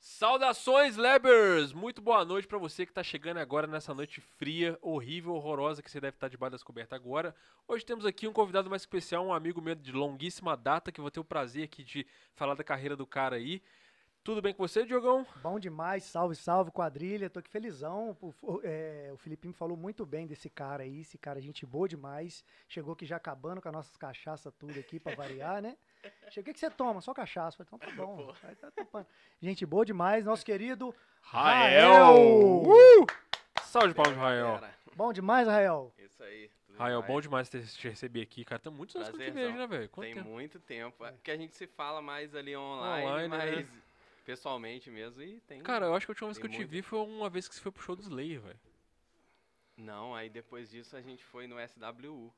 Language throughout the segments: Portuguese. Saudações, Lebers! Muito boa noite pra você que tá chegando agora nessa noite fria, horrível, horrorosa, que você deve estar debaixo das cobertas agora. Hoje temos aqui um convidado mais especial, um amigo meu de longuíssima data, que eu vou ter o prazer aqui de falar da carreira do cara aí. Tudo bem com você, Diogão? Bom demais, salve, salve, quadrilha. Tô aqui felizão. O, o- é, o Filipinho falou muito bem desse cara aí. Esse cara, é gente boa demais. Chegou aqui já acabando com as nossas cachaças tudo aqui pra variar, né? Chegou, o que, que você toma? Só cachaça. Falei, então tá bom. Aí tá topando. gente boa demais, nosso querido Rael! Uh! Salve de palmas, Rael. Galera, Bom demais, Rael. Isso aí. tudo Rael, demais. bom demais ter te receber aqui, cara. Tá muitos anos que eu te vejo, Prazerzão. né, velho? Quanto Tem tempo? muito tempo. É Porque a gente se fala mais ali online, Online, né? mas pessoalmente mesmo. E tem. Cara, eu acho que a última vez que Tem eu te muito. vi foi uma vez que você foi pro show do Slayer, velho. Não, aí depois disso a gente foi no SWU.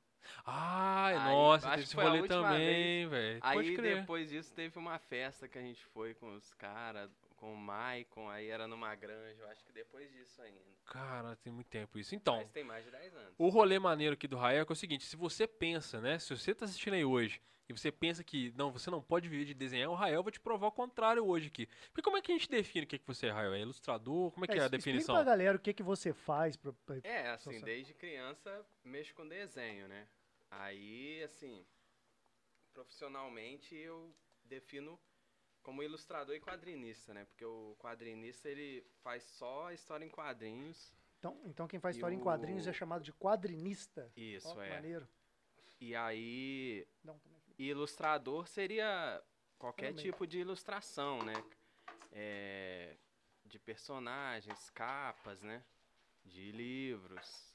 Ah, Aí, nossa, acho teve que esse foi a rolê última também, velho. Pode Aí crer. depois disso teve uma festa que a gente foi com os caras, com o Maicon, aí era numa granja, eu acho que depois disso ainda. Cara, tem muito tempo isso. Então, Mas tem mais de 10 anos. o rolê maneiro aqui do Rael é, que é o seguinte: se você pensa, né? Se você tá assistindo aí hoje e você pensa que não, você não pode viver de desenhar, o Rael vai te provar o contrário hoje aqui. Porque como é que a gente define o que, que você é, Rael? É ilustrador? Como é que é a explica definição? pra galera o que, que você faz. Pra, pra- É, assim, Só- desde criança mexo com desenho, né? Aí, assim, profissionalmente eu defino como ilustrador e quadrinista, né? Porque o quadrinista ele faz só história em quadrinhos. Então, então quem faz E história em o- quadrinhos é chamado de quadrinista. Isso Ó, que é. maneiro. um, E aí, Não, também. ilustrador seria qualquer Também. tipo de ilustração, né? É, de personagens, capas, né? De livros.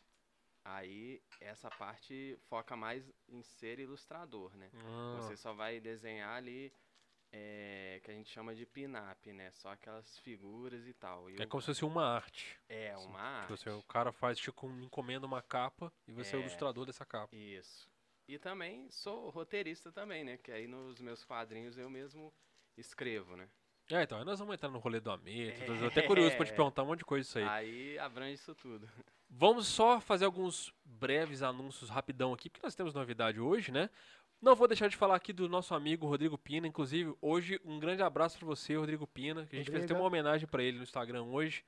Aí essa parte foca mais em ser ilustrador, né? Ah, Você só vai desenhar ali é, que a gente chama de pin-up, né? Só aquelas figuras e tal. E é o- como se fosse uma arte. é Sim, uma arte. Tipo assim, o cara faz, tipo, um- encomenda uma capa e você é o É. ilustrador dessa capa. Isso. E também sou roteirista também, né? Que aí nos meus quadrinhos eu mesmo escrevo, né? É, então, aí nós vamos entrar no rolê do Amê. tudo- Eu tô até curioso pra te perguntar um monte de coisa isso aí. Aí abrange isso tudo. Vamos só fazer alguns breves anúncios rapidão aqui, porque nós temos novidade hoje, né? Não vou deixar de falar aqui do nosso amigo Rodrigo Pina. Inclusive, hoje, um grande abraço pra você, Rodrigo Pina. que A gente fez até Rodrigo. uma homenagem pra ele no Instagram hoje.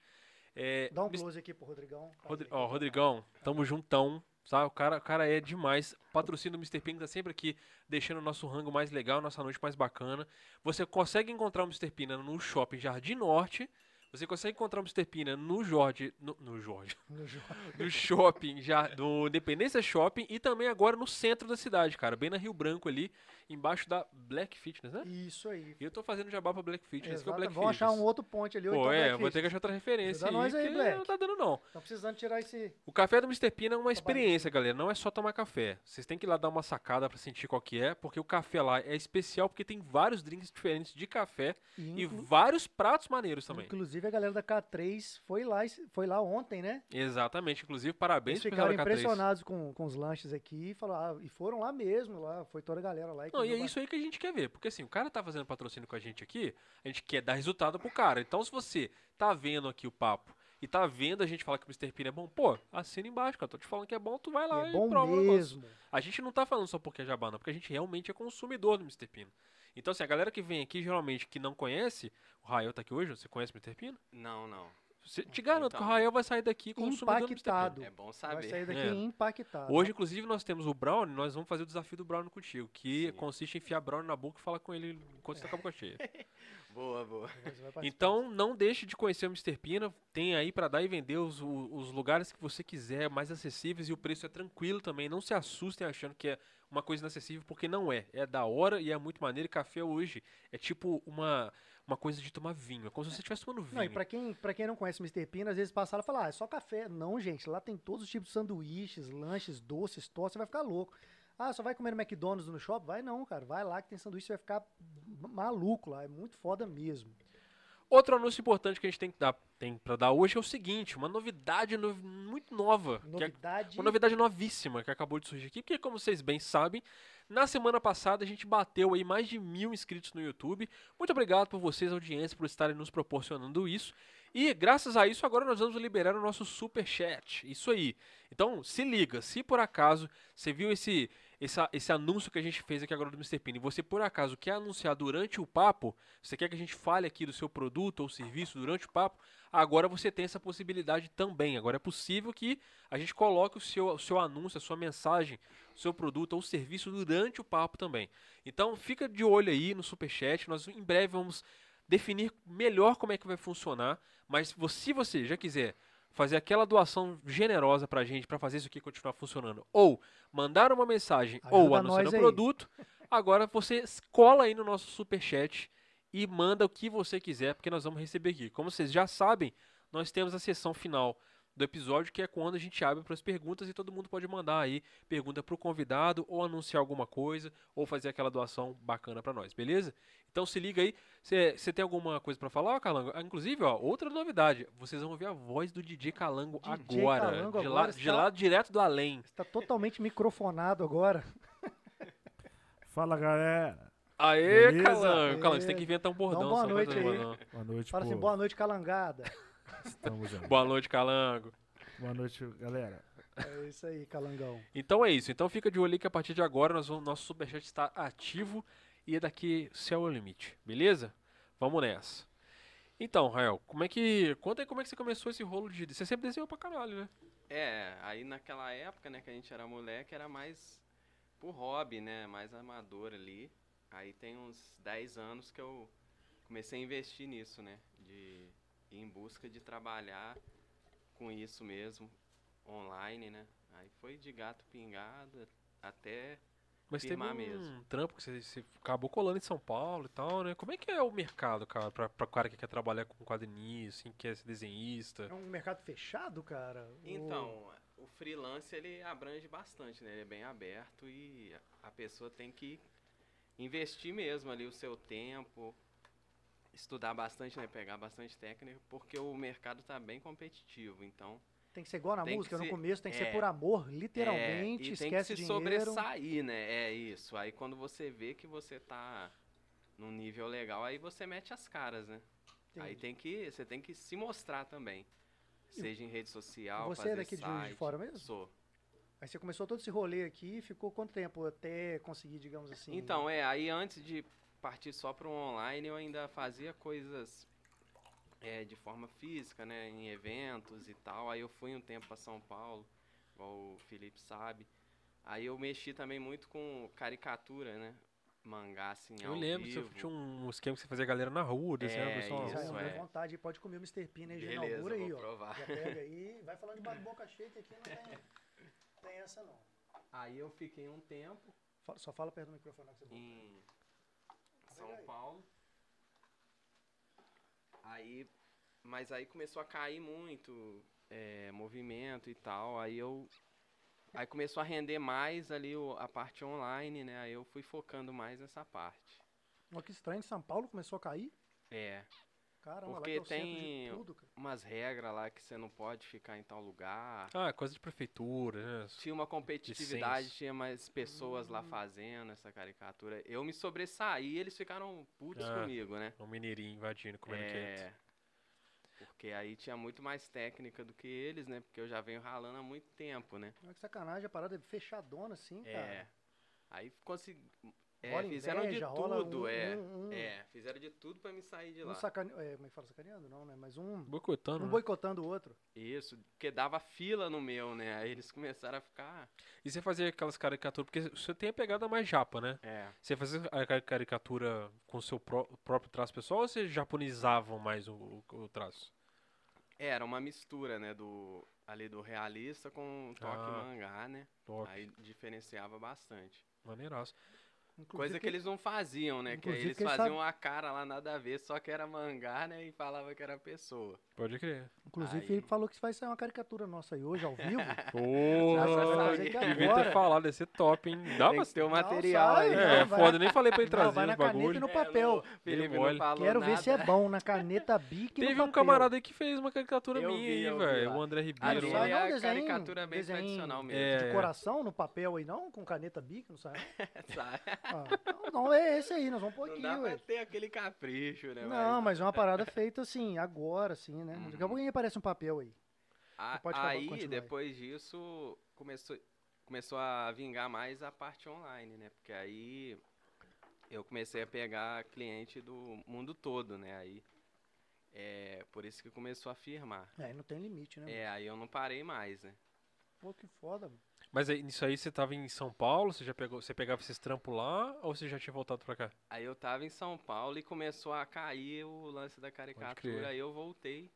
É, Dá um mis- close aqui pro Rodrigão. Tá Rodri- ele Ó, aqui. Rodrigão, tamo juntão, sabe? O cara, o cara é demais. Patrocínio do Mr. Pina tá sempre aqui, deixando o nosso rango mais legal, nossa noite mais bacana. Você consegue encontrar o Mr. Pina no Shopping Jardim Norte. Você consegue encontrar o Mr. Pina no Jorge. No, no Jorge. No jo- No shopping, já, no Independência Shopping e também agora no centro da cidade, cara. Bem na Rio Branco ali, embaixo da Black Fitness, né? Isso aí. E eu tô fazendo jabá pra Black Fitness, que é o Exato, Black Vamos Fitness. achar um outro ponte ali. ou Pô, então é, Black eu vou ter que Fitness. achar outra referência Ajuda aí, nós aí, porque Black. não tá dando não. Tá precisando tirar esse... O café do Mr. Pina é uma Trabalho. experiência, galera. Não é só tomar café. Vocês têm que ir lá dar uma sacada pra sentir qual que é, porque o café lá é especial, porque tem vários drinks diferentes de café e inclu- vários pratos maneiros também. Inclusive a galera da K3 foi lá, e se- foi lá ontem, né? Exatamente. Inclusive, parabéns Eles pro ficaram K3. impressionados com, com os lanches aqui e, falaram, ah, e foram lá mesmo, lá, foi toda a galera lá. Não, e é comeu isso aí que a gente quer ver. Porque assim, o cara tá fazendo patrocínio com a gente aqui, a gente quer dar resultado pro cara. Então, se você tá vendo aqui o papo e tá vendo a gente falar que o Mr. Pina é bom, pô, assina embaixo, cara. Tô te falando que é bom, tu vai bastante. lá É e bom prova o negócio. mesmo. A gente não tá falando só porque é jabá, não, porque a gente realmente é consumidor do Mr. Pino. Então, assim, a galera que vem aqui, geralmente, que não conhece, o Rael tá aqui hoje, você conhece o Mr. Pino? Não, não. Você- te garanto que o Então. Rael vai sair daqui consumidor do Mr. Pino. Impactado. É bom Vai saber. sair daqui É. impactado. Hoje, inclusive, nós temos o Brown, nós vamos fazer o desafio do Brown contigo, que Sim. consiste em enfiar Brown na boca e falar com ele enquanto você tá com a boca cheia. Boa, boa. Você vai participar. Então, não deixe de conhecer o Mr. Pina. Tem aí pra dar e vender os, o- os lugares que você quiser, mais acessíveis e o preço é tranquilo também. Não se assustem achando que é uma coisa inacessível, porque não é. É da hora e é muito maneiro. E café hoje é tipo uma, uma coisa de tomar vinho. É como se você estivesse tomando vinho. Não, e pra quem, pra quem não conhece o Mr. Pina, às vezes passaram e falaram, ah, é só café. Não, gente, lá tem todos os tipos de sanduíches, lanches, doces, tostas, você vai ficar louco. Ah, só vai comer no McDonald's no shopping? Vai não, cara. Vai lá que tem sanduíche, você vai ficar m- maluco lá. É muito foda mesmo. Outro anúncio importante que a gente tem, que dar, tem pra dar hoje é o seguinte: uma novidade no- muito nova. que é- Novidade. Uma novidade novíssima que acabou de surgir aqui, porque como vocês bem sabem, na semana passada a gente bateu aí mais de mil inscritos no YouTube. Muito obrigado por vocês, audiência, por estarem nos proporcionando isso. E graças a isso, agora nós vamos liberar o nosso super chat. Isso aí. Então, se liga, se por acaso você viu esse essa- esse anúncio que a gente fez aqui agora do Mr. Pini, você por acaso quer anunciar durante o papo, você quer que a gente fale aqui do seu produto ou serviço durante o papo, agora você tem essa possibilidade também. Agora é possível que a gente coloque o seu, o seu anúncio, a sua mensagem, o seu produto ou serviço durante o papo também. Então fica de olho aí no Superchat, nós em breve vamos definir melhor como é que vai funcionar, mas vo- se você já quiser fazer aquela doação generosa pra gente, pra fazer isso aqui continuar funcionando, ou mandar uma mensagem ou Ajuda anunciar um nós aí. produto, agora você cola aí no nosso Superchat e manda o que você quiser, porque nós vamos receber aqui. Como vocês já sabem, nós temos a sessão final do episódio, que é quando a gente abre para as perguntas e todo mundo pode mandar aí pergunta para o convidado ou anunciar alguma coisa ou fazer aquela doação bacana para nós, beleza? Então se liga aí. Você tem alguma coisa para falar, Calango? Ah, Inclusive, ó, outra novidade, vocês vão ouvir a voz do DJ Calango DJ agora, Calango de, agora lá, de está- lá direto do além. Está totalmente microfonado agora. Fala, galera. Aê, Beleza? Calango! Calango, você Aê. tem que inventar um bordão. Então, boa só pra noite fazer um aí. bordão. Boa noite, Fala Tipo- assim, pô. boa noite, calangada. Estamos aí. Boa noite, Calango. Boa noite, galera. É isso aí, calangão. Então é isso. Então fica de olho aí que a partir de agora nós vamos- nosso superchat está ativo e daqui céu é o limite, beleza? Vamos nessa. Então, Rael, como é que. Conta aí como é que você começou esse rolo de. Você sempre desenhou pra caralho, né? É, aí naquela época, né, que a gente era moleque, era mais por hobby, né? Mais amador ali. Aí tem uns 10 anos que eu comecei a investir nisso, né? De ir em busca de trabalhar com isso mesmo, online, né? Aí foi de gato pingado até Mas Firmar teve um mesmo. trampo que você, você acabou colando em São Paulo e tal, né? Como é que é o mercado, cara, pra, pra cara que quer trabalhar com quadrinhos, assim, que quer ser desenhista? É um mercado fechado, cara? Ou- Então, o freelance ele abrange bastante, né? Ele é bem aberto e a pessoa tem que investir mesmo ali o seu tempo, estudar bastante, né? Pegar bastante técnica, porque o mercado tá bem competitivo. Então, Tem que ser igual na tem que música, no ser- começo tem que ser é. por amor, é, literalmente, e tem que esquece se dinheiro. sobressair, né? É isso. Aí quando você vê que você tá num nível legal, aí você mete as caras, né? Aí Entendi. tem que, você tem que se mostrar também. Seja em rede social, você é fazer daqui de Juiz de site. Fora mesmo? Sou. Aí você começou todo esse rolê aqui e ficou quanto tempo até conseguir, digamos assim? Então, é, aí antes de partir só para o online, eu ainda fazia coisas é, de forma física, né, em eventos e tal. Aí eu fui um tempo para São Paulo, igual o Felipe sabe. Aí eu mexi também muito com caricatura, né, mangá assim Eu ao lembro, vivo. você tinha um esquema que você fazia a galera na rua, desenhando É, o pessoal né? na isso, rua. Israel, é. deu vontade, pode comer o Mr. Pina aí, já Beleza, inaugura aí, vou ó. provar. Já pega aí, vai falando de boca cheia que aqui não tem, tem essa não. Aí eu fiquei um tempo Fa- Só fala perto do microfone né, que você botou. em São aí. Paulo. Aí, mas aí começou a cair muito é, movimento e tal. Aí eu, aí começou a render mais ali o- a parte online, né? Aí eu fui focando mais nessa parte. Ó, que estranho, São Paulo começou a cair? É, Caramba, Porque lá que é o centro tem- de tudo, cara. umas regras lá que você não pode ficar em tal lugar. Ah, coisa de prefeitura, né? Tinha uma competitividade, Licença. tinha mais pessoas lá fazendo essa caricatura. Eu me sobressaí, eles ficaram putos Ah. comigo, né? Um mineirinho invadindo, comendo quieto. É, porque aí tinha muito mais técnica do que eles, né? Porque eu já venho ralando há muito tempo, né? Olha que sacanagem, a parada é fechadona assim, É. cara. Aí consegui. É, Rola fizeram inveja, de rola tudo, um- é. um- um- É, fizeram de tudo pra me sair de Um lá. sacane... é, como é que fala sacaneando? Não, né? Mas um, Boicotando, um né? boicotando o outro. Isso, porque dava fila no meu, né? Aí eles começaram a ficar. E você fazia aquelas caricaturas, porque você tem a pegada mais japa, né? É. Você fazia a ca- caricatura com seu pró- próprio traço pessoal ou vocês japonizavam mais o, o- o traço? é, Era uma mistura, né? Do. Ali do realista com o toque Ah. mangá, né? Top, Aí diferenciava bastante. maneiraço. Coisa que eles não faziam, né? Que aí inclusive eles que eles faziam a cara lá nada a ver, só que era mangá, né? E falava que era pessoa. Pode crer. Inclusive, Aí. ele falou que vai sair uma caricatura nossa aí hoje, ao vivo. Porra, sabe que devia agora- ter falado, ia ser top, hein? Dá Tem pra... que ter um- o Não, material sai, aí. né? É, Não, vai foda, na- nem falei pra ele Não, trazer vai os na caneta e bagulho. no papel. Felipe Deu mole. É, não falou Quero ver nada. se é bom na caneta Bic Teve no um papel. camarada aí que fez uma caricatura Eu minha vi, eu aí, vi velho. lá. O André Ah, Ribeiro. não ele lá. sai é não, a desenho, caricatura bem desenho tradicional É. mesmo. De coração no papel aí não? Com caneta Bic, não sai? sabe? Ah, não, não, é esse aí, nós vamos pôr Não aqui, dá pra ué. ter aquele capricho, né? Não, mas é uma parada feita assim, agora sim, né? Daqui a Uhum. pouco aparece um papel aí. A- pode acabar, aí, continuar aí. depois disso, começou, começou a vingar mais a parte online, né? Porque aí eu comecei a pegar cliente do mundo todo, né? Aí é por isso que começou a firmar. É, não tem limite, né? É, aí eu não parei mais, né? Pô, que foda, mano. Mas aí, nisso aí você tava em São Paulo, você já pegou, você pegava esses trampos lá ou você já tinha voltado pra cá? Aí eu tava em São Paulo e começou a cair o lance da crer. caricatura, aí eu voltei.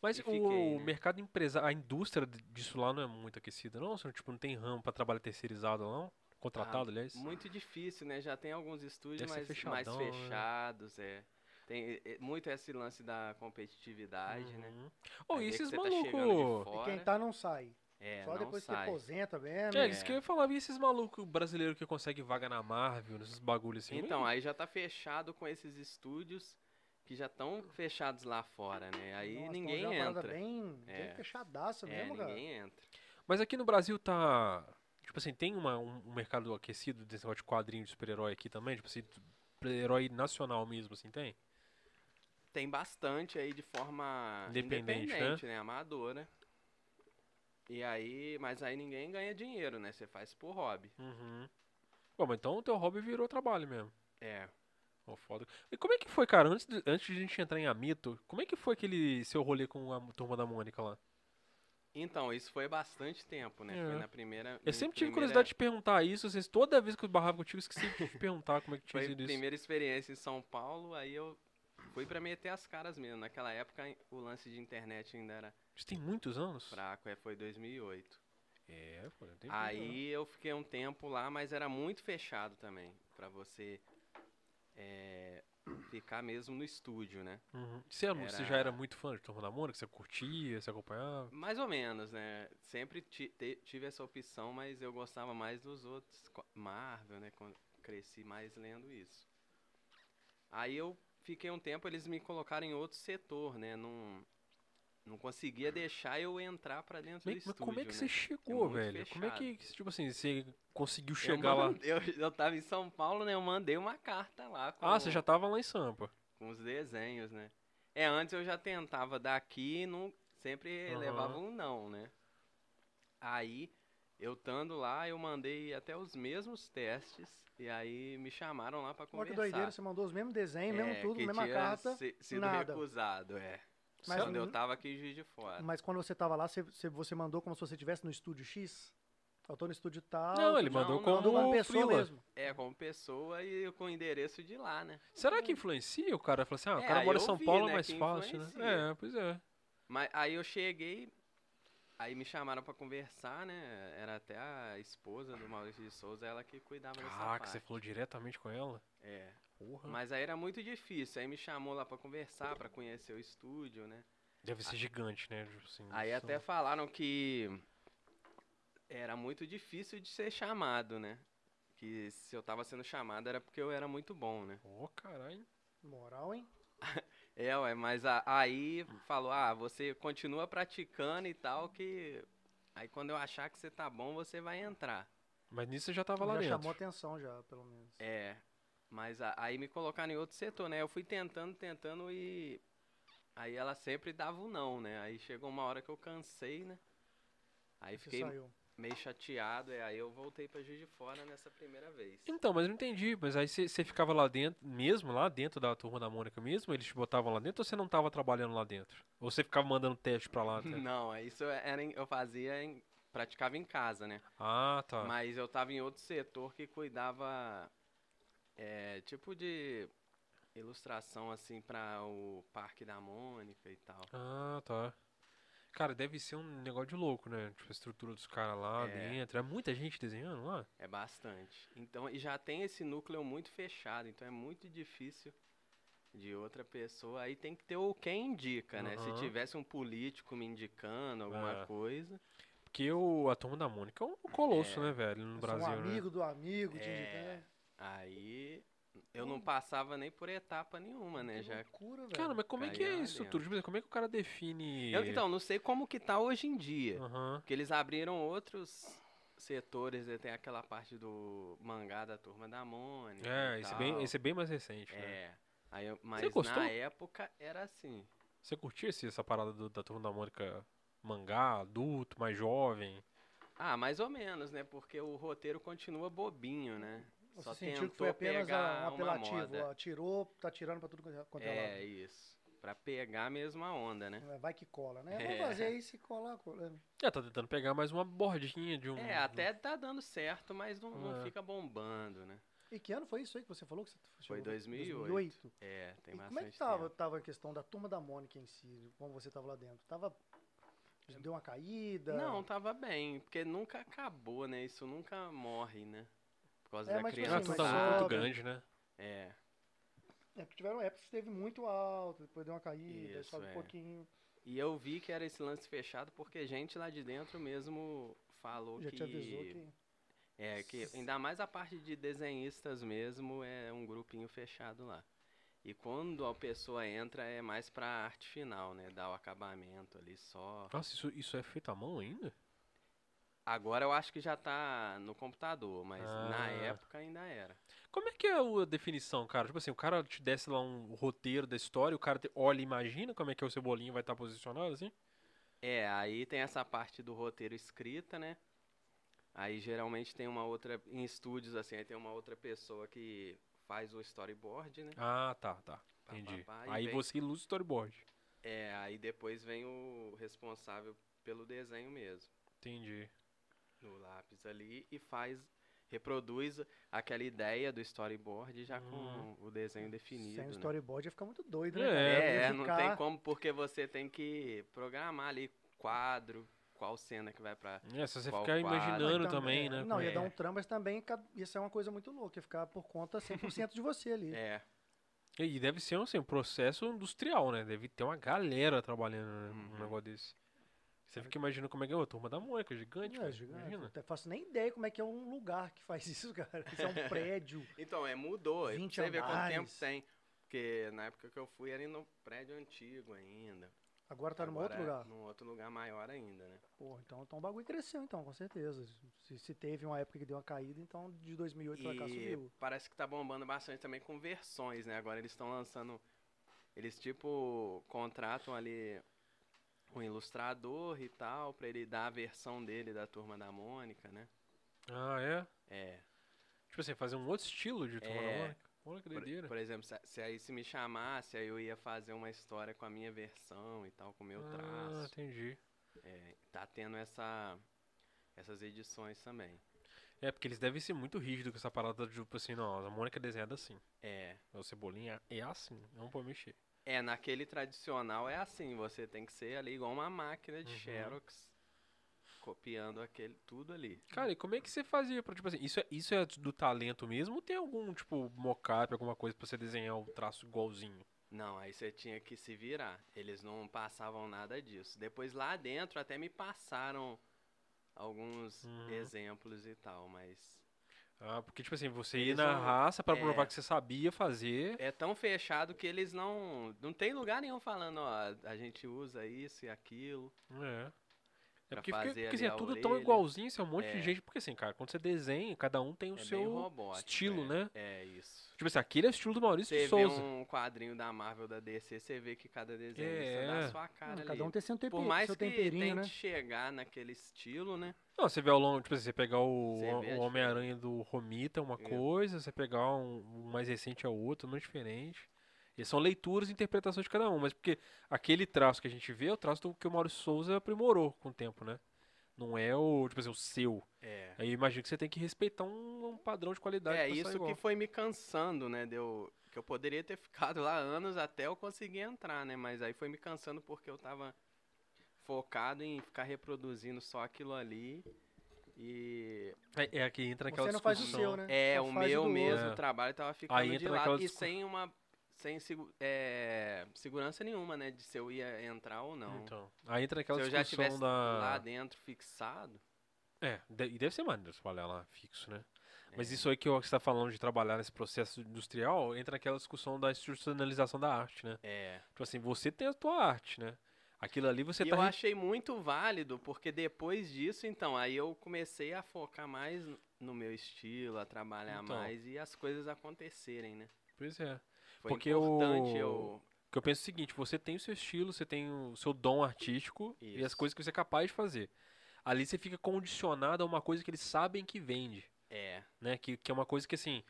Mas E o fiquei, né? mercado empresa, a indústria d- disso lá não é muito aquecida, não? Você, tipo, não tem ramo pra trabalho terceirizado, não? Contratado, Ah, aliás? Muito difícil, né? Já tem alguns estúdios Deve ser mais, mais fechadão, né? fechados, é. Tem é, muito esse lance da competitividade, né? Uhum. Ô, Aí e vê que esses você tá chegando de malucos? E fora, quem tá não sai. é, Só não depois sai. que aposenta mesmo. é, né? isso que eu ia falar, e esses malucos brasileiros que conseguem vaga na Marvel, nesses é bagulhos assim? Então, aí já tá fechado com esses estúdios que já estão fechados lá fora, né? Aí Nossa, então ninguém já é uma parada entra. Bem, bem É. fechadaça é, mesmo, cara. ninguém entra. Mas aqui no Brasil tá. Tipo assim, tem uma, um, um mercado aquecido desse negócio de quadrinho de super-herói aqui também? Tipo assim, super-herói nacional mesmo, assim, tem? Tem bastante aí de forma Independente, né? independente, né? Amadora. E aí, mas aí ninguém ganha dinheiro, né? Você faz por hobby. Uhum. Bom, mas então o teu hobby virou trabalho mesmo. É. Ô, foda. E como é que foi, cara? Antes de, antes de a gente entrar em Amito, como é que foi aquele seu rolê com a turma da Mônica lá? Então, isso foi bastante tempo, né? É. Foi na primeira. Eu minha sempre tive primeira- curiosidade de perguntar isso, vocês, toda vez que eu barrava contigo, eu esqueci de te perguntar como é que tinha Foi a sido isso. primeira experiência em São Paulo, aí eu fui pra meter as caras mesmo. Naquela época o lance de internet ainda era Isso tem muitos anos? fraco, é, foi 2008. É, pô, não tem problema. Aí eu fiquei um tempo lá, mas era muito fechado também, pra você é, ficar mesmo no estúdio, né? Uhum. Você, era- você já era- era muito fã de Turma da Mônica? Você curtia, você acompanhava? Mais ou menos, né? Sempre ti- te- tive essa opção, mas eu gostava mais dos outros. co- Marvel, né? Quando cresci mais lendo isso. Aí eu fiquei um tempo, eles me colocaram em outro setor, né? Não, não conseguia deixar eu entrar pra dentro Como é do que- Mas estúdio, como é que né? você chegou, muito velho? Como é que, fechado. que, tipo assim, você conseguiu né? Eu chegar lá? mand- Eu, eu tava em São Paulo, né? Eu mandei uma carta lá com, Ah, você já tava lá em Sampa. com os desenhos, né? É, antes eu já tentava daqui e não, sempre Aham. levava um não, né? Aí, eu estando lá, eu mandei até os mesmos testes e aí me chamaram lá pra Olha é que conversar. doideira, você mandou os mesmos desenhos, mesmo É, tudo, que mesma tinha carta. se- sido nada. recusado, é. Mas- hum. Quando eu tava aqui em Juiz de Fora. Mas quando você tava lá, você, você- você mandou como se você estivesse no estúdio X? Eu tô no estúdio tal. Não, ele não, mandou não, como mandou uma pessoa freela. mesmo. É, como pessoa e com o endereço de lá, né? Será que influencia o cara? Fala assim, ah, o É, cara aí mora em eu São vi, Paulo, é né, mais que fácil, né? influencia. É, pois é. Mas aí eu cheguei, aí me chamaram pra conversar, né? Era até a esposa do Maurício de Souza, ela que cuidava dessa Ah, que parte. você falou diretamente com ela? É. Porra. Mas aí era muito difícil, aí me chamou lá pra conversar, pra conhecer o estúdio, né? Deve ser gigante, né? Tipo assim, Aí são- até falaram que era muito difícil de ser chamado, né? Que se eu tava sendo chamado era porque eu era muito bom, né? Ô, caralho. Moral, hein? É, ué, mas a- aí falou, ah, você continua praticando e tal, que aí quando eu achar que você tá bom, você vai entrar. Mas nisso você já tava Já lá chamou dentro. atenção já, pelo menos. É, mas a- aí me colocaram em outro setor, né? Eu fui tentando, tentando e aí ela sempre dava o não, né? Aí chegou uma hora que eu cansei, né? Aí Você fiquei saiu. meio chateado, e aí eu voltei pra Juiz de Fora nessa primeira vez. Então, mas eu não entendi. Mas aí você você ficava lá dentro, mesmo lá dentro da turma da Mônica mesmo? Eles te botavam lá dentro ou você não tava trabalhando lá dentro? Ou você ficava mandando teste pra lá? até? Não, é isso era em- eu fazia, em- praticava em casa, né? Ah, tá. Mas eu tava em outro setor que cuidava é, tipo de ilustração assim pra o Parque da Mônica e tal. Ah, tá. Cara, deve ser um negócio de louco, né? Tipo, a estrutura dos caras lá É. dentro. É muita gente desenhando lá? É bastante. Então, e já tem esse núcleo muito fechado, então é muito difícil de outra pessoa. Aí tem que ter o quem indica, né? Se Aham. tivesse um político me indicando alguma É. coisa. Porque o, a turma da Mônica é um colosso, É. né, velho? No Sou Brasil, um né? amigo do amigo, te É, indicando. Aí eu Hum. não passava nem por etapa nenhuma, né? é, Que Já. loucura, velho. Cara, mas como é que é Caiu lá a estrutura? Tipo, como é que o cara define. Eu, então, não sei como que tá hoje em dia. Aham. Porque eles abriram outros setores, né? Tem aquela parte do mangá da turma da Mônica. É, e esse é, bem, tal. esse é bem mais recente, né? tá É. Aí, eu- mas gostou? na época era assim. Você curtia esse- essa parada do- da turma da Mônica mangá, adulto, mais jovem? Ah, mais ou menos, né? Porque o roteiro continua bobinho, né? Você Só sentiu tentou que foi apenas pegar ah, um uma apelativo. moda. ó, tirou, tá tirando pra tudo quanto quanto é É, isso. Pra pegar mesmo a onda, né? lado. Vai que cola, né? É. Vamos fazer isso e colar. colar. É, tá tentando pegar mais uma bordinha Uhum. de um. É, até tá dando certo, mas não, não É. fica bombando, né? E que ano foi isso aí que você falou? Que você Foi chegou? 2008. 2008. É, tem E bastante como é que tava, tempo. tava a questão da turma da Mônica em si? Como você tava lá dentro? Tava. Deu uma caída? Não, tava bem, porque nunca acabou, né? Isso nunca morre, né? Por causa É, da mas, tipo Ah, criança. assim, tudo mas é muito sobe. grande, né? É, É porque tiveram épocas que teve muito alto, depois deu uma caída, Isso, sobe um é. pouquinho. E eu vi que era esse lance fechado porque gente lá de dentro mesmo falou Já que, te avisou que. é que ainda mais a parte de desenhistas mesmo é um grupinho fechado lá. E quando a pessoa entra é mais pra arte final, né, dar o acabamento ali só. Nossa, isso, isso é feito à mão ainda? Agora eu acho que já tá no computador, mas na Ah. época ainda era. Como é que é a definição, cara? Tipo assim, o cara te desce lá um roteiro da história, o cara te- olha e imagina como é que o cebolinho vai estar posicionado, assim? É, aí tem essa parte do roteiro escrita, né? Aí geralmente tem uma outra em estúdios assim, aí tem uma outra pessoa que faz o storyboard, né? Ah, tá, tá. Pá, Entendi. pá, pá, e Aí vem- você ilustra o storyboard. É, aí depois vem o responsável pelo desenho mesmo, Entendi. no lápis ali, e faz, reproduz aquela ideia do storyboard já Hum. com o desenho definido. Sem né? storyboard ia ficar muito doido, né? É, cara? É, Ia é, não ficar- tem como, porque você tem que programar ali quadro, qual cena que vai pra. É, se você Qual ficar quadro? Não, imaginando e tam- também, é, né? Não, como ia é. dar um trampo, mas também ca- ia ser uma coisa muito louca, ia ficar por conta 100% de você ali. É, E deve ser assim, um processo industrial, né? Deve ter uma galera trabalhando né, num Uhum. negócio desse. Você fica imaginando como é que é a turma da Mônica, gigante, Não, cara, é gigante, imagina. eu até faço nem ideia como é que é um lugar que faz isso, cara. Isso é um prédio. Então, é, mudou. e pra 20 você ver quanto tempo andares. tem. Porque na época que eu fui era no prédio antigo ainda. Agora tá num Agora outro é lugar. Num outro lugar maior ainda, né? Pô, então, então o bagulho cresceu, então, com certeza. Se, se teve uma época que deu uma caída, então de 2008 pra cá E subiu. parece que tá bombando bastante também com versões, né? Agora eles estão lançando. Eles, tipo, contratam ali um ilustrador e tal, pra ele dar a versão dele da turma da Mônica, né? Ah, é? É. Tipo assim, fazer um outro estilo de turma da É. Mônica. Olha que Por, doideira. por exemplo, se, se aí se me chamasse, aí eu ia fazer uma história com a minha versão e tal, com o meu Ah, traço. entendi. É, tá tendo essa, essas edições também. É, porque eles devem ser muito rígidos com essa parada, tipo assim, não, a Mônica é desenhada assim. É. O Cebolinha é assim, não pode mexer. É, naquele tradicional é assim, você tem que ser ali igual uma máquina de Uhum. Xerox, copiando aquele tudo ali. Cara, e como é que você fazia pra, tipo assim, isso é, isso é do talento mesmo ou tem algum, tipo, mocap, alguma coisa pra você desenhar o traço igualzinho? Não, aí você tinha que se virar. Eles não passavam nada disso. Depois lá dentro até me passaram alguns Uhum. exemplos e tal, mas Ah, porque, tipo assim, você ia Eles na não- raça pra é. provar que você sabia fazer. é tão fechado que eles não não tem lugar nenhum falando, ó, a gente usa isso e aquilo. É. É Pra porque, fica, fazer porque ali assim, é a tudo tão orelha. igualzinho, isso é um monte de É. gente. Porque assim, cara, quando você desenha, cada um tem o é bem seu robótico, estilo, é. né? É isso. Tipo assim, aquele é o estilo do Maurício Você de vê Souza. um quadrinho da Marvel da DC, você vê que cada desenhista É. dá a sua cara Não, ali. cada um tem seu, tempe... Por mais seu que tente temperinho, né? chegar naquele estilo, né? Não, você vê ao longo, tipo assim, você pegar o, Você o- vê a o Homem-Aranha do Romita é uma É. coisa, você pegar um, um mais recente é outro, não é diferente. E são leituras e interpretações de cada um, mas porque aquele traço que a gente vê é o traço do que o Maurício Souza aprimorou com o tempo, né? Não é o, tipo assim, o seu. É. Aí eu imagino que você tem que respeitar um, um padrão de qualidade É pra sair isso que igual. foi me cansando, né? Deu que eu poderia ter ficado lá anos até eu conseguir entrar, né? Mas aí foi me cansando porque eu tava focado em ficar reproduzindo só aquilo ali. E É, é que entra naquela Você não faz o discussão. seu, né? é, Só o faz meu do mesmo outro. trabalho tava ficando Aí de entra lado naquela e discu- sem uma sem segu- é, segurança nenhuma, né, de se eu ia entrar ou não. Então, aí entra se naquela eu já discussão estivesse da... lá dentro fixado, É, de- e deve ser maneiro trabalhar lá fixo, né? É. Mas isso aí que eu- que você está falando de trabalhar nesse processo industrial entra naquela discussão da institucionalização da arte, né? é, Tipo assim, você tem a tua arte, né? Aquilo ali você E tá. eu re- achei muito válido, porque depois disso, então, aí eu comecei a focar mais no- no meu estilo, a trabalhar Então. mais e as coisas acontecerem, né? Pois é. Foi Porque importante o- eu. Porque eu penso o seguinte: você tem o seu estilo, você tem o seu dom artístico e as Isso. coisas que você é capaz de fazer. ali você fica condicionado a uma coisa que eles sabem que vende, É. né? Que, que é uma coisa que, assim,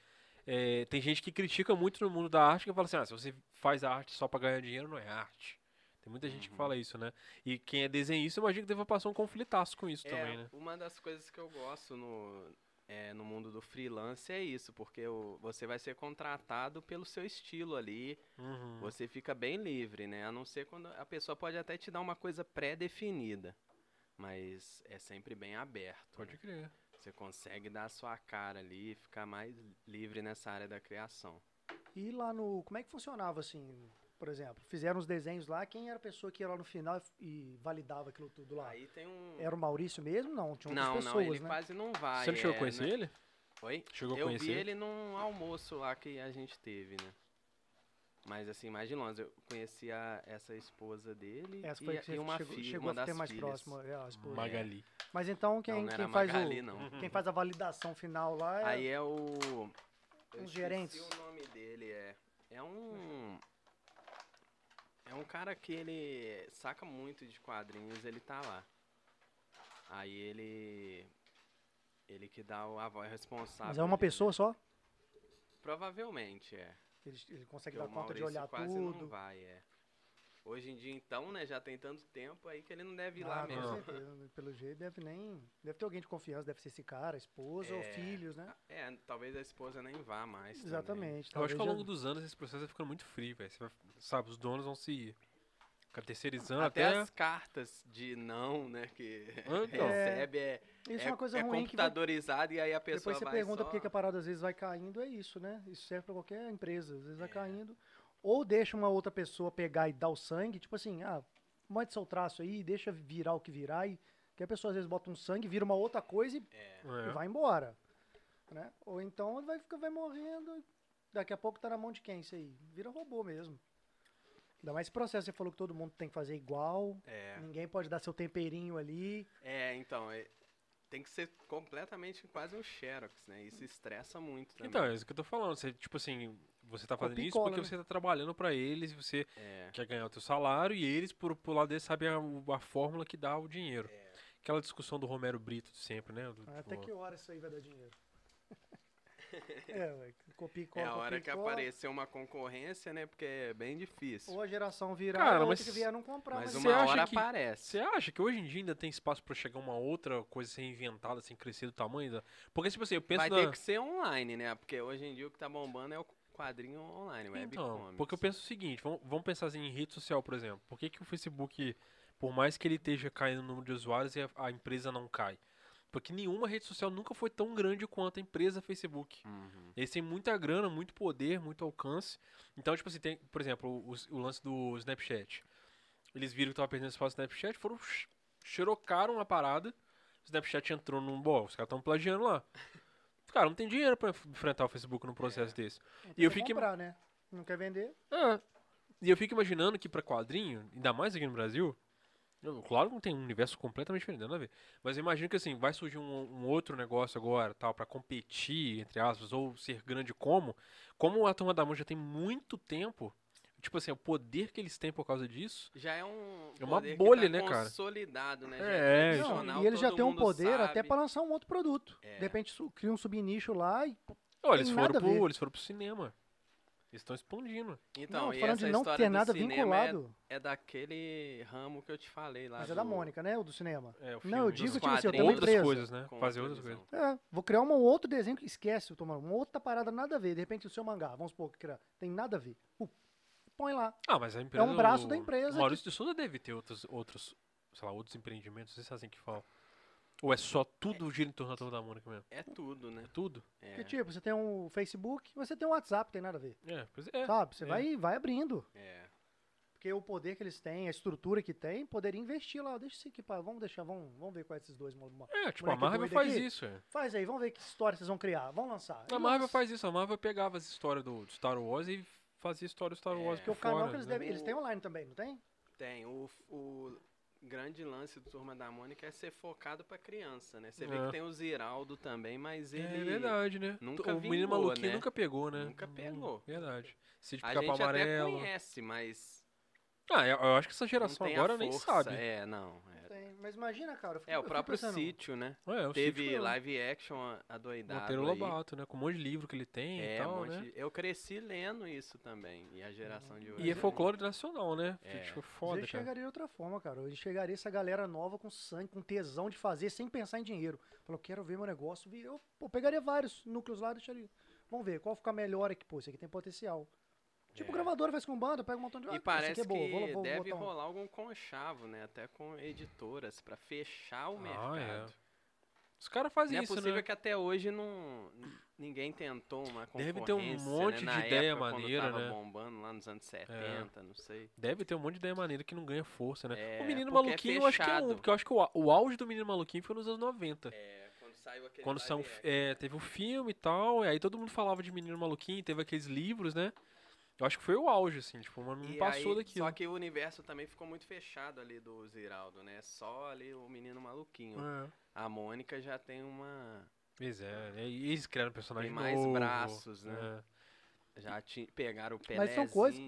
é, tem gente que critica muito no mundo da arte que fala assim, ah, se você faz a arte só pra ganhar dinheiro, não é arte. Tem muita gente que Uhum. fala isso, né? E quem é desenhista, imagina que deva passar um conflitaço com isso É, também, né? uma das coisas que eu gosto no, é, no mundo do freelance é isso, porque o- você vai ser contratado pelo seu estilo ali, Uhum. você fica bem livre, né? A não ser quando a pessoa pode até te dar uma coisa pré-definida, mas é sempre bem aberto. Pode né? crer. Você consegue dar a sua cara ali e ficar mais livre nessa área da criação. E lá no. Como é que funcionava assim? Por exemplo, fizeram os desenhos lá, quem era a pessoa que ia lá no final e validava aquilo tudo lá? Aí tem um. Era o Maurício mesmo? Não, tinha outras Não, não, É, pessoas, ele né? quase não vai. você não chegou é, a conhecer né? ele? Oi? Chegou a eu conhecer vi ele num almoço lá que a gente teve, né? Mas assim, mais de longe. Eu conheci a- essa esposa dele Essa e, foi a que e você uma chegou, filha, chegou uma a das ter mais filhas. próximo. é, a esposa. Magali. Mas então quem, não, não era quem faz Magali, o. não. Quem faz a validação final lá é. Aí é o... eu esqueci gerentes. o nome dele, é... É um... É um cara que ele saca muito de quadrinhos, ele tá lá. Aí ele... Ele que dá o- a voz responsável. mas é ali, né? uma pessoa só? Provavelmente, é. Ele, ele consegue Porque dar o conta de Maurício olhar quase Não tudo. vai, é. Hoje em dia, então, né, já tem tanto tempo aí que ele não deve ir Ah, lá com mesmo. certeza. Pelo jeito deve nem. Deve ter alguém de confiança, deve ser esse cara, esposa ou É. filhos, né? É, talvez a esposa nem vá mais. também. Exatamente. Eu acho talvez que ao já- longo dos anos esse processo vai ficando muito frio, velho. Você vai- Sabe, os donos vão se ficar terceirizando Até até. as cartas de não, né, que Ah, então. recebe é, Isso é, é, uma coisa é ruim que vai- computadorizado e aí a pessoa Depois você vai pergunta só... por que que a parada às vezes vai caindo, é isso, né? Isso serve pra qualquer empresa, às vezes É. vai caindo. Ou deixa uma outra pessoa pegar e dar o sangue, tipo assim, ah, mande seu traço aí, deixa virar o que virar, e que a pessoa às vezes bota um sangue, vira uma outra coisa e, É, e É. vai embora. Né? Ou então vai, ficar- vai morrendo, e daqui a pouco tá na mão de quem isso aí? Vira robô mesmo. Ainda mais esse processo, você falou que todo mundo tem que fazer igual, é, ninguém pode dar seu temperinho ali. é, então, é, tem que ser completamente quase um Xerox, né, isso estressa muito também. Então, é isso que eu tô falando. Você, tipo assim, você tá fazendo Copia e isso porque cola, né? você tá trabalhando pra eles e você É, quer ganhar o teu salário e eles, por, por lado deles, sabem a, o- a fórmula que dá o dinheiro. É. Aquela discussão do Romero Brito de sempre, né? Do, Ah, tipo, Até que hora isso aí vai dar dinheiro? é, ué, copia e é cola, a copia hora e que cola. apareceu uma concorrência, né, porque é bem difícil. Ou a geração virar, Cara, ou a outra mas- que vier não comprar. Mas Mas, você uma acha hora que- aparece. Você acha que hoje em dia ainda tem espaço pra chegar uma outra coisa sem inventada, sem crescer do tamanho? Da... Porque, tipo assim, eu penso Vai na... ter que ser online, né? Porque hoje em dia o que tá bombando é o quadrinho online, Então, webcomics. porque eu penso o seguinte, vamos, vamos pensar assim, em rede social, por exemplo. Por que, que o Facebook, por mais que ele esteja caindo no número de usuários, e a, a empresa não cai? Porque nenhuma rede social nunca foi tão grande quanto a empresa Facebook. Uhum. Eles têm muita grana, muito poder, muito alcance. Então, tipo assim, tem, por exemplo, o, o lance do Snapchat. Eles viram que estavam perdendo espaço no Snapchat, foram, ch- xerocaram a parada. O Snapchat entrou num. Bom, os caras estão plagiando lá. Cara, não tem dinheiro pra enf- enfrentar o Facebook num processo desse. E eu fico. comprar, né? Não quer vender? É. E eu fico imaginando que pra quadrinho, ainda mais aqui no Brasil, eu- claro que não tem um universo completamente diferente, nada a ver. Mas eu imagino que assim, vai surgir um, um outro negócio agora, tal, pra competir, entre aspas, ou ser grande como. Como a Turma da Mônica já tem muito tempo, tipo assim, o poder que eles têm por causa disso. Já é um É uma poder que bolha, tá né, cara? Consolidado, né? Já É, Não, tradicional, e eles já todo têm um mundo poder sabe. até pra lançar um outro produto. É. De repente su- cria um subnicho lá e Olha, eles Tem foram, nada a ver. pro, eles foram pro cinema. Eles estão expandindo. Então, não, e falando essa de não história ter do nada cinema vinculado. É, é daquele ramo que eu te falei lá. Mas é da do- Mônica, né? O do cinema. É, o Não, eu filme dos- digo, dos tipo assim, eu tenho uma quadrinhos. outras coisas, empresa. né? com Fazer outras televisão. coisas. É, vou criar um outro desenho que esquece, tomar uma outra parada nada a ver. De repente o seu mangá, vamos supor que criar, tem nada a ver. Pum, põe lá. Ah, mas a empresa. É um braço o- da empresa o Maurício de Souza deve ter outros, outros, sei lá, outros empreendimentos, não sei se é assim que fala. Ou é só tudo gira em torno da Turma da Mônica mesmo? É tudo, né? É tudo? É, Porque, tipo, você tem um Facebook, mas você tem um WhatsApp, tem nada a ver. É, pois é. Sabe? Você é. vai, vai abrindo. é. Porque o poder que eles têm, a estrutura que tem, poderia investir lá. Deixa isso aqui, pá, vamos deixar, vamos, vamos ver quais esses dois. mo- mo- É, tipo, a Moleque Marvel doido faz aqui. isso. É. Faz aí, vamos ver que história vocês vão criar, vamos lançar. A E Marvel lança. faz isso. A Marvel pegava as histórias do do Star Wars e fazia história do Star Wars. É. Porque o por canal fora, que eles, né? devem, eles têm online também, não tem? Tem. O, o grande lance do Turma da Mônica é ser focado pra criança, né? Você vê É. que tem o Ziraldo também, mas ele... É verdade, né? nunca o menino vingou, maluquinho né? nunca pegou, né? Nunca Hum, pegou. Verdade. Sítio A gente Pica-Pau até Amarelo. conhece, mas Ah, eu, eu acho que essa Não geração tem a agora nem força, sabe. É, É, não. é. Tem, Mas imagina, cara. eu fico- É, eu o fico próprio pensando, sítio, né? é o Chico Teve mesmo. live action a- adoidado Monteiro aí. Lobato, né? Com um monte de livro que ele tem É, e um tal, monte né? de- Eu cresci lendo isso também. E a Uhum. geração de hoje. né? E é não- folclore nacional, né? É. Tipo, Mas eu foda, cara. enxergaria de outra forma, cara. Eu enxergaria essa galera nova com sangue, com tesão de fazer, sem pensar em dinheiro. Falou, quero ver meu negócio. vi- Eu pô, pegaria vários núcleos lá e deixaria. Vamos ver, qual fica melhor aqui? Pô, isso aqui tem potencial. Tipo, É. gravadora faz com banda, pega um montão de... E Ah, parece isso aqui é boa, vou, que vou deve botar um. rolar algum conchavo, né? Até com editoras, pra fechar o Ah, mercado. Os caras fazem Não é isso, possível né? que até hoje não, ninguém tentou uma concorrência, Deve ter um né? monte de Na ideia época, maneira, quando tava né? É. bombando lá nos anos 70, não sei. Deve ter um monte de ideia maneira que não ganha força, né? o É, Menino porque é Maluquinho, eu acho que é um. fechado. Porque eu acho que o, au- o auge do Menino Maluquinho foi nos anos 90. É, quando saiu aquele quando saiu, um fi- é, teve o filme e tal, e aí todo mundo falava de Menino Maluquinho, teve aqueles livros, né? Eu acho que foi o auge, assim, tipo, mas não passou daquilo. Só que o universo também ficou muito fechado ali do Ziraldo, né? Só ali o menino maluquinho. É. A Mônica já tem uma. Pois é, né? E eles criaram um personagem Tem mais novo, braços, né? é. Já ti- pegaram o Pelezinho. Mas são coisas-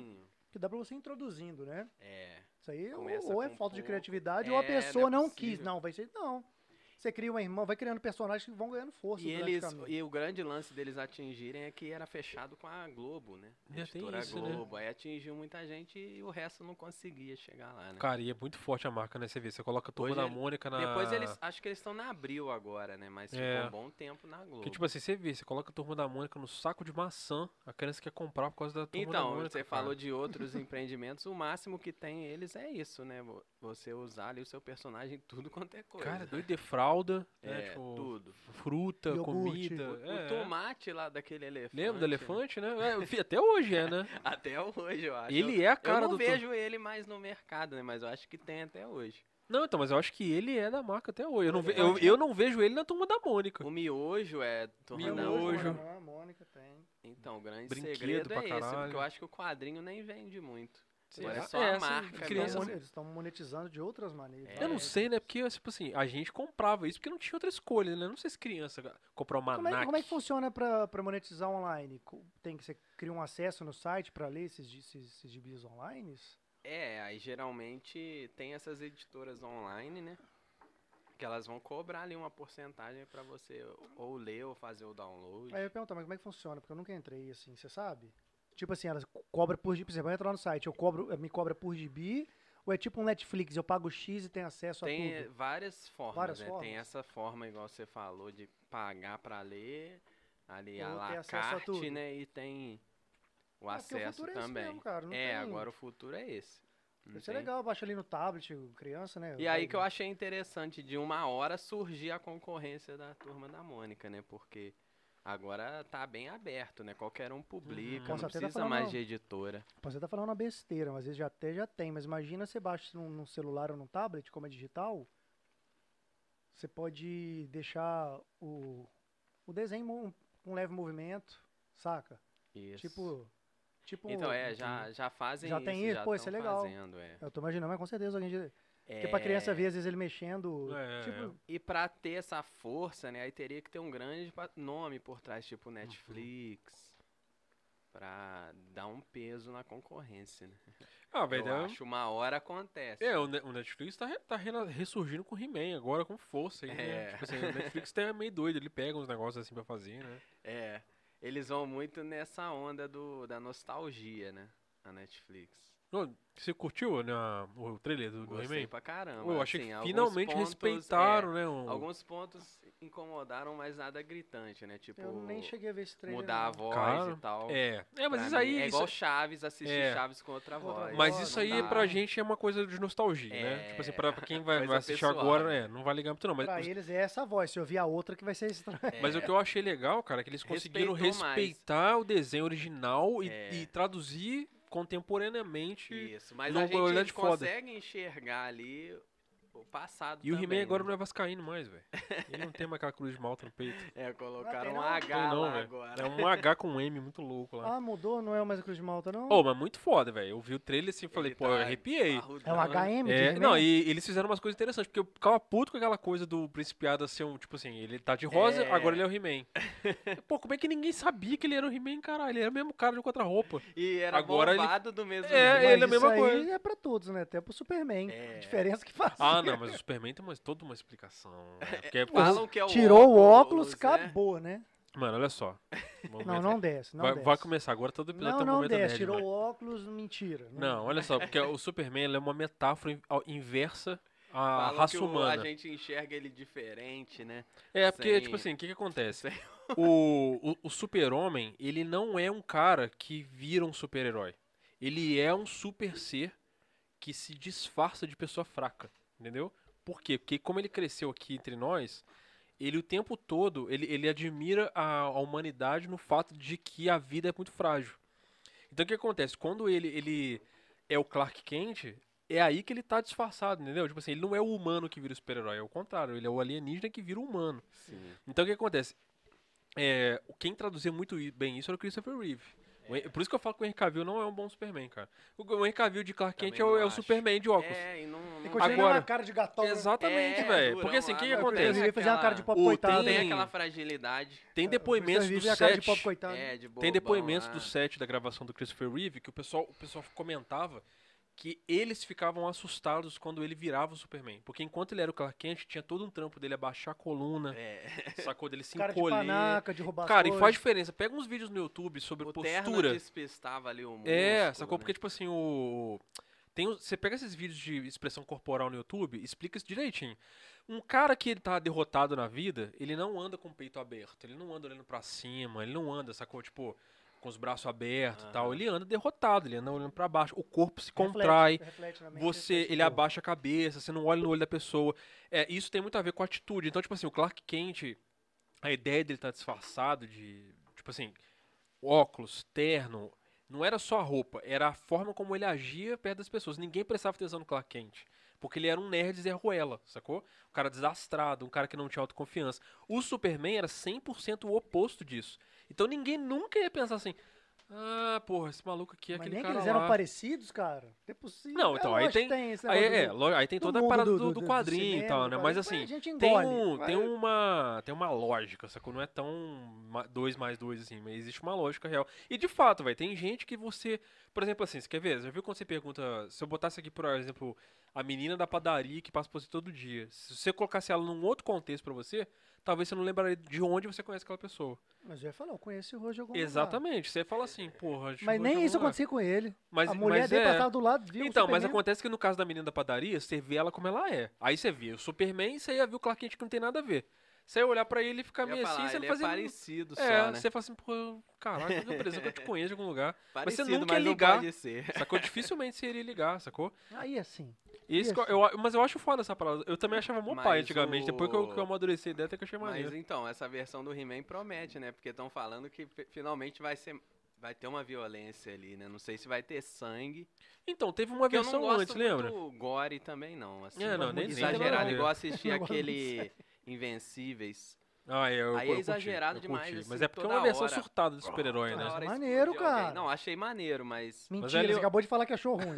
Que dá pra você ir introduzindo, né? É. Isso aí ou, Começa ou é com um falta de pouco. criatividade ou a É, não é pessoa não, quis. possível. Não, vai ser... Não. Você cria uma irmã, vai criando personagens que vão ganhando força E, durante o eles, caminho. e o grande lance deles atingirem é que era fechado com a Globo, né? É, tem Editora isso, né? Globo. Aí atingiu muita gente e o resto não conseguia chegar lá, né? Cara, e é muito forte a marca, né? Você vê, você coloca a turma Hoje da ele- Mônica na. é, Depois eles. Acho que eles estão na abril agora, né? Mas É. ficou um bom tempo na Globo. Que tipo assim, você vê, você coloca a turma da Mônica no saco de maçã, a criança quer comprar por causa da turma da Então, Mônica. você cara. falou de outros empreendimentos, o máximo que tem eles é isso, né? Vo- Você usar ali o seu personagem em tudo quanto é coisa. Cara, doido de fralda, é, né? Tipo, tudo. fruta, Iogurte. comida. O- O é, é. tomate lá daquele elefante. Lembra do elefante, né? É, enfim, até hoje é, né? Até hoje, eu acho. Ele é a eu, eu cara não do. to- vejo ele mais no mercado, né? Mas eu acho que tem até hoje. Não, então, mas eu acho que ele é da marca até hoje. Eu não, ve- É. eu, eu não vejo ele na turma da Mônica. O miojo é turma da Miojo. Mônica. Miojo. Mônica, Mônica tem. Então, o grande Brinquedo segredo pra é esse, porque caralho. eu acho que o quadrinho nem vende muito. Será? Agora é só É, a essa marca. Eles criança- assim. tão mesmo. mone- Eles estão monetizando de outras maneiras. É. Eu não né? sei, né? Porque, tipo assim, a gente comprava isso porque não tinha outra escolha, né? Não sei se criança comprou uma Como é, como é que funciona pra, pra monetizar online? Co- Tem que você cria um acesso no site pra ler esses, gi- esses, esses gibis online? É, aí geralmente tem essas editoras online, né? Que elas vão cobrar ali uma porcentagem pra você ou ler ou fazer o download. Aí eu ia perguntar, mas como é que funciona? Porque eu nunca entrei assim, você sabe? Tipo assim, elas co- cobra por gibi. Por exemplo, eu entro lá no site, eu cobro, eh, me cobra por gibi, ou é tipo um Netflix, eu pago X e tenho acesso tem a eh, tudo? várias formas, Várias né? formas. Tem essa forma, igual você falou, de pagar pra ler, ali a Ou ter la acesso a carte, tudo. né? E tem o Ah, porque o acesso futuro é esse também. mesmo, cara, não é, tem- agora o futuro é esse. Não Deve ser tem- legal, baixa ali no tablet, criança, né? E aí que eu achei interessante de uma hora surgir a concorrência da turma da Mônica, né? Porque agora tá bem aberto, né? Qualquer um publica, Posso não até tá precisa falando mais não. de editora. Você tá falando uma besteira, mas às vezes já até já tem. Mas imagina você baixa num, num celular ou num tablet, como é digital, você pode deixar o, o desenho mo- com um leve movimento, saca? Isso. Tipo. Tipo. então é, já, já fazem Já isso, tem isso? já Pô, isso é tão legal. fazendo, é. Eu tô imaginando, mas com certeza alguém. já- Porque pra criança É, ver, às vezes, ele mexendo. É, tipo, E pra ter essa força, né? Aí teria que ter um grande pa- nome por trás, Uhum. tipo Netflix. Pra dar um peso na concorrência, né? Ah, velho, Eu deve- acho uma hora acontece. É, o Ne- o Netflix tá, re- tá rena- ressurgindo com He-Man agora, com força aí, né? É. Tipo assim, o Netflix tá meio doido, ele pega uns negócios assim pra fazer, né? É, eles vão muito nessa onda do, da nostalgia, né? A Netflix. Ô, Você curtiu né, a- o trailer do, do Gostei He-Man? pra caramba. Pô, Eu achei assim, que alguns finalmente pontos, respeitaram, é, né? o- alguns pontos incomodaram, mas nada gritante, né? é, Tipo, eu nem cheguei a ver esse trailer. mudar a não. voz Cara, e tal. É, é, mas Pra isso mim, aí. É isso- igual Chaves, assistir É. Chaves com outra Outra voz. mas Pô, isso não aí dá. pra gente é uma coisa de nostalgia, né? É, Tipo assim, pra pra quem vai, coisa vai assistir pessoal, agora, né? é, não vai ligar muito não. Mas, Pra os- eles é essa voz. Se eu ouvir a outra, que vai ser estranho. É, mas o que eu achei legal, cara, é que eles conseguiram Respeitou mais. respeitar o desenho original e, É. e traduzir contemporaneamente. Isso, mas Não, a uma gente olhada de é foda. consegue enxergar ali o passado E o também, He-Man agora não né? é vascaíno mais, velho. Ele não tem mais aquela cruz de malta no peito. É, colocaram não. um H Não, lá velho. agora. É um H com um M muito louco lá. Ah, mudou, não é mais a Cruz de Malta, não? Oh, mas muito foda, velho. Eu vi o trailer assim e falei, Ele pô, eu tá arrepiei. é o parrudão, né? HM de É, He-Man? não, e eles fizeram umas coisas interessantes, porque eu ficava puto com aquela coisa do Príncipe Ada ser um, tipo assim, ele tá de rosa, É. agora ele é o He-Man. Pô, como é que ninguém sabia que ele era o He-Man, caralho? Ele era o mesmo cara de outra roupa. E era Agora ele- bombado do É, mesmo Mas ele é a isso mesma aí coisa. é pra todos, né? Até pro Superman. É. A diferença que faz. Ah, não, mas o Superman tem uma- toda uma explicação. né? Porque, pô, um Falam que é o Tirou o óculos, né? acabou, né? mano, olha só. Vamos Não, ver não aqui. desce, não vai, desce. vai começar agora todo episódio Não, tem um não momento desce. nerd, Tirou mano. o óculos, mentira. Não, olha só, porque o Superman ele é uma metáfora in- ao- inversa à Falam raça que o- humana. a gente enxerga ele diferente, né? É, porque, Sem- tipo assim, o que que acontece? O, o, o super-homem, ele não é um cara que vira um super-herói. Ele é um super-ser que se disfarça de pessoa fraca, entendeu? Por quê? Porque como ele cresceu aqui entre nós, ele o tempo todo, ele, ele admira a, a humanidade no fato de que a vida é muito frágil. Então o que acontece? Quando ele, ele é o Clark Kent, é aí que ele tá disfarçado, entendeu? Tipo assim, ele não é o humano que vira o super-herói, é o contrário, ele é o alienígena que vira o humano. Sim. Então o que acontece? É, o- quem traduzia muito i- bem isso era o Christopher Reeve. O Hen- Por isso que eu falo que o Henry Cavill não é um bom Superman, cara. O o Henry Cavill de Clark Também Kent é o, não é o acho. Superman de óculos. É, e não, não E continua assim. Agora- na cara de gatão. né? Exatamente, É, velho. durão Porque assim, o que, que lá, Eu acontece? preferia fazer uma cara de pop O- tem- coitado. tem né? aquela fragilidade. Tem O depoimentos Mr. do Vive é a cara de set. pop coitado. É, de Tem ah, bobão depoimentos lá. do set da gravação do Christopher Reeve que o pessoal, o pessoal comentava que eles ficavam assustados quando ele virava o Superman. Porque enquanto ele era o Clark Kent, tinha todo um trampo dele abaixar a coluna, É. sacou dele se cara de encolher. panaca, de roubar Cara, e coisas. faz diferença. Pega uns vídeos no YouTube sobre O terno postura. despistava ali o músculo, É, sacou? né? Porque, tipo assim, o. Tem, os- você pega esses vídeos de expressão corporal no YouTube, explica isso direitinho. Um cara que ele tá derrotado na vida, ele não anda com o peito aberto, ele não anda olhando pra cima, ele não anda, sacou? Tipo, com os braços abertos e tal. Aham. Ele anda derrotado, ele anda olhando pra baixo, o corpo se Reflete, contrai, reflete na mente, você, reflete ele no corpo. abaixa a cabeça, você não olha no olho da pessoa. É, isso tem muito a ver com a atitude. Então, tipo assim, o Clark Kent, a ideia dele estar disfarçado de, tipo assim, óculos, terno, não era só a roupa, era a forma como ele agia perto das pessoas. Ninguém prestava atenção no Clark Kent, porque ele era um nerd Zé Ruela, sacou? Um cara desastrado, um cara que não tinha autoconfiança. O Superman era 100% o oposto disso. Então ninguém nunca ia pensar assim, ah, porra, esse maluco aqui é Mas aquele nem que cara eles lá. eram parecidos, cara. Não é possível. Não, então, É aí lógico tem- que tem esse Aí, negócio é, do- lo- aí tem do toda a mundo parada do- do, do- do do quadrinho cinema, e tal, do né? Mas quadrinho. assim, Mas a gente tem, engole, um, vai. tem uma tem uma lógica, sacou? Não é tão 2 mais 2 assim, mas existe uma lógica real. E de fato, velho, tem gente que você. Por exemplo, assim, você quer ver? Já viu quando você pergunta. Se eu botasse aqui, por exemplo, a menina da padaria que passa por você todo dia. Se você colocasse ela num outro contexto pra você, talvez você não lembraria de onde você conhece aquela pessoa. Mas eu ia falar, eu conheço o Roger algum lugar. Exatamente. Você fala assim, porra. acho que Mas vou nem jogar isso lá. acontecia com ele. Mas, a mulher mas dele é. passava do lado, viu? o Então, mas um Superman. acontece que no caso da menina da padaria, você vê ela como ela é. Aí você vê o Superman e você ia ver o Clark Kent que não tem nada a ver. Você ia olhar pra ele e ficar Eu ia meio falar, assim, você ele não é fazia... parecido é, só, né? você fala assim, pô, caraca, que beleza, que eu te conheço de algum lugar. Parecido, nunca ia mas não ligar. pode ser. Sacou? Dificilmente você iria ligar, sacou? Aí assim. E esse Isso. que eu- eu- mas eu acho foda essa parada. Eu também achava mó pai Mas antigamente. o- Depois que eu, que eu amadureci a ideia, até que eu achei maneiro. Mas então, essa versão do He-Man promete, né? Porque estão falando que fi- finalmente vai ser... Vai ter uma violência ali, né? Não sei se vai ter sangue. Então, teve uma Porque eu versão não gosto antes, lembra? muito gore também, não. Assim, É, não, muito nem- nem exagerado. também. igual assistir Não gosto muito aquele Invencíveis. Ah, é, eu, Aí é eu curti, exagerado eu demais, curti. Mas assim, é porque é toda uma versão hora. surtada de super-herói, Toda né? hora Maneiro, explode alguém. cara. Não, achei maneiro, mas... Mentira, ali você eu- acabou de falar que achou ruim.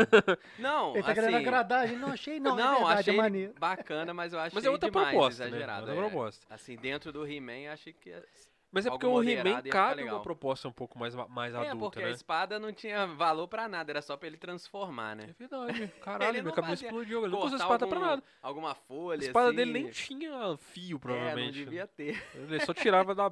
Não, Ele tá querendo assim, agradar a gente. Não, achei não. Não, é verdade, achei é maneiro. bacana, mas eu achei Mas é outra demais, proposta, né? exagerado. É outra é. proposta. Assim, dentro do He-Man, achei que... ia- Mas é Algo porque o moderado He-Man ia ficar cabe legal. uma proposta um pouco mais, mais é, adulta, porque a né? espada não tinha valor pra nada, era só pra ele transformar, É né? verdade. Caralho, Ele meu não cabelo fazia- explodiu. Ele não Cortar usou espada algum- pra nada. Alguma A folha, espada assim. dele nem tinha fio, provavelmente. né? É, não devia ter. Ele só tirava da.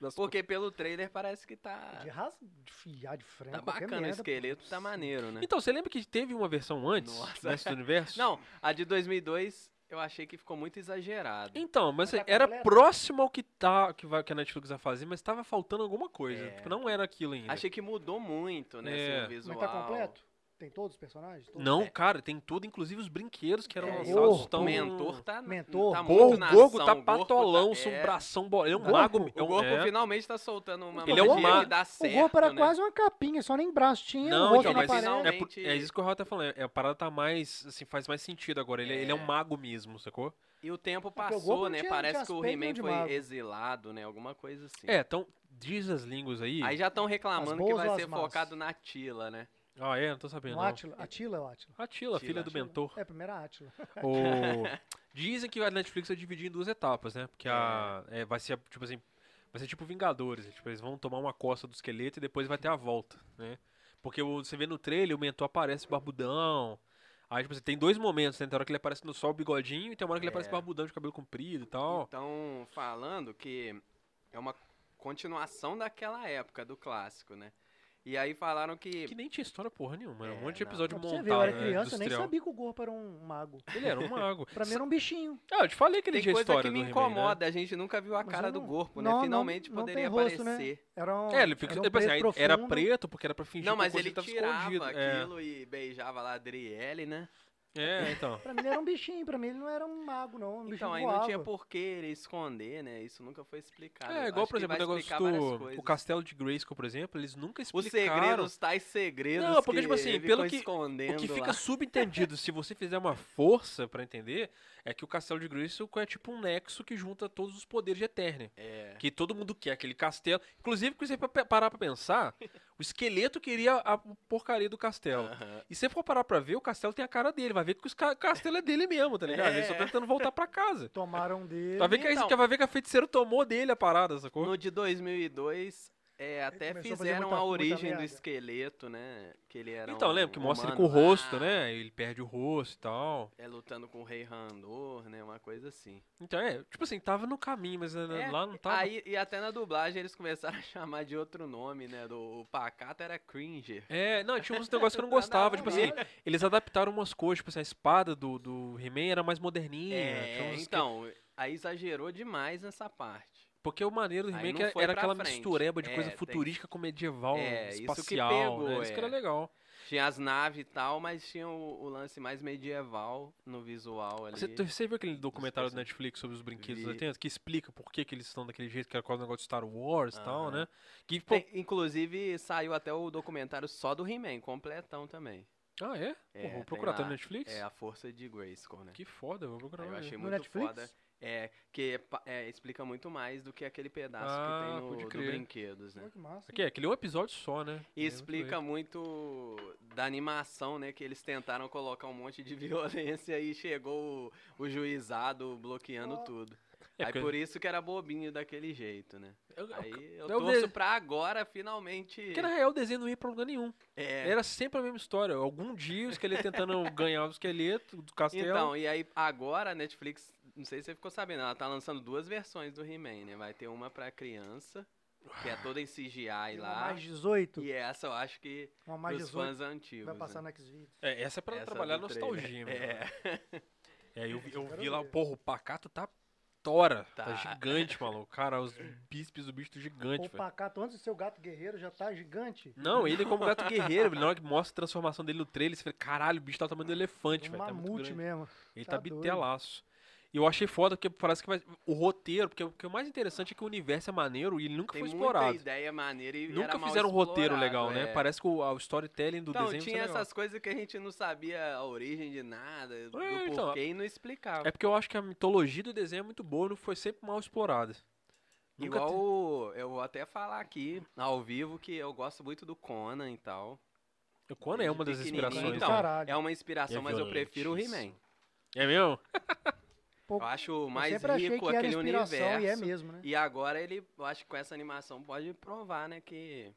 das- Porque pelo trailer parece que Ah. tá... De ras... de fiar de frango. Tá qualquer bacana, o merda, esqueleto pô. tá maneiro, né? Então, você lembra que teve uma versão antes Nossa. nesse universo? Não, a de 2002 eu achei que ficou muito exagerado. Então, mas Mas tá assim, era completa? próximo ao que, tá, que, vai, que a Netflix vai fazer, mas tava faltando alguma coisa. É. Tipo, não era aquilo ainda. Achei que mudou muito, né, É. assim, o Mas visual. Mas tá completo? Tem todos os personagens? Todos? Não, É. cara, tem tudo, inclusive os brinqueiros que eram É, lançados. Gorgo. Tão... O mentor tá, Mentor. Tá tá Gorgo, muito na Então, Gorgo ação, tá o Gorgo patolão, é. sombração, bo- ele é um Gorgo? mago. é O um- Gorgo é. finalmente tá soltando uma Ele é um magia mago. que dá certo, o Gorpo era né? quase uma capinha, só nem braço tinha, o Não, rosto então, na mas parede. isso, é, por- Finalmente- é isso que o Raul tá falando. É, a parada tá mais, assim, faz mais sentido agora. Ele é, ele é um É. mago mesmo, sacou? E o tempo Porque o passou, Gorgo não né? tinha- Parece tinha que o aspecto He-Man de foi mago. exilado, né? Alguma coisa assim. É, então, diz as línguas aí. Aí já estão reclamando que boas ou vai as ser más? focado na Tila, né? Ah, é? Não tô sabendo. No não. Átila, Atila é o Átila. Atila, Atila. filha do Atila. mentor. É, a primeira Átila. O- Dizem que a Netflix vai dividir em duas etapas, né? Porque a, é, vai ser, tipo assim, vai ser tipo Vingadores. né? Tipo, eles vão tomar uma costa do esqueleto e depois vai ter a volta, né? Porque o- você vê no trailer, o mentor aparece barbudão. Aí, tipo assim, tem dois momentos, né? Tem hora que ele aparece no sol, bigodinho, e tem uma hora que ele aparece É. barbudão, de cabelo comprido e tal. Estão Então, falando que é uma continuação daquela época do clássico, né? E aí falaram que. Que nem tinha história porra nenhuma, era um É, monte de não. episódio Pra montado, você ver, eu era né, criança, eu nem industrial. sabia que o Gorpo era um mago. Ele era um mago. Pra mim era um bichinho. Ah, eu te falei que ele Tem tinha coisa história que me do He-Man, né? incomoda, a gente nunca viu a Mas cara eu do não- corpo, não, né? não- Finalmente não tem poderia rosto, né? aparecer. Era É, um, ele era fica, um tipo assim, preto era profundo. preto porque era pra fingir Não, que mas o ele tava tirava escondido. É. aquilo e beijava lá a Adriele, né? É, então. Pra mim ele era um bichinho, pra mim ele não era um mago, não. Um bichinho Então, aí voava. não tinha por que ele esconder, né? Isso nunca foi explicado. É, Eu igual, acho por que exemplo, o vai negócio explicar várias do. O coisas. castelo de Grayskull, por exemplo, eles nunca Os explicaram. segredos, tais segredos Não, porque, que tipo assim, ficam pelo que- escondendo O que fica assim, lá. subentendido, se você fizer uma força pra entender, é que o castelo de Grayskull é tipo um nexo que junta todos os poderes de Eternia. É. Que todo mundo quer aquele castelo. Inclusive, se você pa- parar pra pensar, o esqueleto queria a porcaria do castelo. Aham. E se você for parar pra ver, o castelo tem a cara dele. Vai ver que o castelo é dele mesmo, tá ligado? Ele só tá É. tentando voltar pra casa. Tomaram dele. Vai ver, que, a- Então. vai ver que a feiticeira tomou dele a parada, sacou? No de 2002, é, até começou a fazer fizeram muita- muita a origem do merda. esqueleto, né? Que ele era Então, um lembra que mostra ele com o humano rosto, lá, né? Ele perde o rosto e tal. É, lutando com o rei Randor, né? Uma coisa assim. Então, é, tipo assim, tava no caminho, mas né, É, lá não tava. Aí, e até na dublagem eles começaram a chamar de outro nome, né? Do, o pacato era Cringer. É, não, tinha uns negócios que eu não gostava. tipo assim, eles adaptaram umas coisas, tipo assim, a espada do, do He-Man era mais moderninha. tinha É, uns que- então, aí exagerou demais nessa parte. Porque o maneiro do Aí He-Man não que era, foi era pra aquela frente. mistureba de É, coisa tem- futurística com medieval, É, isso que espacial. né, pegou, isso que era é. legal. Tinha as naves e tal, mas tinha o, o lance mais medieval no visual ali. Você, você viu aquele documentário do personagens. Netflix sobre os brinquedos Vi. dos 80 que explica por que, que eles estão daquele jeito, que era quase um negócio de Star Wars e tal, Aham. né? Que, pô, Tem- inclusive, saiu até o documentário só do He-Man, completão também. Ah, é? É, Pô, vou tem procurar, tá lá. no Netflix? É a força de Grayskull, né? Que foda, eu vou procurar. Aí eu pra ver. achei No muito Netflix? foda. É, que é pa- é, explica muito mais do que aquele pedaço Ah, que tem pode no, do crer. brinquedos, né? Pô, que massa. Aqui, é, aquele é um episódio só, né? E É, explica muito da animação, né? Que eles tentaram colocar um monte de violência e chegou o, o juizado bloqueando Ó. tudo. É, Aí porque- por isso que era bobinho daquele jeito, né? muito doido. Eu- eu- Aí eu eu torço vejo. pra agora finalmente. Porque na real o desenho não ia pra lugar nenhum. É. Era sempre a mesma história. Algum dia o esqueleto tentando ganhar o esqueleto do castelo. Então, e aí agora a Netflix, não sei se você ficou sabendo, ela tá lançando duas versões do He-Man, né? Vai ter uma pra criança, que é toda em CGI Uma lá. mais 18. E essa eu acho que Uma mais os 18. fãs antigos. Vai passar né? no Xvideos. É, essa é pra Essa trabalhar a do trailer. nostalgia, mano. É. É, eu, eu Quero vi lá, ver. porra, o pacato tá tora. Tá, Tá. gigante, maluco. Cara, os bíceps do bicho tá gigante, O velho. Pacato, antes do seu gato guerreiro, já tá gigante. Não, ele é como gato guerreiro, na hora que mostra a transformação dele no trailer, você fala, caralho, o bicho tá do tamanho do elefante, Um velho. Tá muito mamute grande. mesmo. Ele tá, Tá doido. bitelaço. E eu achei foda porque parece que vai. O roteiro, porque o que o mais interessante é que o universo é maneiro e ele nunca Tem foi muita explorado. ideia maneira e era Nunca mal fizeram um roteiro explorado, legal, né? é. Parece que o, a- o storytelling do Então, desenho tinha é legal. essas coisas que a gente não sabia a origem de nada, do É, então, porquê e não explicava. É porque eu acho que a mitologia do desenho é muito boa, não foi sempre mal explorada. Nunca Igual te- o- eu vou até falar aqui ao vivo que eu gosto muito do Conan e tal. o Conan é desde uma das pequenininho, inspirações. Então, né? Caralho. é uma inspiração, É mas eu prefiro o He-Man. violentíssimo. É mesmo? Pô, Eu acho eu mais sempre achei rico que era aquele inspiração universo. e é mesmo, né? E agora ele, eu acho que com essa animação pode provar, né, que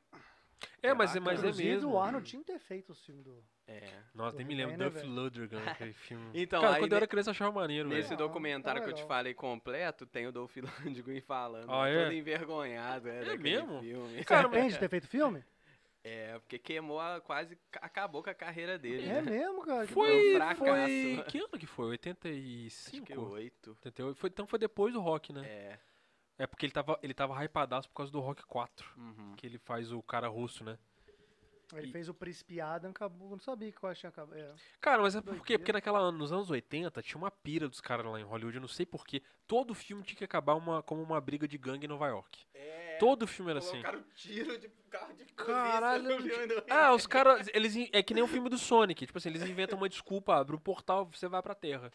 É, mas, é- Caraca, mas é Inclusive, mesmo. o Arnold tinha que ter feito o filme do... é. Nossa, nem me lembro. Também, né, Duff velho? Ludrigan, aquele filme. Então, Cara, aí quando eu ne- era criança eu achava maneiro, velho. Nesse Não, documentário tá que eu te legal. falei completo, tem o Dolph Lundgren falando, Ah, é? todo envergonhado, é, daquele mesmo? filme. Você arrepende de ter feito filme? É, porque queimou a, quase ca- acebou com a carreira dele, É né? mesmo, cara. que doido. Foi, foi um fracasso. foi... Que ano que foi? Acho 85? que oito. 88. Foi, então foi depois do Rock, né? É. É, porque ele tava, ele tava hypadaço por causa do Rock 4. uhum. Que ele faz o cara russo, né? Ele E- fez o Príncipe Adam, acabou, não sabia que eu tinha acabado. É. Cara, mas é por quê? Doideira. Porque naquela ano, nos anos 80, tinha uma pira dos caras lá em Hollywood, eu não sei porquê. Todo filme tinha que acabar uma, como uma briga de gangue em Nova York. É, Todo filme era assim. colocaram um tiro de carro de polícia Caralho, no filme do- Ah, os caras. Eles, in- é que nem o filme do Sonic. Tipo assim, eles inventam uma desculpa, abre um portal, você vai pra Terra.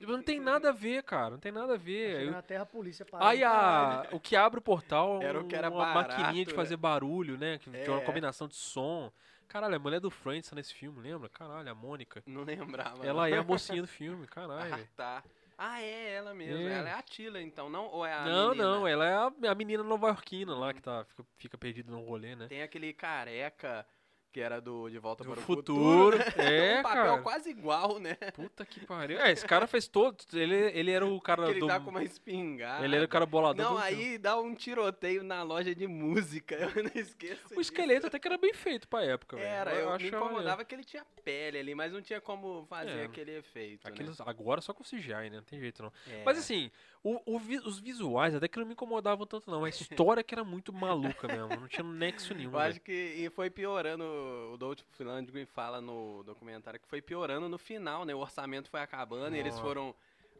Tipo, não tem nada a ver, cara. Não tem nada a ver. Chega É, Eu- ah! na Terra, a polícia parou. Aí a, o que abre o portal é Era o que era uma barato, maquininha de né? fazer barulho, né? Que tinha uma É. combinação de som. Caralho, a mulher do Friends tá nesse filme, lembra? Caralho, a Mônica. Não lembrava. Ela não. é a mocinha do filme, caralho. Ah, velho. tá. Ah, é ela mesmo. É. Ela é a Tila, então, não? Ou é a não, menina? não, ela é a, a menina nova-iorquina lá que tá, fica, fica perdida no rolê, né? Tem aquele careca que era do De Volta Do para futuro. o Futuro. É, né? um papel cara. quase igual, né? Puta que pariu. É, esse cara fez todo. Ele, ele era o cara Que ele do. tá com uma espingarda. Ele era o cara boladão. Não, do filme. aí dá um tiroteio na loja de música. Eu não esqueço. O disso. esqueleto até que era bem feito pra época, velho. Era, eu, achava me maneiro. incomodava que ele tinha pele ali, mas não tinha como fazer É. aquele efeito. né? Aqueles- agora só com CGI, né? Não tem jeito, não. É. Mas assim, o- o vi- os visuais até que não me incomodavam tanto, não. A história que era muito maluca mesmo. Não tinha nexo nenhum. Eu velho. acho que e foi piorando, o Dolce Finlandgo fala no documentário que foi piorando no final, né? O orçamento foi acabando e eles Nossa. foram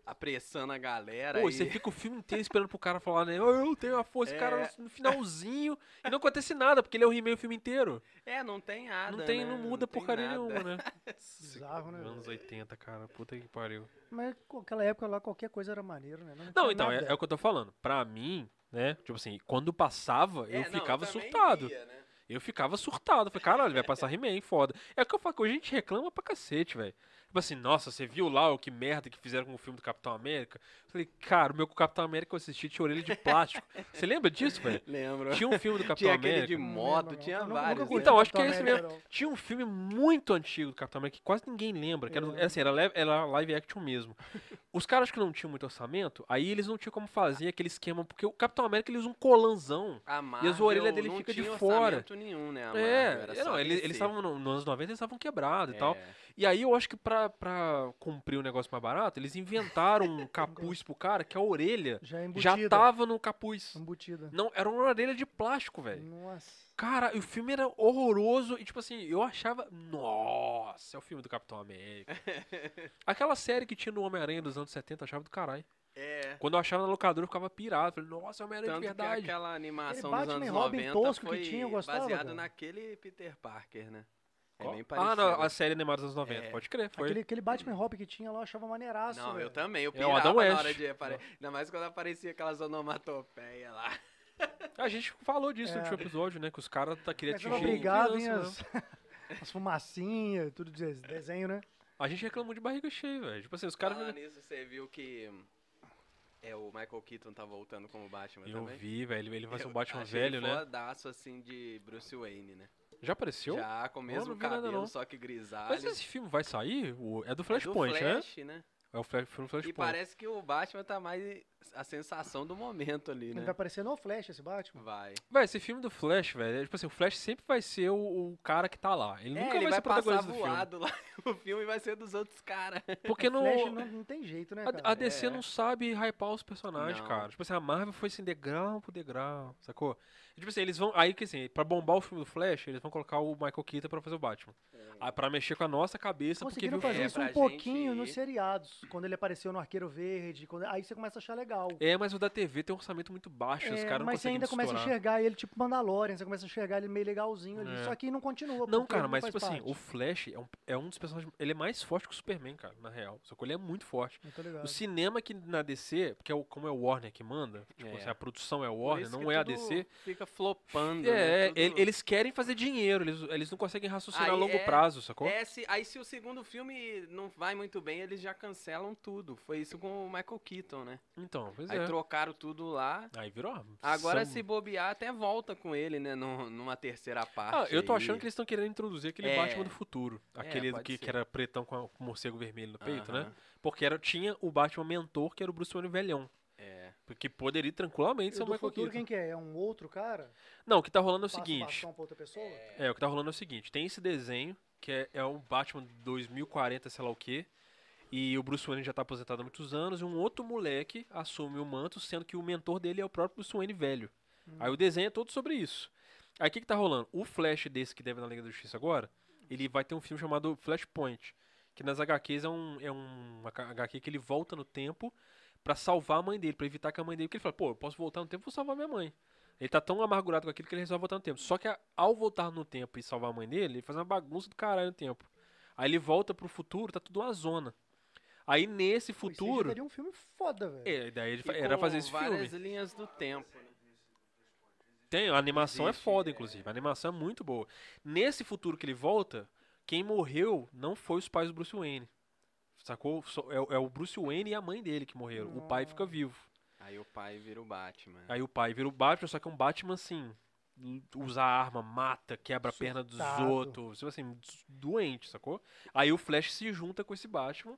apressando a galera. Pô, e e... você fica o filme inteiro esperando pro cara falar, né? "Oh, Eu tenho a força, o cara É. no finalzinho. E não acontece nada, porque ele é o He-Man o filme inteiro. É, não tem nada, Ah, não tem, né? não muda tem porcaria nada. nenhuma, né? Bizarro, né? Anos 80, cara. Puta que pariu. Mas naquela época lá qualquer coisa era maneiro, né? Não, então, é, nada. é o que eu tô falando. Pra mim, né? Tipo assim, quando passava, eu É, não, ficava também surtado. ia, né? Eu ficava surtado. Falei, caralho, vai passar He-Man, foda. É o que eu falo, que hoje a gente reclama pra cacete, velho. Tipo assim, nossa, você viu lá o que merda que fizeram com o filme do Capitão América? Falei, cara, o meu Capitão América que eu assisti tinha orelha de plástico. Você lembra disso, velho? Lembro. Tinha um filme do Capitão Tinha aquele América. de Não lembro, moto, não. tinha Eu nunca- nunca vários. né? conheci Então, acho que é Capitão esse América, não. Tinha um filme muito antigo do Capitão América que quase ninguém lembra, que era, Eu É. era assim, era, live- era live action mesmo. Os caras que não tinham muito orçamento, aí eles não tinham como fazer aquele esquema, porque o Capitão América ele usa um colanzão. A E as orelhas Marvel dele não fica de tinha fora. orçamento nenhum, né? a Marvel, era é, só não, eles DC. eles estavam no- nos anos 90, eles estavam quebrados e tal. É. E aí eu acho que pra, pra cumprir o negócio mais barato, eles inventaram um capuz pro cara que a orelha Já é embutida. já tava no capuz. Embutida. Não, era uma orelha de plástico, velho. Nossa. Cara, e o filme era horroroso e, tipo assim, eu achava. Nossa, é o filme do Capitão América. Aquela série que tinha no Homem-Aranha dos anos 70, eu achava do caralho. É. Quando eu achava na locadora, eu ficava pirado. Falei, nossa, é o Homem-Aranha de Tanto que verdade. aquela animação Aquele dos anos Batman Robin 90 tosco que foi tinha, eu gostava, baseado cara. naquele Peter Parker, né? É Qual? bem ah, parecido. não, a série animada dos anos 90, É. pode crer, foi. Aquele, aquele Batman Hop que tinha lá, eu achava maneiraço. Não, velho. eu também. Eu É o pirava Adam na West. hora de aparecer. Ainda mais quando aparecia aquelas onomatopeias lá. A gente falou disso no É. último episódio, né? Que os caras tá, queriam Mas era atingir. obrigado, hein? criança, né? As, as fumacinhas, tudo de desenho, né? A gente reclamou de barriga cheia, velho. Tipo assim, os caras. Falando nisso, você viu que é, o Michael Keaton tá voltando como Batman Eu também? vi, velho. Ele- Ele vai ser um Eu Batman achei velho, né? fodaço, assim, de Bruce Wayne, né? Já apareceu? Já com o mesmo não vi nada, cabelo, não. só que grisalho. Mas esse filme vai sair? O- É do É do Flashpoint, né? Flash, né? É o Flash, filme E Flashpoint. parece que o Batman tá mais a sensação do momento ali, Ele né? vai aparecer no Flash, esse Batman. Vai. Véi, esse filme do Flash, velho. é Tipo assim, o Flash sempre vai ser o, o cara que tá lá. Ele É, nunca vai, ele vai ser passar protagonista do filme. voado lá. O filme vai ser dos outros caras. Porque não. Flash não, não tem jeito, né, cara? A, a DC É. não sabe hypar os personagens, Não. cara. Tipo assim, a Marvel foi assim, degrau por degrau, sacou? E, tipo assim, eles vão. Aí que assim, pra bombar o filme do Flash, eles vão colocar o Michael Keaton pra fazer o Batman. É. Aí, pra mexer com a nossa cabeça, porque Conseguiram viu fazer é, isso pra um gente pouquinho ir. nos seriados. Quando ele apareceu no Arqueiro Verde, quando- aí você começa a achar legal. É, mas o da TV tem um orçamento muito baixo, os É, caras não mas você conseguem ainda começa a estourar. enxergar ele tipo Mandalorian, você começa a enxergar ele meio legalzinho ali. É. Só que não continua. Não, porque cara, ele mas faz tipo assim, parte. o Flash é um, é um dos personagens. Ele é mais forte que o Superman, cara, na real. Só que ele é muito forte. Eu tô ligado. O cinema que na DC, porque é o, como é o Warner que manda, tipo, É. assim, a produção é o Por Warner, isso que não é a tudo DC. Fica flopando. né? É, é, Tudo- ele- eles querem fazer dinheiro, eles, eles não conseguem raciocinar a Aí longo é- prazo, sacou? É, se- aí se o segundo filme não vai muito bem, eles já cancelam tudo. Foi isso com o Michael Keaton, né? Então, pois aí é. trocaram tudo lá. Aí virou. ah, uma Agora, sam- se bobear, até volta com ele, né? num- numa terceira Ah, parte. eu tô aí. achando que eles estão querendo introduzir aquele É. Batman do futuro. Aquele pode que, ser. que era pretão com, a- com o morcego vermelho no peito, né? Aham, Porque era, tinha o Batman mentor, que era o Bruce Wayne velhão. É. Porque poderia tranquilamente E ser o o do Michael futuro, Keaton. quem que é? É um outro cara? Não, o que tá rolando é o Passa o seguinte. bastão pra outra pessoa? tipo, É, o que tá rolando é o seguinte. Tem esse desenho, que é, é um Batman 2040, sei lá o quê. E o Bruce Wayne já tá aposentado há muitos anos. E um outro moleque Uhum. assume o manto, sendo que o mentor dele é o próprio Bruce Wayne velho. Aí o desenho é todo sobre isso. Aí o que, que tá rolando? O Flash desse que deve na Liga da Justiça agora, ele vai ter um filme chamado Flashpoint, que nas HQs é um, é um uma ca- HQ que ele volta no tempo pra salvar a mãe dele, pra evitar que a mãe dele, porque ele fala, pô, eu posso voltar no tempo, vou salvar minha mãe. Ele tá tão amargurado com aquilo que ele resolve voltar no tempo. Só que a- ao voltar no tempo e salvar a mãe dele, ele faz uma bagunça do caralho no tempo. Aí ele volta pro futuro, tá tudo uma zona. Aí nesse Pô, isso aí já futuro, Seria um filme foda, velho. é, daí ele E fa- era com fazer esse filme. várias linhas do tempo. Tem, a animação é Existe, foda, inclusive. A animação é muito boa. Nesse futuro que ele volta, quem morreu não foi os pais do Bruce Wayne. Sacou? Só- É, o- é o Bruce Wayne e a mãe dele que morreram. O pai fica vivo. Aí o pai vira o Batman. Aí o pai vira o Batman, só que é um Batman assim. l- Usa arma, mata, quebra a perna dos Surtado. outros. Tipo assim, des- doente, sacou? Aí o Flash se junta com esse Batman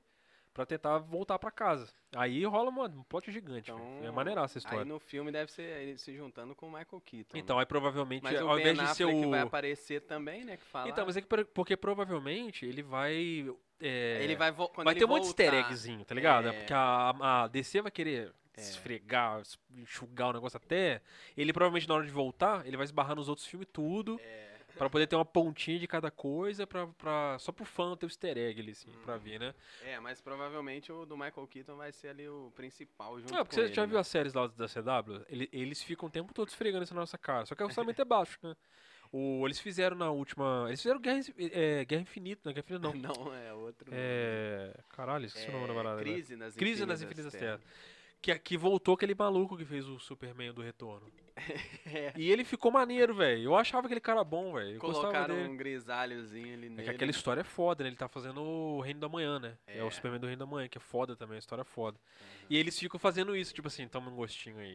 pra tentar voltar pra casa. Aí rola uma- um pote gigante. velho. É maneiraça essa história. Então, Aí no filme deve ser ele se juntando com o Michael Keaton. Então, né? aí provavelmente, mas o ao Ben invés de ser Affleck o. vai aparecer também, né? Que fala. Então, mas é que pro- porque provavelmente ele vai. é, "Ah, ele vai vo- quando vai ele ter um monte de voltar, easter eggzinho, tá ligado? É É. Porque a, a DC vai querer esfregar, es- enxugar o negócio até. Ele provavelmente na hora de voltar, ele vai esbarrar nos outros filmes tudo. É. Pra poder ter uma pontinha de cada coisa, pra, pra, só pro fã ter o easter egg ali, assim, pra ver, né? É, mas provavelmente o do Michael Keaton vai ser ali o principal junto É, porque com você ele, já viu né? as séries lá da CW? Ele- eles ficam o tempo todo esfregando isso na nossa cara. Só que o orçamento é baixo, né? O, eles fizeram na última. Eles fizeram Guerra, Infi- é, Guerra Infinita, não é Guerra Infinita, não. Não, é outro. É. Caralho, esqueci o nome da É, parada. agora. Crise nas Crise nas Infinitas Terras. Que aqui voltou aquele maluco que fez o Superman do Retorno. É. E ele ficou maneiro, velho. Eu achava aquele cara bom, velho. Eu gostava Colocaram dele. um grisalhozinho ali É nele. que aquela história é foda, né? Ele tá fazendo o Reino da Manhã, né? É, o É. Uhum. Superman do Reino da Manhã, que é foda também, a história é foda. E eles ficam fazendo isso, tipo assim, toma um gostinho aí.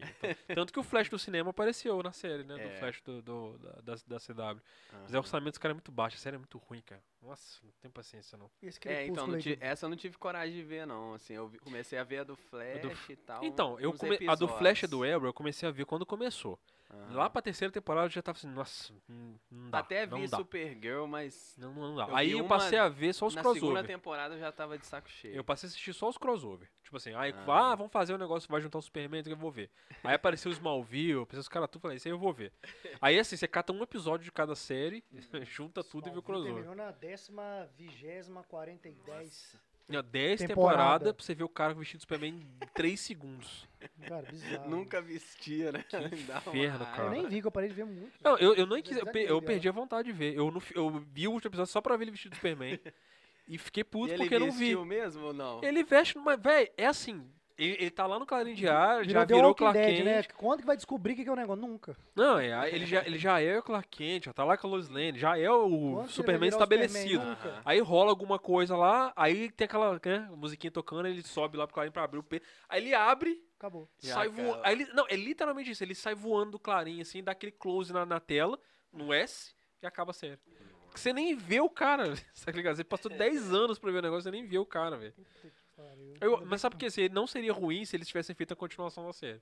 Então, Tanto que o Flash do cinema apareceu na série, né? Do É. Uhum. Flash do, do- da, da- da CW. Mas é o Aham. orçamento dos caras é muito baixo, a série é muito ruim, cara. Nossa, não tem paciência, não. E Esse É, então, Crepúsculo não aí ti- do- essa eu não tive coragem de ver, não. Assim, eu vi- comecei a ver a do Flash e tal. Então, eu um uns come- a do Flash e do episódios. Arrow eu comecei a ver quando começou. Aham. Lá pra terceira temporada eu já tava assim, nossa, hum, não dá. Até não vi dá. Supergirl, mas Não, não dá. eu aí vi eu uma- passei a ver só os na segunda crossover. temporada eu já tava de saco cheio. Eu passei a assistir só os crossover. Tipo assim, aí, ah, Ah. vamos fazer um negócio, vai juntar o Superman, que eu vou ver. Aí apareceu o Smallville, apareceu os caras tudo, falei, isso aí eu vou ver. Aí assim, você cata um episódio de cada série, Hum, junta tudo e vê o Smallville crossover. Terminou na décima, vigésima, quarenta e dez. Tinha 10 Temporada. temporadas pra você ver o cara vestido de Superman em 3 segundos. Cara, bizarro. Nunca vestia, né? Dá uma inferno, raiva. cara. Eu nem vi, que eu parei de ver muito. Não, eu, eu nem quis. Eu, Apesar pe- que eu ele é. perdi a vontade de ver. Eu, não fi- eu vi o último episódio só pra ver ele vestido de Superman. e fiquei puto E ele porque eu não vi. vestiu mesmo ou É. não? Ele veste numa. Véi, é assim. Ele, ele tá lá no Clarim Diário, já The virou Walking Clark Dead, Kent. né? Quando que vai descobrir o que que é o negócio? Nunca. Não, é, aí ele, já, ele já é o Clark Kent, já tá lá com a Lois Lane, já é o Quando que ele vai Superman virar o Superman? né? estabelecido. Nunca. Aí rola alguma coisa lá, aí tem aquela né, musiquinha tocando, ele sobe lá pro Clarim pra abrir o peito. Aí ele abre, Acabou. Já sai voando. acaba. Aí ele, não, é literalmente isso, ele sai voando do Clarim, assim, dá aquele close na, na tela, no S, e acaba a série. Que Você nem vê o cara, sabe ligado? Você É. passou 10 anos pra ver o negócio, você nem vê o cara, velho. Pariu. Então, Eu- Mas sabe por quê? Assim, Não seria ruim se eles tivessem feito a continuação da série.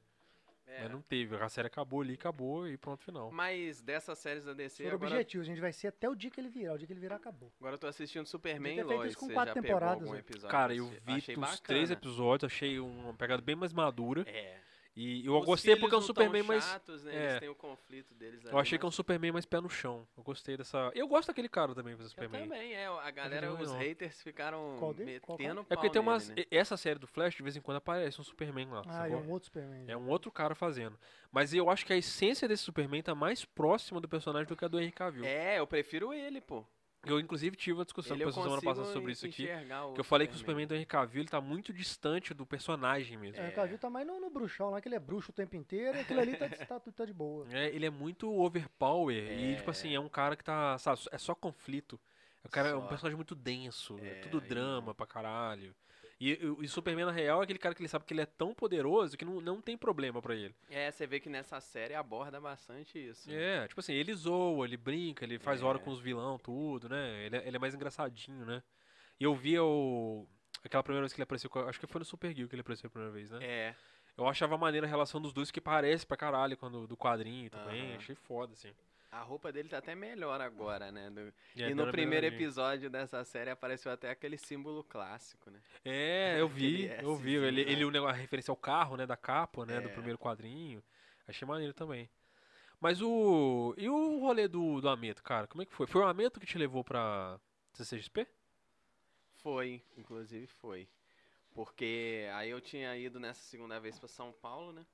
É. Mas não teve. A série acabou ali, acabou e pronto, final. Mas dessas séries da DC, Por agora, objetivo, a gente vai ser até o dia que ele virar. O dia que ele virar, acabou. agora eu tô assistindo Superman ter e feito Lois. isso com Você quatro já pegou temporadas, algum né? episódio Cara, pra eu assistir? vi Achei uns bacana. três episódios, achei uma pegada bem mais madura. É. E eu Os gostei porque é um filhos não tão Superman mais. chatos, né? é. Eles têm o conflito deles Eu achei que é um Superman mais pé no chão. Eu gostei dessa. Eu gosto daquele cara também, do Eu Superman. também, é. A galera, não, os não. haters ficaram Qual dele? Qual cara? metendo É porque pau tem umas. nele, né? Essa série do Flash, de vez em quando aparece um Superman lá. Ah, é sacou? um outro Superman. É um outro cara fazendo. Mas eu acho que a essência desse Superman tá mais próxima do personagem do que a do Henry Cavill. É, eu prefiro ele, pô. Eu, inclusive, tive uma discussão Ele com eu a semana consigo passada sobre isso aqui. enxergar o Que eu falei que o Superman do Henry Cavill ele tá muito distante do personagem mesmo. É, o Cavill tá mais no, no bruxão lá, que ele é bruxo o tempo inteiro. e Aquilo ali tá, tá, tá de boa. É, ele é muito overpower e, tipo assim, é um cara que tá, sabe, é só conflito. O cara é um Só. personagem muito denso, é, É, tudo aí drama pra caralho. E, e, e Superman, na real, é aquele cara que ele sabe que ele é tão poderoso que não, não tem problema pra ele. É, você vê que nessa série aborda bastante isso. né? É, tipo assim, ele zoa, ele brinca, ele faz hora É. com os vilão, tudo, né? Ele, é- ele é mais engraçadinho, né? E eu vi o... Aquela primeira vez que ele apareceu, com a- acho que foi no Supergirl que ele apareceu a primeira vez, né? É. Eu achava maneira a relação dos dois, que parece pra caralho quando, do quadrinho também. Aham. Achei foda, assim. A roupa dele tá até melhor agora, né? do- é, e deram no uma primeiro melhoradinha. episódio dessa série apareceu até aquele símbolo clássico, né? É, eu vi, Aquele eu vi. Szinho, Ele, né? é ele, o negócio- a referência ao carro, né, da capa, né, do É. primeiro quadrinho. Achei maneiro também. Mas o. E o rolê do, do Amento, cara? Como é que foi? Foi o Amento que te levou pra CCXP? Foi, inclusive foi. Porque aí eu tinha ido nessa segunda vez pra São Paulo, né?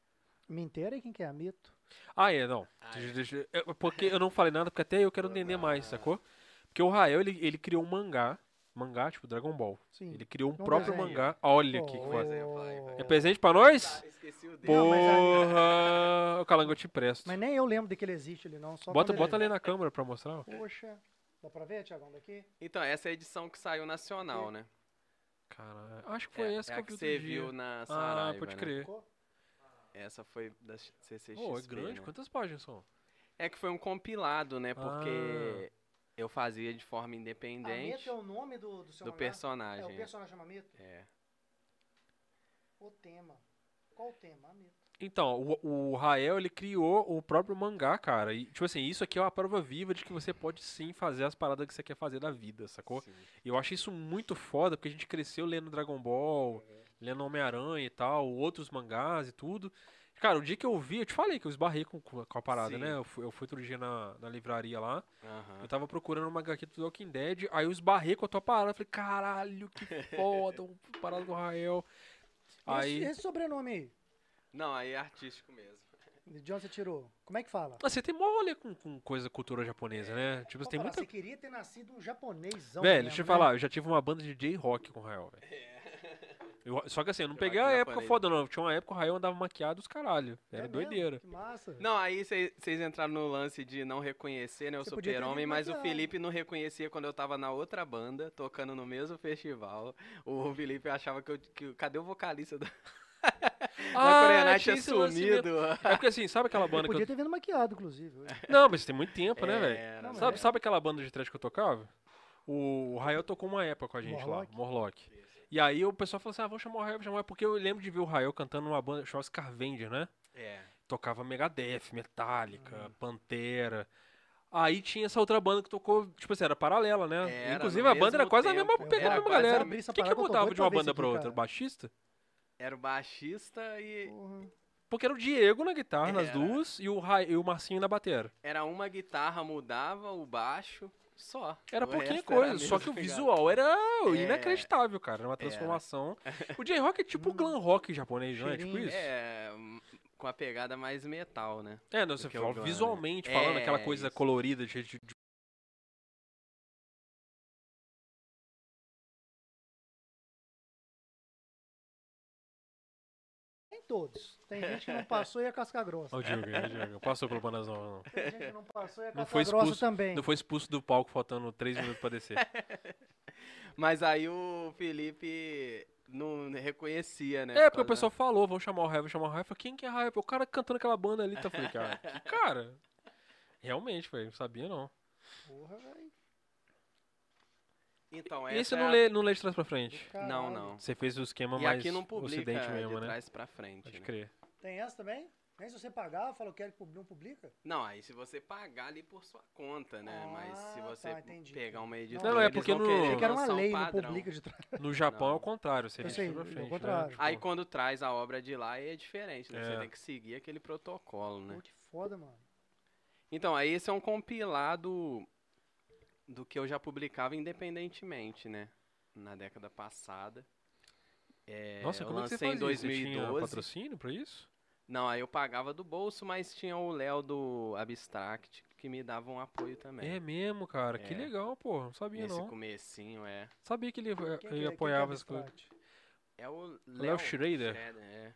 Me inteira quem que é Amito? Ah, é, não. Ah, Deixa- é. deixa- é Porque eu não falei nada, porque até eu quero entender mais, sacou? Porque o Rael, ele, ele criou um mangá. Mangá, tipo Dragon Ball. Sim. Ele criou um Um próprio desenho. mangá. Olha aqui que Oh. coisa. eu falei, velho. É presente pra nós? Tá, esqueci o dele. Porra! O Calango eu te empresto. Mas nem eu lembro de que ele existe ali, não. Só Bota, quando bota ele... ali na câmera pra mostrar. ó. Poxa. Dá pra ver, Tiagão, daqui? Então, essa é a edição que saiu nacional, né? Caralho. Acho que É, É, foi essa é que eu a vi que outro você dia. viu na Saraiva, Ah, pode né? crer. Ficou? Essa foi da CCXP, Pô, é grande. né? Quantas páginas são? É que foi um compilado, né? Ah. Porque eu fazia de forma independente Amito é o nome do, do seu mangá? É, do o personagem. personagem chama Amito? É. O tema. Qual o tema? Amito. Então, o, o Rael, ele criou o próprio mangá, cara. E, tipo assim, isso aqui é uma prova viva de que você pode sim fazer as paradas que você quer fazer da vida, sacou? Sim. E eu acho isso muito foda, porque a gente cresceu lendo Dragon Ball, lendo Homem-Aranha e tal, outros mangás e tudo. Cara, o dia que eu vi, eu te falei que eu esbarrei com, com a com a parada, Sim. Ah. né? Eu fui, eu fui outro dia na, na livraria lá, Aham. eu tava procurando uma HQ do Walking Dead, aí eu esbarrei com a tua parada, eu falei, caralho, que foda, um parada do Rael. Esse, Aí, esse sobrenome aí, Não, aí é artístico mesmo. de onde você tirou, como é que fala? Ah, você tem mó rolê com, com coisa cultura japonesa, né? Tipo, Pô, você tem cara, muita... Você queria ter nascido um japonêsão Velho, mesmo, deixa eu né? falar, eu já tive uma banda de J-Rock com o Rael, velho. É. Eu- Só que assim, eu não J-rock peguei a época japonês. foda, não. Tinha uma época que o Rael andava maquiado os caralho. É Era mesmo? doideira. Que massa. Uhum. Não, aí vocês entraram no lance de não reconhecer, né? O Você podia ter super-homem, mas o reconhecido. é. Felipe não reconhecia quando eu tava na outra banda, tocando no mesmo festival. O Felipe achava que eu. Que, cadê o vocalista da, Ah, da Coreia Night Ah, tinha tinha esse lance mesmo. sumido? É porque assim, sabe aquela Eu banda que podia eu... ter vindo maquiado, É, inclusive. hoje. Não, mas tem muito tempo, né, velho? É, Era, Não, mas Sabe, é. sabe aquela banda de trash que eu tocava? O, o Rael tocou uma época com a gente Morlock? lá, Morlock. E aí o pessoal falou assim, ah, vamos chamar o Rael, vamos chamar o Rael. Porque eu lembro de ver o Rael cantando numa banda chamada Scarvenger, né? É. tocava Megadeth, Hum. Metallica, Pantera. Aí tinha essa outra banda que tocou, tipo assim, era paralela, né? Era, Inclusive no a banda era mesmo quase a tempo. mesma, pegada, Era a mesma quase a galera. Quem mesma que parada que eu tô mudava doido de um uma pra ver banda isso pra aqui, outra? cara. né? O baixista? Era o baixista e Porra. Porque era o Diego na guitarra, nas Era. duas, e o, Ra- e o Marcinho na batera. era uma guitarra, mudava o baixo, só. Era O pouquinha resto era a coisa, só mesma que o pegada. visual era É. inacreditável, cara. Era uma transformação. O J-Rock é tipo o glam rock japonês, não é? Tipo Cheirinho. isso? É, Hum. É, hum, com a pegada mais metal, né? não, você que é o fala, glam, né? visualmente falando, É, aquela coisa isso. colorida, de, de, de- Nem todos. Tem gente que não passou e é casca grossa. Ó o Diego, aí, o Diego. Passou pelo Panazão, não. Tem gente que não passou e é Não casca foi grossa expulso, também. Não foi expulso do palco faltando 3 minutos pra descer. É, Mas aí o Felipe não reconhecia, né? É, porque por o causa- pessoal falou, vamos chamar o Raio, vamos chamar o Raio. Eu falei, Quem que é Raio? O cara cantando aquela banda ali, tá? Eu falei, cara, que cara. Realmente, velho, não sabia não. Porra, velho. Então, E esse essa é não, a- lê, não lê de trás pra frente. Não, Caralho. não. Você fez o esquema E mais aqui não publica é ocidente mesmo, de né? trás pra frente. Pode né? crer. Tem essa também? Nem se você pagar, fala que quero que não publica. Não, aí se você pagar ali por sua conta, né? Mas se Ah, você tá, entendi. pegar uma editora, Não, é eles porque vão no- querer Achei que era uma lançar um lei, não padrão. publica de trás. No Japão é Não. o contrário, você Eu lê de sei, trás pra é o frente. né? contrário. Tipo, Aí quando traz a obra de lá é diferente, né? É. Você tem que seguir aquele protocolo, né? Pô, que foda, mano. Então, aí esse é um compilado do que eu já publicava independentemente, né? Na década passada. É, Nossa, eu como é que você lancei fazia? em Você tinha 2012. patrocínio pra isso? Não, aí eu pagava do bolso, mas tinha o Léo do Abstract que me dava um apoio É também. mesmo, cara. Que É. legal, pô. Não sabia, Nesse não. comecinho, é. Sabia que ele, eh, Quem que é- ele quem que é apoiava as coisas. abstract? É o Léo Schroeder? é.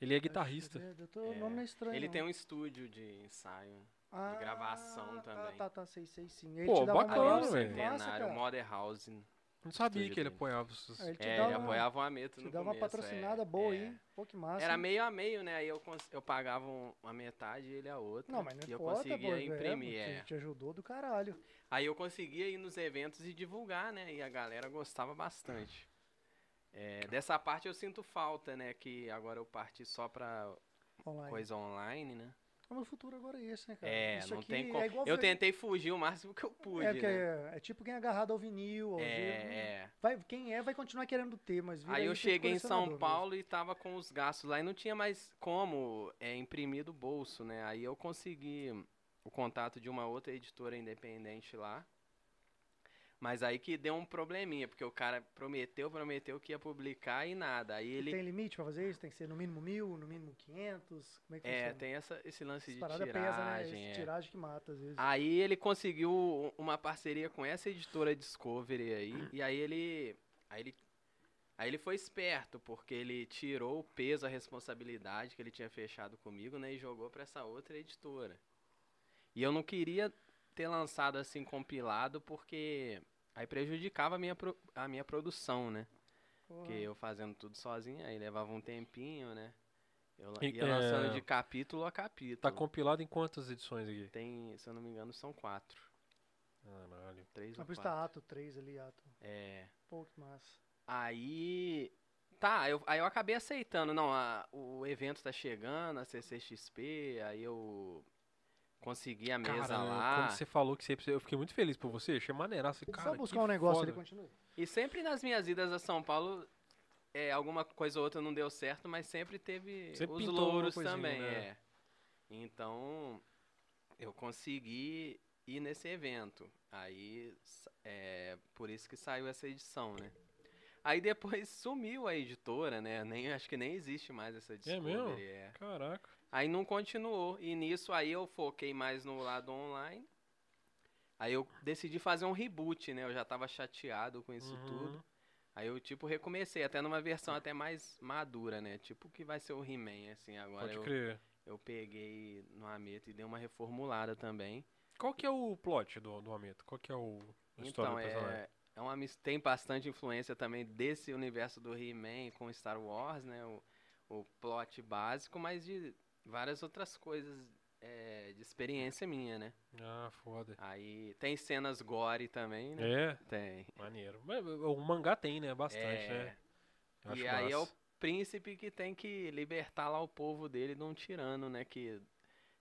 Ele é guitarrista. Eu tô- O É. nome não é estranho. Ele não. tem um estúdio de ensaio. ah, gravação tá, também. Tá, tá, sei, sei sim. Ele Pô, te dá uma bacana, moral, é aí o velho. massa, centenário, cara. o Moderhausen. Não sabia Estúdio que ele dele. apoiava os... Aí Ah, ele te É, dá ele uma- apoiava o Ameto Te no dá uma começo, é, patrocinada boa é. aí. Pô, que massa. Era hein? meio a meio, né? Aí eu, cons- eu pagava um- uma metade e ele a outra. Não, mas não e eu importa, conseguia pô, é, imprimir, pô, é. Te, te ajudou do caralho. Aí eu conseguia ir nos eventos e divulgar, né? E a galera gostava bastante. É, dessa parte eu sinto falta, né? Que agora eu parti só pra Online. coisa online, né? Ah, Mas o futuro agora é esse, né, cara? É, Isso não aqui é tem como. igual eu ver- tentei fugir o máximo que eu pude, É, porque né? é, é tipo quem é agarrado ao vinil. Ao gelo, né? É, é. Vai, quem é vai continuar querendo ter, mas vira Aí eu item de cheguei em São colecionador mesmo. Paulo e tava com os gastos lá e não tinha mais como é, imprimir do bolso, né? Aí eu consegui o contato de uma outra editora independente lá. Mas aí que deu um probleminha, porque o cara prometeu, prometeu que ia publicar e nada. Aí E ele. Tem limite pra fazer isso? Tem que ser no mínimo mil, no mínimo 500? Como é que É, funciona? tem essa, esse lance Essa de parada tiragem. pesa, né? Esse é. Ah, tiragem que mata, às vezes. Aí ele conseguiu u- uma parceria com essa editora Discovery aí, e aí ele, aí ele, aí ele foi esperto, porque ele tirou o peso, a responsabilidade que ele tinha fechado comigo, né, e jogou pra essa outra editora. E eu não queria ter lançado assim compilado, porque aí prejudicava a minha, pro- a minha produção, né? Porra. Porque eu fazendo tudo sozinho, aí levava um tempinho, né? Eu lan- E- ia lançando é, de capítulo a capítulo. Tá compilado em quantas edições aqui? Tem, se eu não me engano, são quatro. Caralho. Três Mas ou por isso quatro. tá ato 3 ali, ato. É. Pô, que massa. Aí. Tá, eu, aí eu acabei aceitando. Não, a- o evento tá chegando, a CCXP, aí eu consegui a mesa Cara, lá. quando né? você falou que você eu fiquei muito feliz por você, achei maneiraço. Cara, Só buscar que um negócio foda. ali, continua. E sempre nas minhas idas a São Paulo, é, alguma coisa ou outra não deu certo, mas sempre teve Sempre os pintou alguma louros coisinha, também, né? é. Então, eu consegui ir nesse evento. Aí, sa- é, por isso que saiu essa edição, né? Aí depois sumiu a editora, né? Nem, acho que nem existe mais essa É mesmo? Discovery. é. Caraca. Aí não continuou. E nisso aí eu foquei mais no lado online. Aí eu decidi fazer um reboot, né? Eu já tava chateado com isso Uhum. tudo. Aí eu, tipo, recomecei, até numa versão até mais madura, né? Tipo que vai ser o He-Man, assim, agora Pode eu, crer. eu peguei no Ameto e dei uma reformulada também. Qual que é o plot do, do Ameto? Qual que é o a história então, do personagem? é, é uma, mis- tem bastante influência também desse universo do He-Man com Star Wars, né? O, o plot básico, mas de várias outras coisas é, de experiência minha, né? Ah, foda. Aí tem cenas gore também, né? É, Tem. maneiro. Mas o mangá tem, né? Bastante, É. né? Eu acho E aí é o massa. príncipe que tem que libertar lá o povo dele de um tirano, né? Que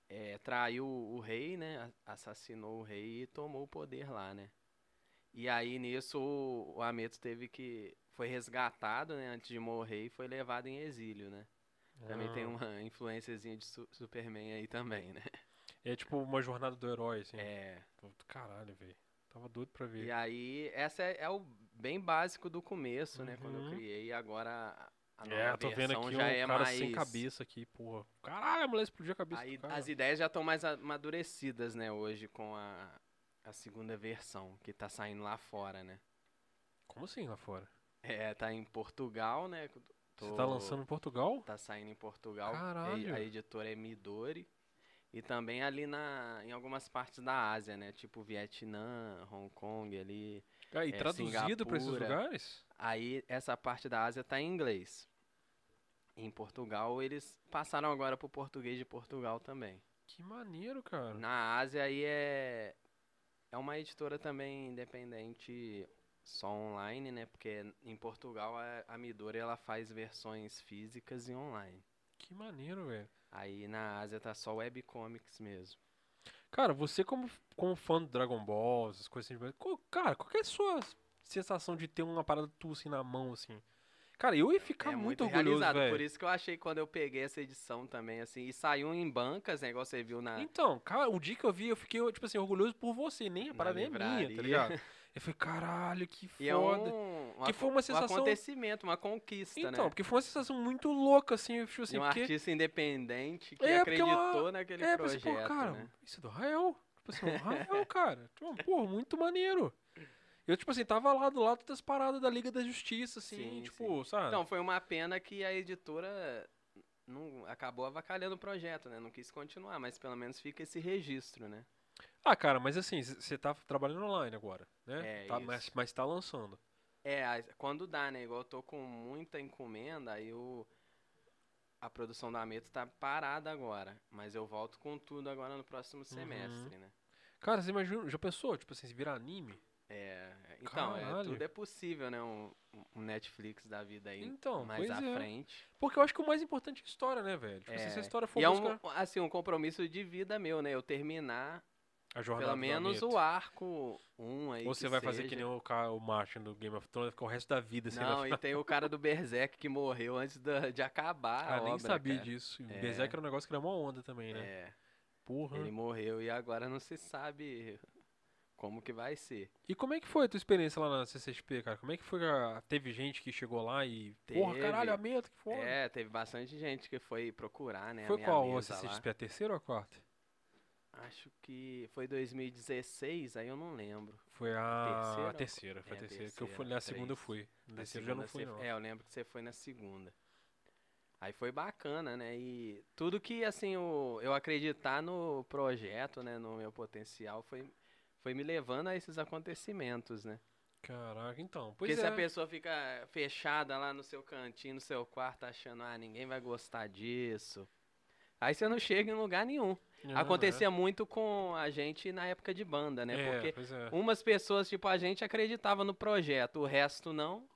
é, traiu o rei, né? a- Assassinou o rei e tomou o poder lá, né? E aí nisso o, o Ameto teve que. Foi resgatado, né? Antes de morrer e foi levado em exílio, né? Também tem Ah, uma influenciazinha de Su- Superman aí também, né? É tipo uma jornada do herói, assim. É. Pô, do Caralho, velho. Tava doido pra ver. E aí, essa é, é o bem básico do começo, né? Quando Uhum. eu criei. Agora a, a nova É, tô vendo versão aqui um já é cara mais. sem cabeça aqui, porra. Caralho, a mulher explodiu a cabeça Aí, do cara. as ideias já estão mais amadurecidas, né, hoje com a, a segunda versão, que tá saindo lá fora, né? Como assim lá fora? É, tá em Portugal, né? Você tô- tá lançando em Portugal? Tá saindo em Portugal. Caralho. E A editora é Midori. E também ali na, em algumas partes da Ásia, né? Tipo Vietnã, Hong Kong ali. Ah, e É, traduzido pra esses Singapura. lugares? Aí essa parte da Ásia tá em inglês. Em Portugal, eles passaram agora pro português de Portugal também. Que maneiro, cara. Na Ásia aí é é uma editora também independente só online, né? Porque em Portugal a, a Midori ela faz versões físicas e online. Que maneiro, velho. Aí na Ásia tá só webcomics mesmo. Cara, você como, como fã do Dragon Ball, essas coisas assim, qual- cara, qual que é a sua sensação de ter uma parada tua assim na mão, assim? Cara, eu ia ficar é muito, muito orgulhoso, realizado, por velho. isso que eu achei quando eu peguei essa edição também assim, e saiu em bancas, né, igual você viu na Então, cara, o dia que eu vi, eu fiquei, tipo assim, orgulhoso por você, nem a Na parada nem é minha, tá livraria. ligado? Eu falei, caralho, que foda. e é um, um que acon- foi uma um sensação... acontecimento, uma conquista, Então, né? porque foi uma sensação muito louca, assim, eu, tipo assim, de um porque... artista independente que É, porque é acreditou uma- naquele É, mas, projeto, pô, cara, né? isso é do Rael. Tipo assim, o Rael, cara. Tipo, pô, muito maneiro. Eu, tipo assim, tava lá do lado das paradas da Liga da Justiça, assim, Sim, tipo, sabe? Então, foi uma pena que a editora não acabou avacalhando o projeto, né? Não quis continuar, mas pelo menos fica esse registro, né? Ah, cara, mas assim, você tá trabalhando online agora, né? É, Tá- isso. mas, mas tá lançando. É, a- quando dá, né? Igual eu tô com muita encomenda, aí eu, a produção da Meto tá parada agora, mas eu Uhum. volto com tudo agora no próximo semestre, né? Cara, você imagina, já pensou, tipo assim, se virar anime? É, então, é, Caralho. tudo é possível, né? Um, um Netflix da vida aí Então, mais pois à é. frente. Porque eu acho que o mais importante é a história, né, velho? Tipo, assim, se a É, história for E é um, buscar- assim, um compromisso de vida meu, né? Eu terminar a jornada pelo do menos Aneto. o arco 1 aí. Ou que você vai fazer que seja. nem o, ca- o Martian do Game of Thrones, vai ficar o resto da vida sem Não, vai e tem o cara do Berserk que morreu antes da- de acabar a Ah, nem obra, sabia cara. disso. O É. Berserk era um negócio que era uma onda também, né? É, Porra. ele morreu e agora não se sabe como que vai ser. E como é que foi a tua experiência lá na CCXP, cara? Como é que foi a... Teve gente que chegou lá e... Porra, Teve. caralho, a meta, que foda. É, teve bastante gente que foi procurar, né? a Foi minha qual a mesa lá. CCXP? A terceira ou a quarta? Acho que foi 2016, aí eu não lembro. Foi a, terceira a ou- terceira, foi a é, a terceira. Que eu fui, terceira, na segunda eu três. fui. Na Na terceira eu já não segunda fui, você- não. É, eu lembro que você foi na segunda. Aí foi bacana, né? E tudo que, assim, o- eu acreditar no projeto, né? No meu potencial, foi, foi me levando a esses acontecimentos, né? Caraca, então. Porque Pois se a é. pessoa fica fechada lá no seu cantinho, no seu quarto, achando, ah, ninguém vai gostar disso. Aí você não chega em lugar nenhum. Não, Acontecia muito com a gente na época de banda, é. né? É, Porque pois é. umas pessoas, tipo a gente, acreditava no projeto, o resto não.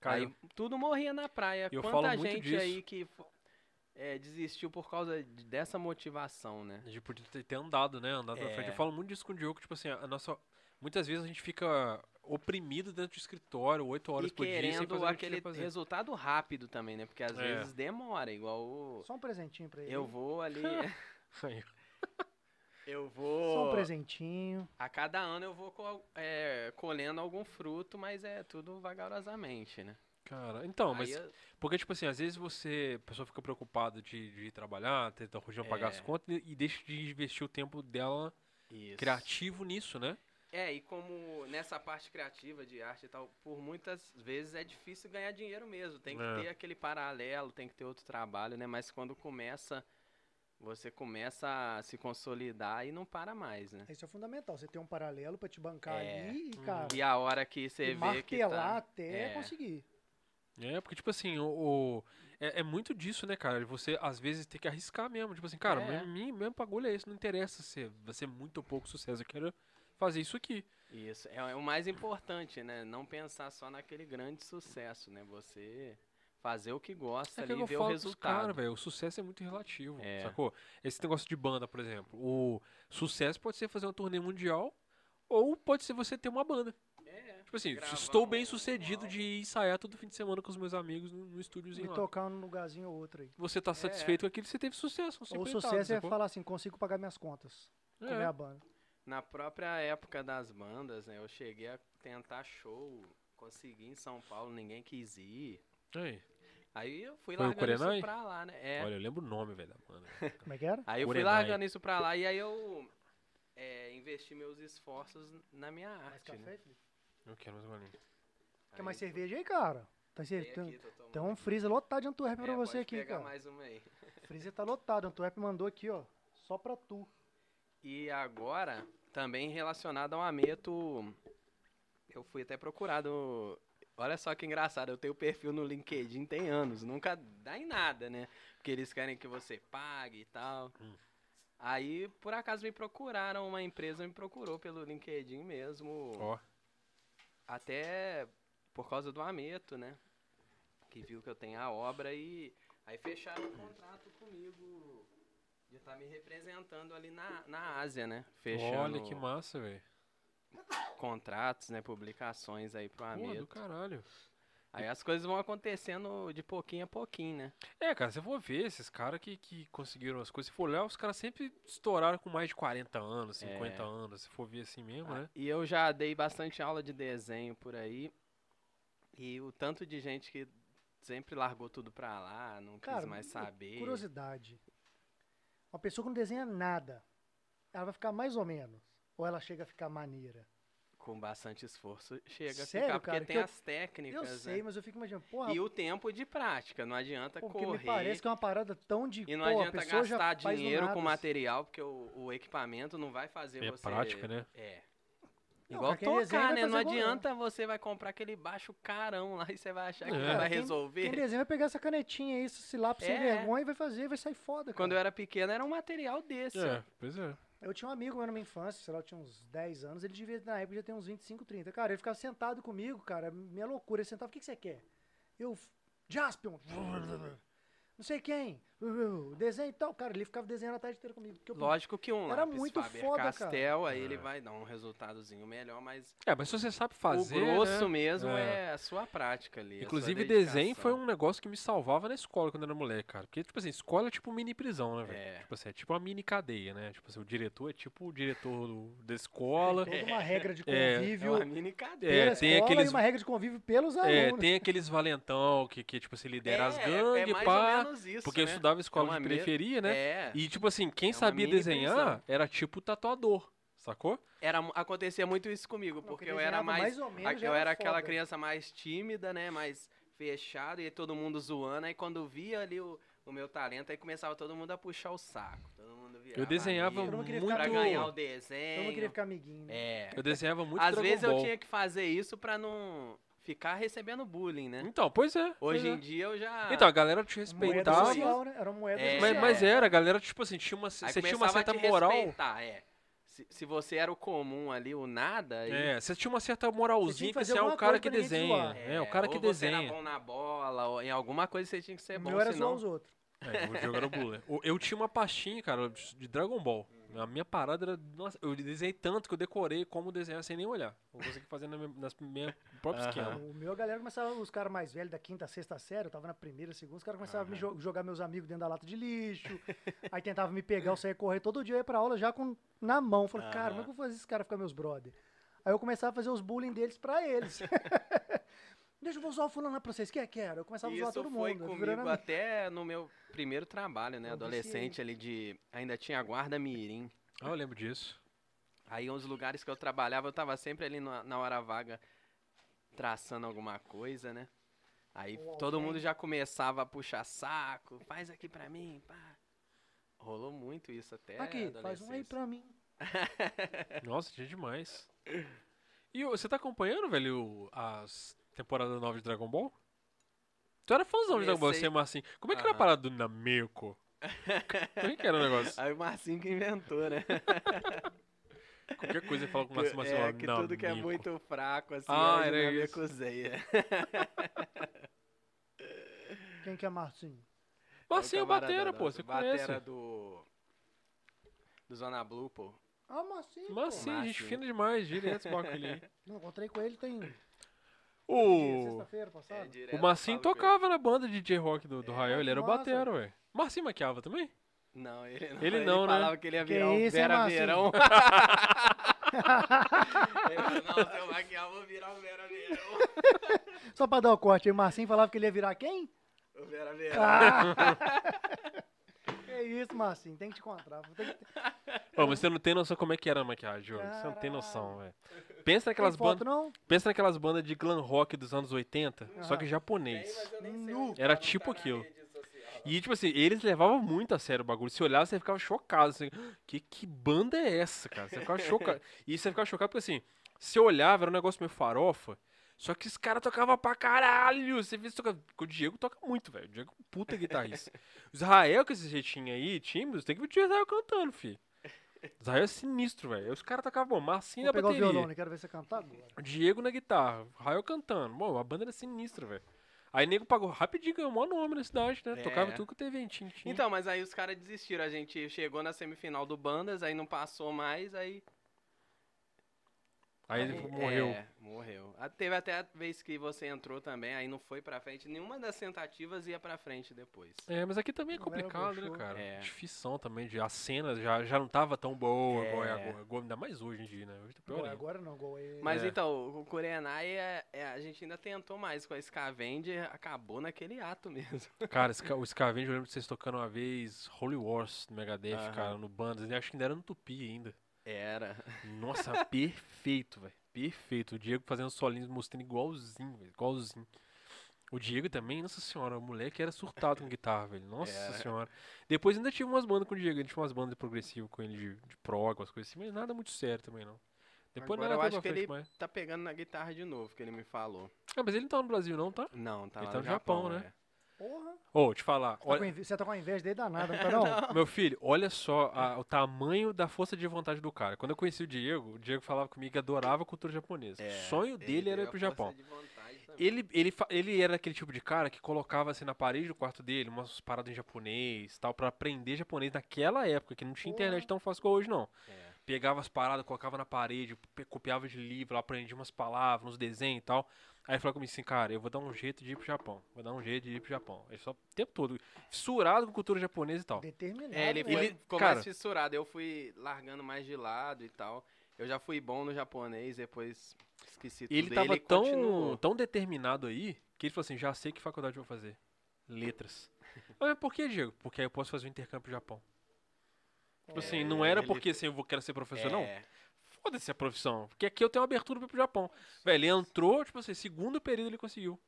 Cara, eu- Aí tudo morria na praia. eu Quanta falo muito gente disso. aí que fo- é, desistiu por causa de- dessa motivação, né? A gente podia ter, ter andado, né? Andado pra frente. Eu É. falo muito disso com o Diogo, tipo assim, a nossa. Muitas vezes a gente fica oprimido dentro do escritório, oito horas e por dia, sem fazer querendo o que aquele queria fazer. resultado rápido também, né? Porque às É. vezes demora, igual o... Só um presentinho pra ele. Eu vou ali... Aí, eu Só um vou... presentinho. A cada ano eu vou co- é, colhendo algum fruto, mas é tudo vagarosamente, né? Cara, então, Aí mas. eu- Porque, tipo assim, às vezes você. A pessoa fica preocupada de, de ir trabalhar, tentar rotina pagar as É. contas e e deixa de investir o tempo dela Isso. criativo nisso, né? É, e como nessa parte criativa de arte e tal, por muitas vezes é difícil ganhar dinheiro mesmo. Tem que É. ter aquele paralelo, tem que ter outro trabalho, né? Mas quando começa, você começa a se consolidar e não para mais, né? Isso é fundamental. Você tem um paralelo pra te bancar É. ali e, cara, E a hora que você e vê que martelar tá... até é. conseguir. É, porque, tipo assim, o, o- é, é muito disso, né, cara? Você, às vezes, tem que arriscar mesmo. Tipo assim, cara, É. meu, mim- meu bagulho é esse, não interessa se vai ser muito ou pouco sucesso. Eu quero fazer isso aqui. Isso, é, é o mais importante, né? Não pensar só naquele grande sucesso, né? Você fazer o que gosta É ali aquilo e que ver eu o falo pros caras, resultado. velho. O sucesso é muito relativo, É. sacou? Esse negócio de banda, por exemplo. O sucesso pode ser fazer uma turnê mundial ou pode ser você ter uma banda. É, Tipo assim, Gravar estou um- bem um sucedido de ensaiar todo fim de semana com os meus amigos no, no estúdiozinho E lá. tocar num lugarzinho ou outro aí. Você É. tá satisfeito com aquilo, você teve sucesso. você Ou foi irritado, sucesso é né? sacou? falar assim, consigo pagar minhas contas. Com É. minha banda. na própria época das bandas, né? Eu cheguei a tentar show, consegui em São Paulo, ninguém quis ir. É. Aí. Aí eu fui Foi o largando Kurenai? isso pra lá, né? É. Olha, eu lembro o nome, velho, da banda. Como é que era? Aí eu fui Kurenai. largando isso pra lá e aí eu é, investi meus esforços na minha arte, né? Eu quero mais um golinho. Quer mais Aí, cerveja aí, cara? Tá tem cerve- Tem, aqui, tô tomando tem um aqui. freezer lotado de Antuérpia pra É, você pode aqui, então. pegar cara. mais uma aí. Freezer tá lotado. Antuérpia mandou aqui, ó. Só pra tu. E agora, também relacionado ao Ameto, eu fui até procurado. Olha só que engraçado, eu tenho perfil no LinkedIn tem anos, nunca dá em nada, né? Porque eles querem que você pague e tal. Hum. Aí, por acaso, me procuraram, uma empresa me procurou pelo LinkedIn mesmo. Ó, Até por causa do Ameto, né? Que viu que eu tenho a obra e aí fecharam um contrato comigo de estar me representando ali na, na Ásia, né? Fechando olha que massa, velho. contratos, né? Publicações aí pro Porra do Ameto. caralho. Aí as coisas vão acontecendo de pouquinho a pouquinho, né? É, cara, você for ver esses caras que, que conseguiram as coisas. Se for olhar, os caras sempre estouraram com mais de 40 anos, 50 É. anos. Se for ver assim mesmo, Então Ah, é. né? E eu já dei bastante aula de desenho por aí. E o tanto de gente que sempre largou tudo pra lá, não quis Cara, mais uma saber. Curiosidade. Uma pessoa que não desenha nada, ela vai ficar mais ou menos. Ou ela chega a ficar maneira. Com bastante esforço chega Sério, a ficar, porque cara? tem Que eu- as técnicas, eu sei, né? mas eu fico imaginando, porra, E o tempo de prática, não adianta porque correr. me parece que é uma parada tão de. E não pô, a adianta pessoa já gastar faz do dinheiro nada, com assim. material, porque o, o equipamento não vai fazer É você. prática, né? É. Não, Igual pra quem desenha, vai tocar, né? fazer Não igual eu. adianta você vai comprar aquele baixo carão lá e você vai achar que É. vai Cara, quem- resolver. Quem desenha vai pegar essa canetinha aí, esse lápis sem É. vergonha e vai fazer, vai sair foda. Quando eu cara. era pequeno era um material desse. ó. É, pois é. Eu tinha um amigo meu na minha infância, sei lá, eu tinha uns 10 anos, ele devia, na época, já ter uns 25, 30. Cara, ele ficava sentado comigo, cara, minha loucura. Ele sentava, o que, que você quer? Eu, Jaspion, não sei quem, desenho e tal. Cara, ele ficava desenhando a tarde inteira comigo. porque eu- Lógico que um Era lápis muito Faber foda, cara. Castell, aí ele vai dar um resultadozinho melhor, mas É, mas se você sabe fazer. o grosso né? mesmo É. é. a sua prática ali. a sua Inclusive, desenho dedicação. foi um negócio que me salvava na escola quando eu era moleque, cara. Porque, tipo assim, escola é tipo mini prisão, né, velho? É. Tipo assim, é tipo uma mini cadeia, né? Tipo assim, o diretor é tipo o diretor do- da escola. Toda uma regra de É, É convívio uma mini cadeira. pela É, tem escola aqueles- e uma regra de convívio pelos É, alunos. tem aqueles valentão que, que tipo assim, lidera as É, é gangues, mais ou pá. menos isso, Porque eu né? estudava escola É uma de me- periferia, né? É. E, tipo assim, quem É uma sabia mini desenhar prisão. era tipo tatuador, sacou? Era, mu- acontecia muito isso comigo, Não, porque que eu era desenhava mais. ou menos, já eu era aquela foda. criança mais tímida, né? Mais fechada, e todo mundo zoando. Aí quando via ali o, o meu talento, aí começava todo mundo a puxar o saco. Todo mundo virava Eu desenhava ali Todo mundo queria muito. ficar pra ganhar o Todo mundo queria desenho. ficar amiguinho. né? É. Eu desenhava muito Às Dragon vezes eu Ball. tinha que fazer isso pra não ficar recebendo bullying, né? Então, pois é. pois Hoje é. em dia eu já. Então, a galera te Moeda respeitava. social, né? Era uma moeda Mas, É. social. mas era, a galera, tipo assim, tinha uma, aí você tinha uma começava a certa te moral. respeitar, é. Se, se você era o comum ali, o nada, aí É, você tinha uma certa Você tinha moralzinha que que fazer você é o alguma cara coisa que pra ninguém te desenha. zoar. É, o cara ou que você desenha. era bom na bola, ou em alguma coisa você tinha que ser O bom, meu era um senão... zoar os outros. É, o jogo era bula. O- Eu tinha uma pastinha, cara, de de Dragon Ball. A minha parada era. Nossa, eu desenhei tanto que eu decorei como desenhar sem nem olhar. Eu consegui fazer na minha, nas minha próprio Aham. esquema. O meu, a galera começava, os caras mais velhos da quinta, sexta série, eu tava na primeira, segunda, os caras começavam a me jo- jogar meus amigos dentro da lata de lixo, aí tentava me pegar, eu saía correr todo dia, eu ia pra aula já com na mão. Falei, cara, como é que eu vou fazer esses caras ficar meus brother? Aí eu começava a fazer os bullying deles pra eles. Deixa eu vou zoar o fulano lá pra vocês, quer, quer? Eu começava a zoar Isso todo foi mundo. virando comigo amigo. até no meu primeiro trabalho, né? Eu Adolescente ali de. Ainda tinha guarda mirim. Ah, eu lembro disso. Aí uns lugares que eu trabalhava, eu tava sempre ali na, na hora vaga traçando alguma coisa, né? Aí Um todo alguém. mundo já começava a puxar saco, faz aqui pra mim, pá. Rolou muito isso até. Aqui, faz um aí adolescência. pra mim. Nossa, tinha demais. E o- você tá acompanhando, velho, o- as temporadas novas de Dragon Ball? Tu era fãzão de Dragon Ball, você Comecei- é assim. Como é que era a Aham. parada do Nameko? Como é que era o negócio? Aí o Marcinho que inventou, né? Qualquer coisa fala com uma Que- assim, é, ó, que não, tudo que é Nico. muito fraco, assim, Ah, aí era não me isso. acusei. é. Quem que é Marcinho? Marcinho É é o camarada Batera, da- pô, você Batera conhece. do... Do Zona Blue, pô. Ah, o Marcinho. pô. Marcinho, assim, gente Marcinho. fina demais, direto esse bagulho aí. Não, encontrei com ele tem O, sexta-feira é passada. o Marcinho tocava na banda de J-Rock do, do Rael, ele era o massa. Batera, ué. Marcinho maquiava também? Não, ele não. Ele não, né? falava que ele ia Que virar um isso, hein, Vera Marcinho? Verão. Ele falou, não, se eu maquiar, eu vou virar um Vera Verão. Só pra dar o corte, aí o Marcinho falava que ele ia virar quem? O Vera Verão. Ah! é isso, Marcinho, tem que te encontrar. Tem que... Ô, mas você não tem noção como é que era a maquiagem, Júlio. Você não tem noção, velho. Pensa naquelas Tem foto, bandas, não? pensa naquelas bandas de glam rock dos anos 80, só que Aham. japonês. eu nem Nu. onde Era tá, não tipo tá na aquilo. rede social. E, tipo assim, eles levavam muito a sério o bagulho. Se olhava, você ficava chocado. Assim, que, que banda é essa, cara? Você ficava chocado. E você ficava chocado porque, assim, se olhava, era um negócio meio farofa. Só que esse cara tocava pra caralho. Você vê, se toca... porque o Diego toca muito, velho. O Diego é um puta guitarrista. O Israel, com esse jeitinho aí, tímido, tem que ver o Israel cantando, fi. O Israel é sinistro, velho. Os caras tocavam massinha Vou na pegar o bateria. violão, né? Quero ver você cantar agora. O Diego na guitarra, o Rael cantando. Bom, a banda era sinistra, velho. Aí nego pagou rapidinho, ganhou o maior nome na cidade, né? É. Tocava tudo que teve ventinho. que tinha. Então, mas aí os caras desistiram. A gente chegou na semifinal do Bandas, aí não passou mais, aí Aí ele É, morreu. É, morreu. Ah, Teve até a vez que você entrou também, aí não foi pra frente. Nenhuma das tentativas ia pra frente depois. É, mas aqui também é Não era complicado, né, broxô. cara? É. Difissão também, de, a cena já, já não tava tão boa, É. igual é agora, Agora, ainda mais hoje em dia, né? Hoje tá pior Agora, ainda. agora não, igual ele. Mas É. então, o Kurenai, é, é, a gente ainda tentou mais com a Scavenger, acabou naquele ato mesmo. Cara, esse ca- o Scavenger, eu lembro de vocês tocando uma vez Holy Wars no Megadeth, Aham. cara, no Bandas, e acho que ainda era no Tupi ainda. Era. Nossa, perfeito, velho. Perfeito. O Diego fazendo solinhos, mostrando igualzinho, velho. Igualzinho. O Diego também, nossa senhora, o moleque era surtado com guitarra, velho. Nossa Era. senhora. Depois ainda tive umas bandas com o Diego, a gente tinha umas bandas progressivas com ele de, de prog, umas coisas assim, mas nada muito sério também, não. Depois Agora nada eu foi acho pra que frente, ele- mas... Tá pegando na guitarra de novo, que ele me falou. Ah, mas ele não tá no Brasil não, tá? Não, tá Ele lá tá no no Japão, Japão, né? é. Porra, Ô, te falar. você tá, com Olha, inve- você tá com a inveja dele danada, não tá não? meu filho, olha só a- o tamanho da força de vontade do cara. Quando eu conheci o Diego, o Diego falava comigo que adorava a cultura japonesa. é. o sonho dele era ir pro Japão. Ele, ele, fa- ele era aquele tipo de cara que colocava assim na parede do quarto dele umas paradas em japonês tal, pra aprender japonês naquela época, que não tinha Porra. internet tão fácil como hoje, não. Pegava as paradas, colocava na parede, pe- copiava de livro, aprendia umas palavras, uns desenhos e tal. Aí falou comigo assim, cara, eu vou dar um jeito de ir pro Japão. Vou dar um jeito de ir pro Japão. Ele só o tempo todo, fissurado com cultura japonesa e tal. Determinado. É, ele, né? foi, Ele- ficou cara- mais fissurado. Eu fui largando mais de lado e tal. Eu já fui bom no japonês, depois esqueci tudo. Ele e tava tão, continuou. tão determinado aí que ele falou assim: já sei que faculdade eu vou fazer. Letras. Mas por que, Diego? Porque aí eu posso fazer um intercâmbio pro Japão. Tipo assim, não era É, ele- porque assim, eu vou- quero ser professor, não. É, Foda-se a profissão. Porque aqui eu tenho uma abertura pra ir pro Japão. Velho, ele entrou, tipo assim, segundo período ele conseguiu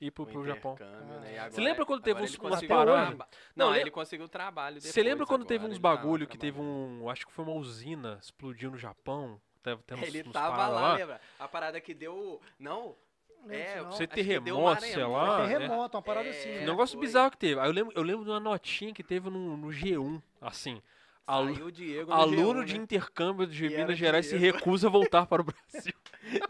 ir pro, o pro Japão. Um intercâmbio, né? E Você agora- lembra quando teve agora uns- ele umas conseguiu paradas? traba- Não, Não, lem- ele conseguiu trabalho depois. Você lembra quando teve agora, uns ele tava bagulho que teve trabalhando. um. Acho que foi uma usina, explodiu no Japão. Tava tendo uns, Ele uns tava paradas lá, lembra? A parada que deu. Não, Não lembro disso, é, Você não. Acho que deu terremoto, um sei maremoto, lá, né? Terremoto, uma parada assim, Um né? negócio É, foi. bizarro que teve. Aí eu lembro, eu lembro de uma notinha que teve no, no G1, assim. alu- Saiu o Diego no aluno G1, de né? intercâmbio de E era Minas o Gerais se Diego. recusa a voltar para o Brasil.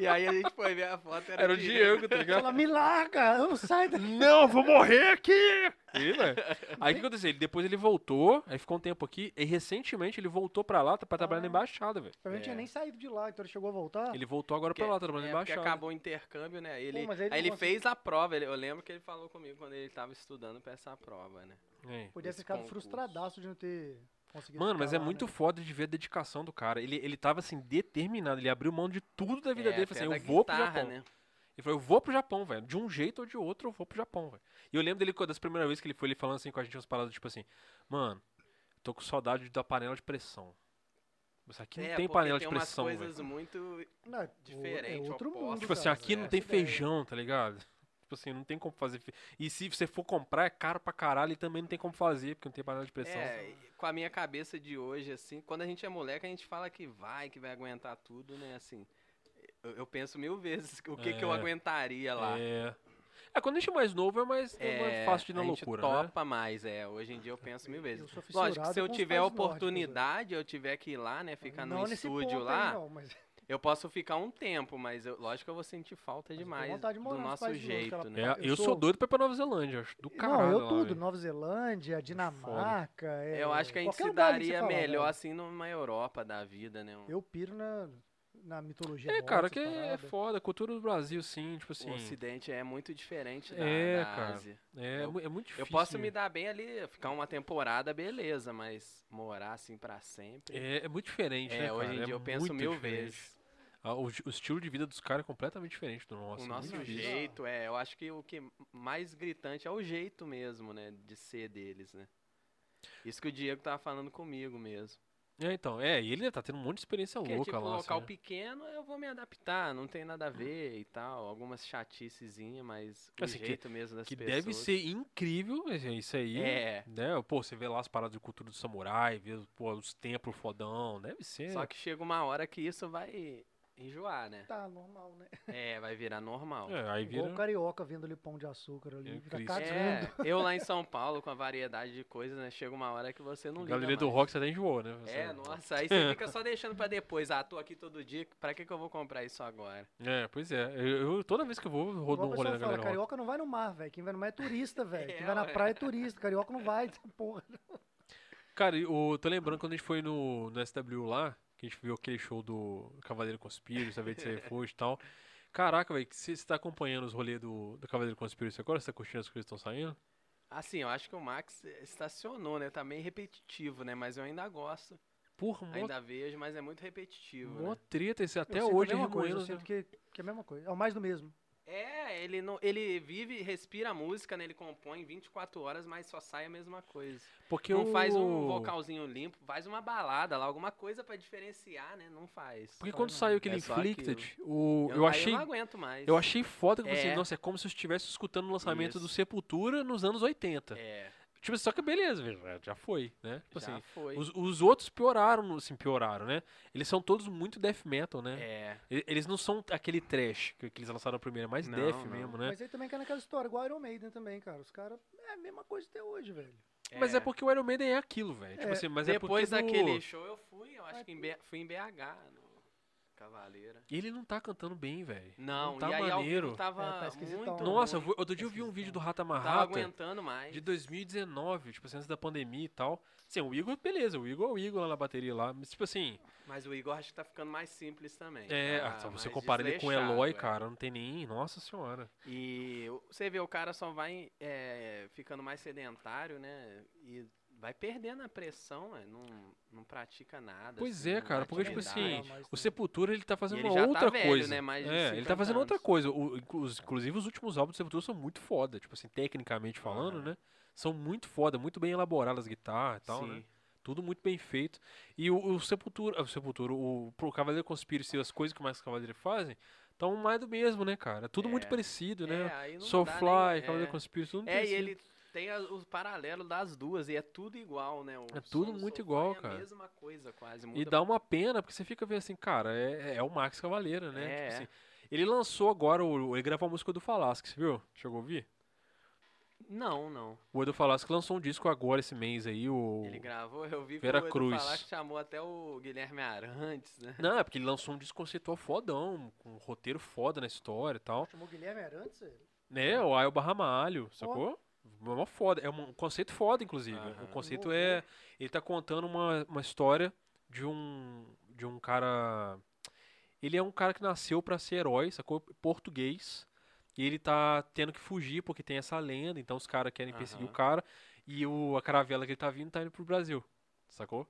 E aí a gente foi ver a foto. Era, Era o Diego, tá ligado? Fala, me larga, eu não saio daqui. Não, vou morrer aqui! E, velho, aí o que aconteceu? Ele- Depois ele voltou, aí ficou um tempo aqui, e recentemente ele voltou pra lá tá, pra trabalhar Ah. na embaixada, velho. Eu não tinha É. nem saído de lá, então ele chegou a voltar. Ele voltou agora pra Ah. Porque- lá, tá trabalhando na é, porque embaixada. acabou o intercâmbio, né? Ele, mas ele não aí ele conseguiu. fez a prova. ele- eu lembro que ele falou comigo quando ele tava estudando pra essa prova, né? É. Podia ter esse ficado concurso. frustradaço de não ter conseguido Mano, mas ficar é lá, muito né? foda de ver a dedicação do cara. Ele, ele tava assim, determinado. Ele abriu mão de tudo da vida É, dele. até Falou assim, eu da vou pro guitarra, Japão. né? Ele falou, eu vou pro Japão, velho. De um jeito ou de outro, eu vou pro Japão, velho. E eu lembro dele, quando- das primeiras vezes que ele foi, ele falando assim com a gente, umas paradas tipo assim, mano, tô com saudade da panela de pressão. Mas aqui não É, tem porque panela tem de pressão, umas velho. coisas muito... Não, é Diferente, É outro oposto, mundo, Tipo assim, cara, aqui né? não tem Essa ideia. feijão, tá ligado? Tipo assim, não tem como fazer. fe- E se você for comprar, é caro pra caralho e também não tem como fazer, porque não tem panela de pressão. É, e com a minha cabeça de hoje, assim, quando a gente é moleque, a gente fala que vai, que vai aguentar tudo, né? Assim, eu, eu penso mil vezes o que, que eu É. aguentaria lá. É. É, quando a gente é mais novo, é mais, é mais fácil de ir na a gente loucura, né? topa mais, é. Hoje em dia eu penso mil vezes. Eu sou Lógico que se fissurado eu com os tiver a países nórdicos, oportunidade, eu tiver que ir lá, né, velho. ficar não no nesse estúdio ponto lá, Aí, não, mas eu posso ficar um tempo, mas eu- lógico que eu vou sentir falta eu tenho demais vontade de do morar nos nosso países de longe, jeito, aquela- né? É, eu, Eu sou sou- doido pra ir pra Nova Zelândia, eu acho do caralho. não, eu lá, tudo. velho. Nova Zelândia, Dinamarca. É, Eu acho que a gente qualquer se lugar que você né? daria falar, melhor, velho. assim, numa Europa da vida, né? Um- Eu piro na, na mitologia. É, nórdica, cara, que essas é paradas. foda. A cultura do Brasil, sim, tipo assim. O Ocidente é muito diferente da, É, da cara. Ásia. É, Eu- mu- é muito difícil. Eu posso me velho. dar bem ali, ficar uma temporada, beleza, mas morar assim pra sempre. É, é muito diferente, É, né, cara? hoje em É dia eu penso muito mil diferente. vezes. Ah, O, o estilo de vida dos caras é completamente diferente do nosso. o é nosso muito difícil. jeito, é. Eu acho que o que mais gritante é o jeito mesmo, né? De ser deles, né? Isso que o Diego tava falando comigo mesmo. É, então, é, e ele tá tendo um monte de experiência Porque, louca tipo, lá. assim, local né? pequeno, eu vou me adaptar, não tem nada a ver e tal. Algumas chaticezinhas, mas o Assim, que- jeito mesmo das Que pessoas. deve ser incrível é isso aí. É. Né? Pô, você vê lá as paradas de cultura do samurai, vê pô, os templos fodão, deve ser. Só que chega uma hora que isso vai enjoar, né? Tá normal, né? É, vai virar normal. É, aí Igual vira. o carioca vendo ali pão de açúcar ali. Meu Fica Cristo. cagando. É, eu lá em São Paulo, com a variedade de coisas, né? Chega uma hora que você não liga Galeria do mais. Rock você até enjoou, né? É, Você- nossa, aí você fica só deixando pra depois. Ah, tô aqui todo dia, pra que que eu vou comprar isso agora? É, pois é. Eu, eu- toda vez que eu vou, eu Igual rodo um a rolê na pessoa fala, Galeria do Rock. carioca não vai no mar, velho. Quem vai no mar é turista, velho. Quem É, vai na ué. praia é turista. Carioca não vai, essa porra. Cara, eu tô lembrando quando a gente foi no, no SW lá, que a gente viu aquele show do Cavaleiro Conspiro, saber de ser foge e tal. Caraca, velho, você tá acompanhando os rolês do, do Cavaleiro Conspiro agora? Você tá curtindo as coisas que estão saindo? Assim, eu acho que o Max estacionou, né? Tá meio repetitivo, né? Mas eu ainda gosto, Porra, mó, ainda vejo, mas é muito repetitivo, mó né? treta esse até Eu sinto a hoje né? mesma coisa, remoendo. eu os- sinto que, que é a mesma coisa. É o mais do mesmo. É, ele não, ele vive, respira a música, né? Ele compõe 24 horas, mas só sai a mesma coisa. Porque não faz um o- vocalzinho limpo, faz uma balada lá, alguma coisa pra diferenciar, né? Não faz. Porque Só quando não. saiu aquele É só Inflicted, o, eu, aí achei. eu não aguento mais. Eu achei foda tipo assim, que É. você, nossa, é como se eu estivesse escutando o lançamento do Isso. Sepultura nos anos 80. É. Tipo, só que beleza, velho, já foi, né? Tipo Já assim, foi. os, os outros pioraram, no- assim, pioraram, né? Eles são todos muito death metal, né? É, E- Eles não são aquele trash que, que eles lançaram primeiro, é mais Não, death não. mesmo, né? Mas aí também cai naquela história, igual Iron Maiden também, cara. Os caras. É a mesma coisa até hoje, velho. Mas é porque o Iron Maiden é aquilo, velho. Tipo assim, mas Depois é porque do- daquele show eu fui, eu acho que em B- fui em BH, no Cavaleira. ele não tá cantando bem, velho. Não, tá e aí ao vivo maneiro. tava É, tá esquisitão, muito né? Nossa, eu ruim, vi- outro dia eu vi um vídeo do Rata é assim, tava Marrata aguentando é mais. de 2019, tipo assim, antes da pandemia e tal. Assim, o Igor, beleza, o Igor é o Igor lá na bateria lá. Mas, tipo assim, Mas o Igor acho que tá ficando mais simples também. é. tá ah, então você mais compara ele com o desleixado, Eloy, é. cara, não tem nem. Nossa senhora. E o- você vê, o cara só vai é, ficando mais sedentário, né? E vai perdendo a pressão, né? não, não pratica nada. Pois assim, é, nenhuma cara, porque, tipo atividade. assim, Ah, mas, O né, Sepultura, ele tá fazendo ele uma já tá outra velho, coisa. né? Mais de é, ele tá 50 fazendo outra anos. coisa. O- inclu- inclusive, os últimos álbuns do Sepultura são muito foda, tipo assim, tecnicamente falando, Aham. né? São muito foda, muito bem elaboradas as guitarras e tal, né? Sim. Tudo muito bem feito. E o, o Sepultura, ah, o Sepultura, o, pro Cavaleiro Conspiracy, as coisas que mais o Cavaleiro fazem, estão mais do mesmo, né, cara? Tudo muito É. parecido, É, né? aí não dá Soulfly, nem- Cavaleiro é. Conspiracy, tudo muito É, e parecido. ele tem a- os paralelos das duas, e é tudo igual, né? O É som tudo do muito Soulfly igual, é cara. a mesma coisa, quase. E muda dá uma pena, porque você fica vendo assim, cara, é, é o Max Cavaleira, né? É, Tipo é. assim, ele lançou agora, o, ele gravou a música do Falasque, você viu? Chegou a ouvir? Não, não. O Edu Falasque lançou um disco agora esse mês aí, o... Ele gravou, eu vi que Vera o Edu Cruz. falar que chamou até o Guilherme Arantes, né? Não, é porque ele lançou um disco conceitual fodão, com um roteiro foda na história e tal. Chamou Guilherme Arantes? velho? Né, o Ayo Barramalho, sacou? É uma foda, é um conceito foda, inclusive. Aham. O conceito Vou é... ver. Ele tá contando uma, uma história de um, de um cara... Ele é um cara que nasceu pra ser herói, sacou? Português. E ele tá tendo que fugir porque tem essa lenda, então os caras querem perseguir o Aham. cara. E o, a caravela que ele tá vindo tá indo pro Brasil, sacou?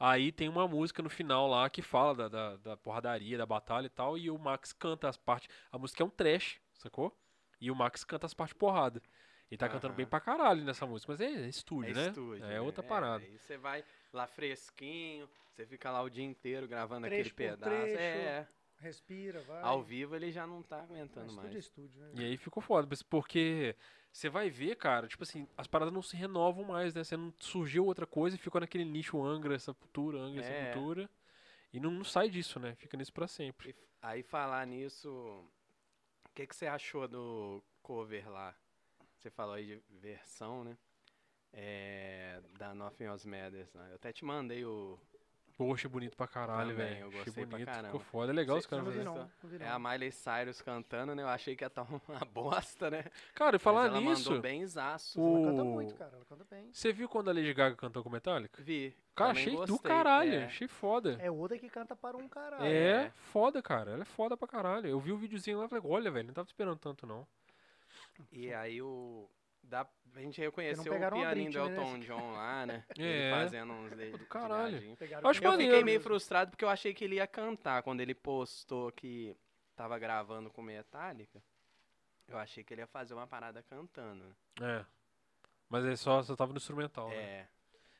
Aí tem uma música no final lá que fala da, da, da porradaria, da batalha e tal, e o Max canta as partes. A música é um trash, sacou? E o Max canta as partes porrada. Ele tá cantando Aham. bem pra caralho nessa música, mas é, é estúdio, É né? estúdio, é né? outra parada. Aí você vai lá fresquinho, você fica lá o dia inteiro gravando Trecho aquele por pedaço. trecho, É, Respira, vai. ao vivo ele já não tá Ah, aguentando Estúdio é mais. estúdio, né? E aí ficou foda, mas porque você vai ver, cara, tipo assim, as paradas não se renovam mais, né? Você não surgiu outra coisa e ficou naquele nicho Angra, Sepultura, Angra, É. Sepultura. E não, não sai disso, né? Fica nisso pra sempre. E f- aí falar nisso, o que, que você achou do cover lá? Você falou aí de versão, né? É, da Nothing Else Matters. Né? Eu até te mandei o... Pô, achei bonito pra caralho, Também, velho. eu Achei gostei pra bonito, ficou caramba. foda. É legal Você- os você Não, caras não vi fazerem. não, isso. não vi É a não. Miley Cyrus cantando, né? Eu achei que ia estar uma bosta, né? Cara, e Mas falar ela nisso, mandou bem zaço. o- Ela canta muito, cara. Ela canta bem. você viu quando a Lady Gaga cantou com o Metallica? Vi. Cara, também achei do gostei, caralho, é. achei foda. É outra que canta para um caralho. É, é. foda, cara. Ela é foda pra caralho. Eu vi o videozinho lá e falei, olha, velho, não tava esperando tanto, não. E aí o. Dá, a gente reconheceu o pegaram uma pianinho do Britney, né, Elton John lá, né? É. Ele fazendo uns Pô, dedos. do caralho. Pegaram Acho o Guilherme Eu fiquei Maneiro meio mesmo. frustrado porque eu achei que ele ia cantar quando ele postou que tava gravando com Metallica. Eu achei que ele ia fazer uma parada cantando. né? É. Mas é só, só tava no instrumental, né? É.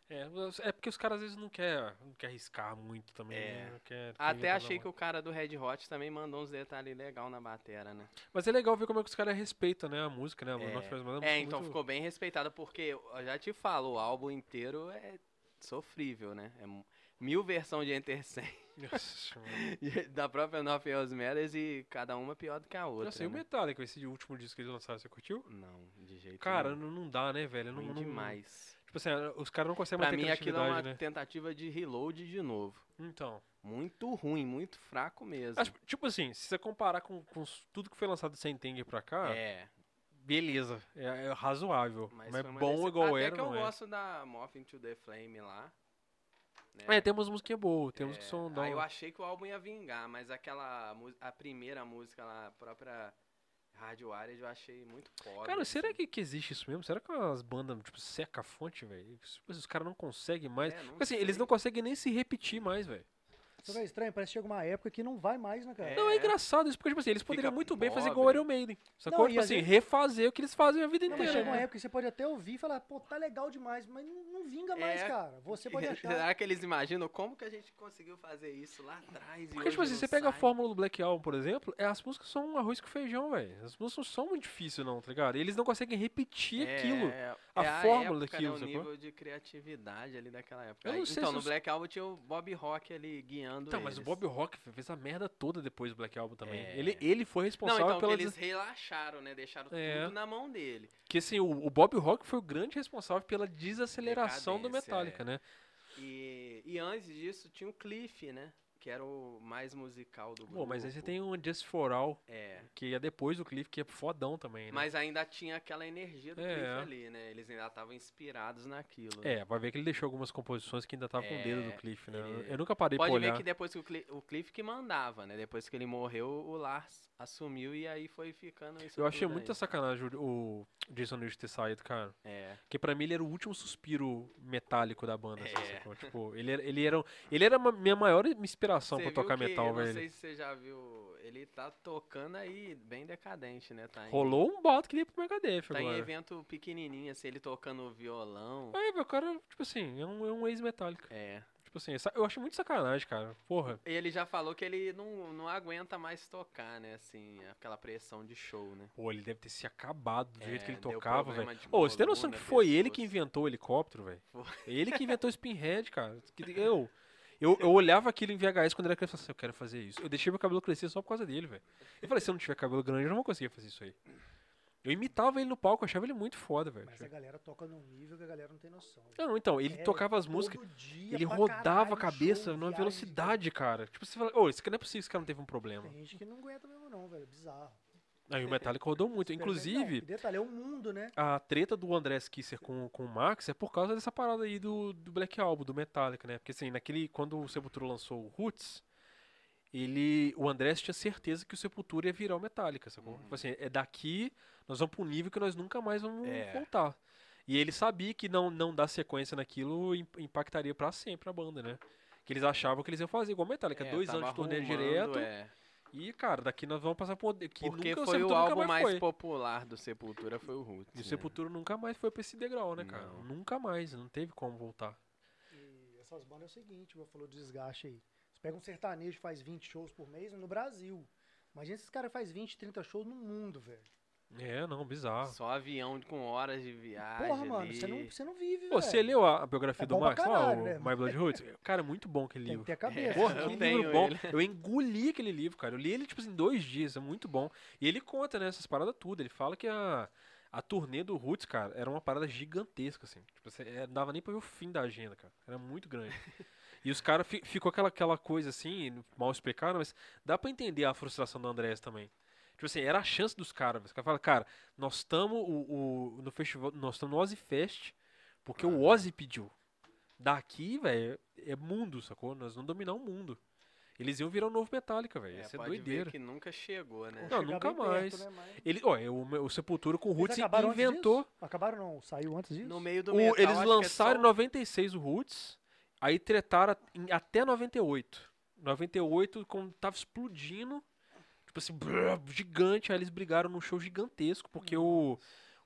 É, mas é porque os caras às vezes não quer, não quer arriscar muito também, É. né? Não quer- quer Até inventar achei da que o cara do Red Hot também mandou uns detalhes legais na batera, né? moda. Mas é legal ver como é que os caras respeitam, né? A música, né? A É. North Face Mother uma É, música então muito- ficou bem respeitada, porque eu já te falo, o álbum inteiro é sofrível, né? É mu- mil versões de Enter Sandman, Nossa senhora. da própria Nove Years Matters e cada uma pior do que a outra. Nossa, e assim, o né? Metallica, esse último disco que eles lançaram, você curtiu? Não, de jeito Cara, nenhum. não, não dá, né, velho? Não, Ruim não, demais. Tipo assim, os caras não conseguem Pra manter mim, a aquilo é uma criatividade, né? tentativa de reload de novo. Então. Muito ruim, muito fraco mesmo. Acho- tipo assim, se você comparar com, com os- tudo que foi lançado de Sentenger pra cá, é, beleza. É, é razoável. mas, Mas, foi uma bom decep- igual Até era, que eu não é. gosto da Morphin to the Flame lá. né? É, tem umas musiquinhas boas, tem uns que um É, são... Aí down. eu achei que o álbum ia vingar, mas aquela mu- a primeira música lá, a própria Rádio Wired, eu achei muito pobre. Cara, será assim. que, que existe isso mesmo? Será que as bandas, tipo, seca a fonte, velho? Tipo, Os caras não conseguem mais. É, não Porque assim, eles sei. não conseguem nem se repetir mais, velho. Você vê estranho, parece que chega uma época que não vai mais, né, cara? É. Não, é engraçado isso, porque, tipo assim, eles Fica poderiam muito bem fazer pobre. igual o Iron Maiden. Sacou? Não, e tipo às assim, vezes- refazer o que eles fazem a vida Não, mas inteira. um chega uma né? época que você pode até ouvir e falar, pô, tá legal demais, mas não, não vinga mais, É. cara. Você pode achar. Será que eles imaginam como que a gente conseguiu fazer isso lá atrás? Porque, e tipo hoje assim, não você pega a sai? fórmula do Black Album, por exemplo, é, as músicas são um arroz com feijão, velho. As músicas não são muito difíceis, não, tá ligado? Eles não conseguem repetir aquilo. É, a é fórmula época, daquilo, né, o sacou? nível de criatividade ali daquela época. Eu não Aí- sei então, se no os- Black Album tinha o Bob Rock ali guiando Então, mas o eles. Bob Rock fez a merda toda depois do Black Album também. É. Ele, ele foi Não, responsável então que pela. eles des- relaxaram, né? Deixaram É. tudo na mão dele. Que assim, o, o Bob Rock foi o grande responsável pela desaceleração do Decadência, Metallica, é. né? E, e antes disso tinha o Cliff, né? Que era o mais musical do grupo. Pô, mas aí você tem um Just For All, É. que é depois do Cliff, que é fodão também, né? Mas ainda tinha aquela energia do É. Cliff ali, né? Eles ainda estavam inspirados naquilo. né? É, vai ver que ele deixou algumas composições que ainda tava com o dedo do É, Cliff, né? ele- Eu nunca parei Pode pra ver olhar. que depois que o Cliff, o Cliff que mandava, né? Depois que ele morreu, o Lars assumiu e aí foi ficando isso. Eu achei tudo aí. muita sacanagem o o Jason Newsted ter saído, cara. É. Porque pra mim ele era o último suspiro metálico da banda, assim, É. sacou? Tipo, ele era, ele era, um- ele era a minha maior inspiração Você pra viu tocar que- metal, eu velho. Não sei se você já viu. Ele tá tocando aí, bem decadente, né? Tá em, Rolou um boto que ele ia pro Megadeth tá em agora. evento pequenininho, assim, ele tocando violão. Aí, meu, o cara, tipo assim, é um, é um ex-metálico. É. Tipo assim, sa- eu acho muito sacanagem, cara. Porra. E ele já falou que ele não, não aguenta mais tocar, né? Assim, aquela pressão de show, né? Pô, ele deve ter se acabado do jeito É, que ele deu tocava, problema velho. de Ô, você tem noção que coluna, foi ele que pescoço. inventou o helicóptero, velho? Foi. Ele que inventou o Spinhead, cara. Que- Eu, eu, eu olhava aquilo em VHS quando era criança e falava assim, eu quero fazer isso. Eu deixei meu cabelo crescer só por causa dele, velho. Eu falei, se eu não tiver cabelo grande, eu não vou conseguir fazer isso aí. Eu imitava ele no palco, eu achava ele muito foda, velho. Mas a galera toca num nível que a galera não tem noção. Não, então, ele É, tocava as músicas, Todo dia, ele pra rodava a caralho, cabeça show, numa viagem. velocidade, cara. Tipo, você fala, ô, esse cara não é possível que esse cara não teve um problema. Tem gente que não aguenta mesmo, não, velho. é Bizarro. Aí o Metallica rodou muito. Não, Inclusive, e detalhe, é um mundo, né? a treta do André Kisser com, com o Max é por causa dessa parada aí do, do Black Album, do Metallica, né? Porque assim, naquele. Quando o Sepultura lançou o Roots, ele. O Andrés tinha certeza que o Sepultura ia virar o Metallica, sacou? Uhum. Tipo assim, é daqui, nós vamos pra um nível que nós nunca mais vamos É. voltar. E ele sabia que não, não dar sequência naquilo im- impactaria pra sempre a banda, né? Que eles achavam né? que eles iam fazer igual Metallica, É, dois tava anos de turnê arrumando, direto. é. E, cara, daqui nós vamos passar por. um Que Porque nunca, Sepultura foi o nunca álbum mais mais foi. popular do Sepultura, foi o Roots. E o né? Sepultura nunca mais foi pra esse degrau, né, cara? Não. Nunca mais, não teve como voltar. E essas bandas é o seguinte, você falou do desgaste aí. Você pega um sertanejo que faz 20 shows por mês no Brasil. Imagina esses caras fazem 20, 30 shows no mundo, velho. É, não, bizarro. Só avião com horas de viagem. Porra, mano, é ali. você não, você não vive, Pô, velho. você leu a a biografia É do bom pra Max lá, caralho, o né? My Blood Roots? Cara, é muito bom aquele Tem que livro. ter a cabeça. Porra, É, eu que livro tenho bom. ele. Eu engoli aquele livro, cara. Eu li ele, tipo assim, em dois dias. É muito bom. E ele conta, né, essas paradas tudo. Ele fala que a, a turnê do Roots, cara, era uma parada gigantesca, assim. Tipo, você, é, não dava nem pra ver o fim da agenda, cara. Era muito grande. E os caras fi- ficou aquela, aquela coisa assim, mal explicaram, mas dá pra entender a frustração do Andrés também. Tipo assim, era a chance dos caras. Os caras falam, cara, nós estamos o, o- no festival, nós estamos no Ozzy Fest, porque o Ah. Ozzy pediu. Daqui, velho, é mundo, sacou? Nós vamos dominar o mundo. Eles iam virar o novo Metallica, velho. É, Isso é pode ver doideira. que nunca chegou, né? Não, Chegar nunca bem perto, mais. né, mas- Ele, ó, é o, o Sepultura com o Eles Roots acabaram antes inventou. disso? Acabaram não, saiu antes disso? No meio do O- metal, eles acho que é lançaram em só... 96 o Roots, aí tretaram at- em- até 98. 98, quando tava explodindo, tipo assim, brrr, gigante, aí eles brigaram num show gigantesco, porque o,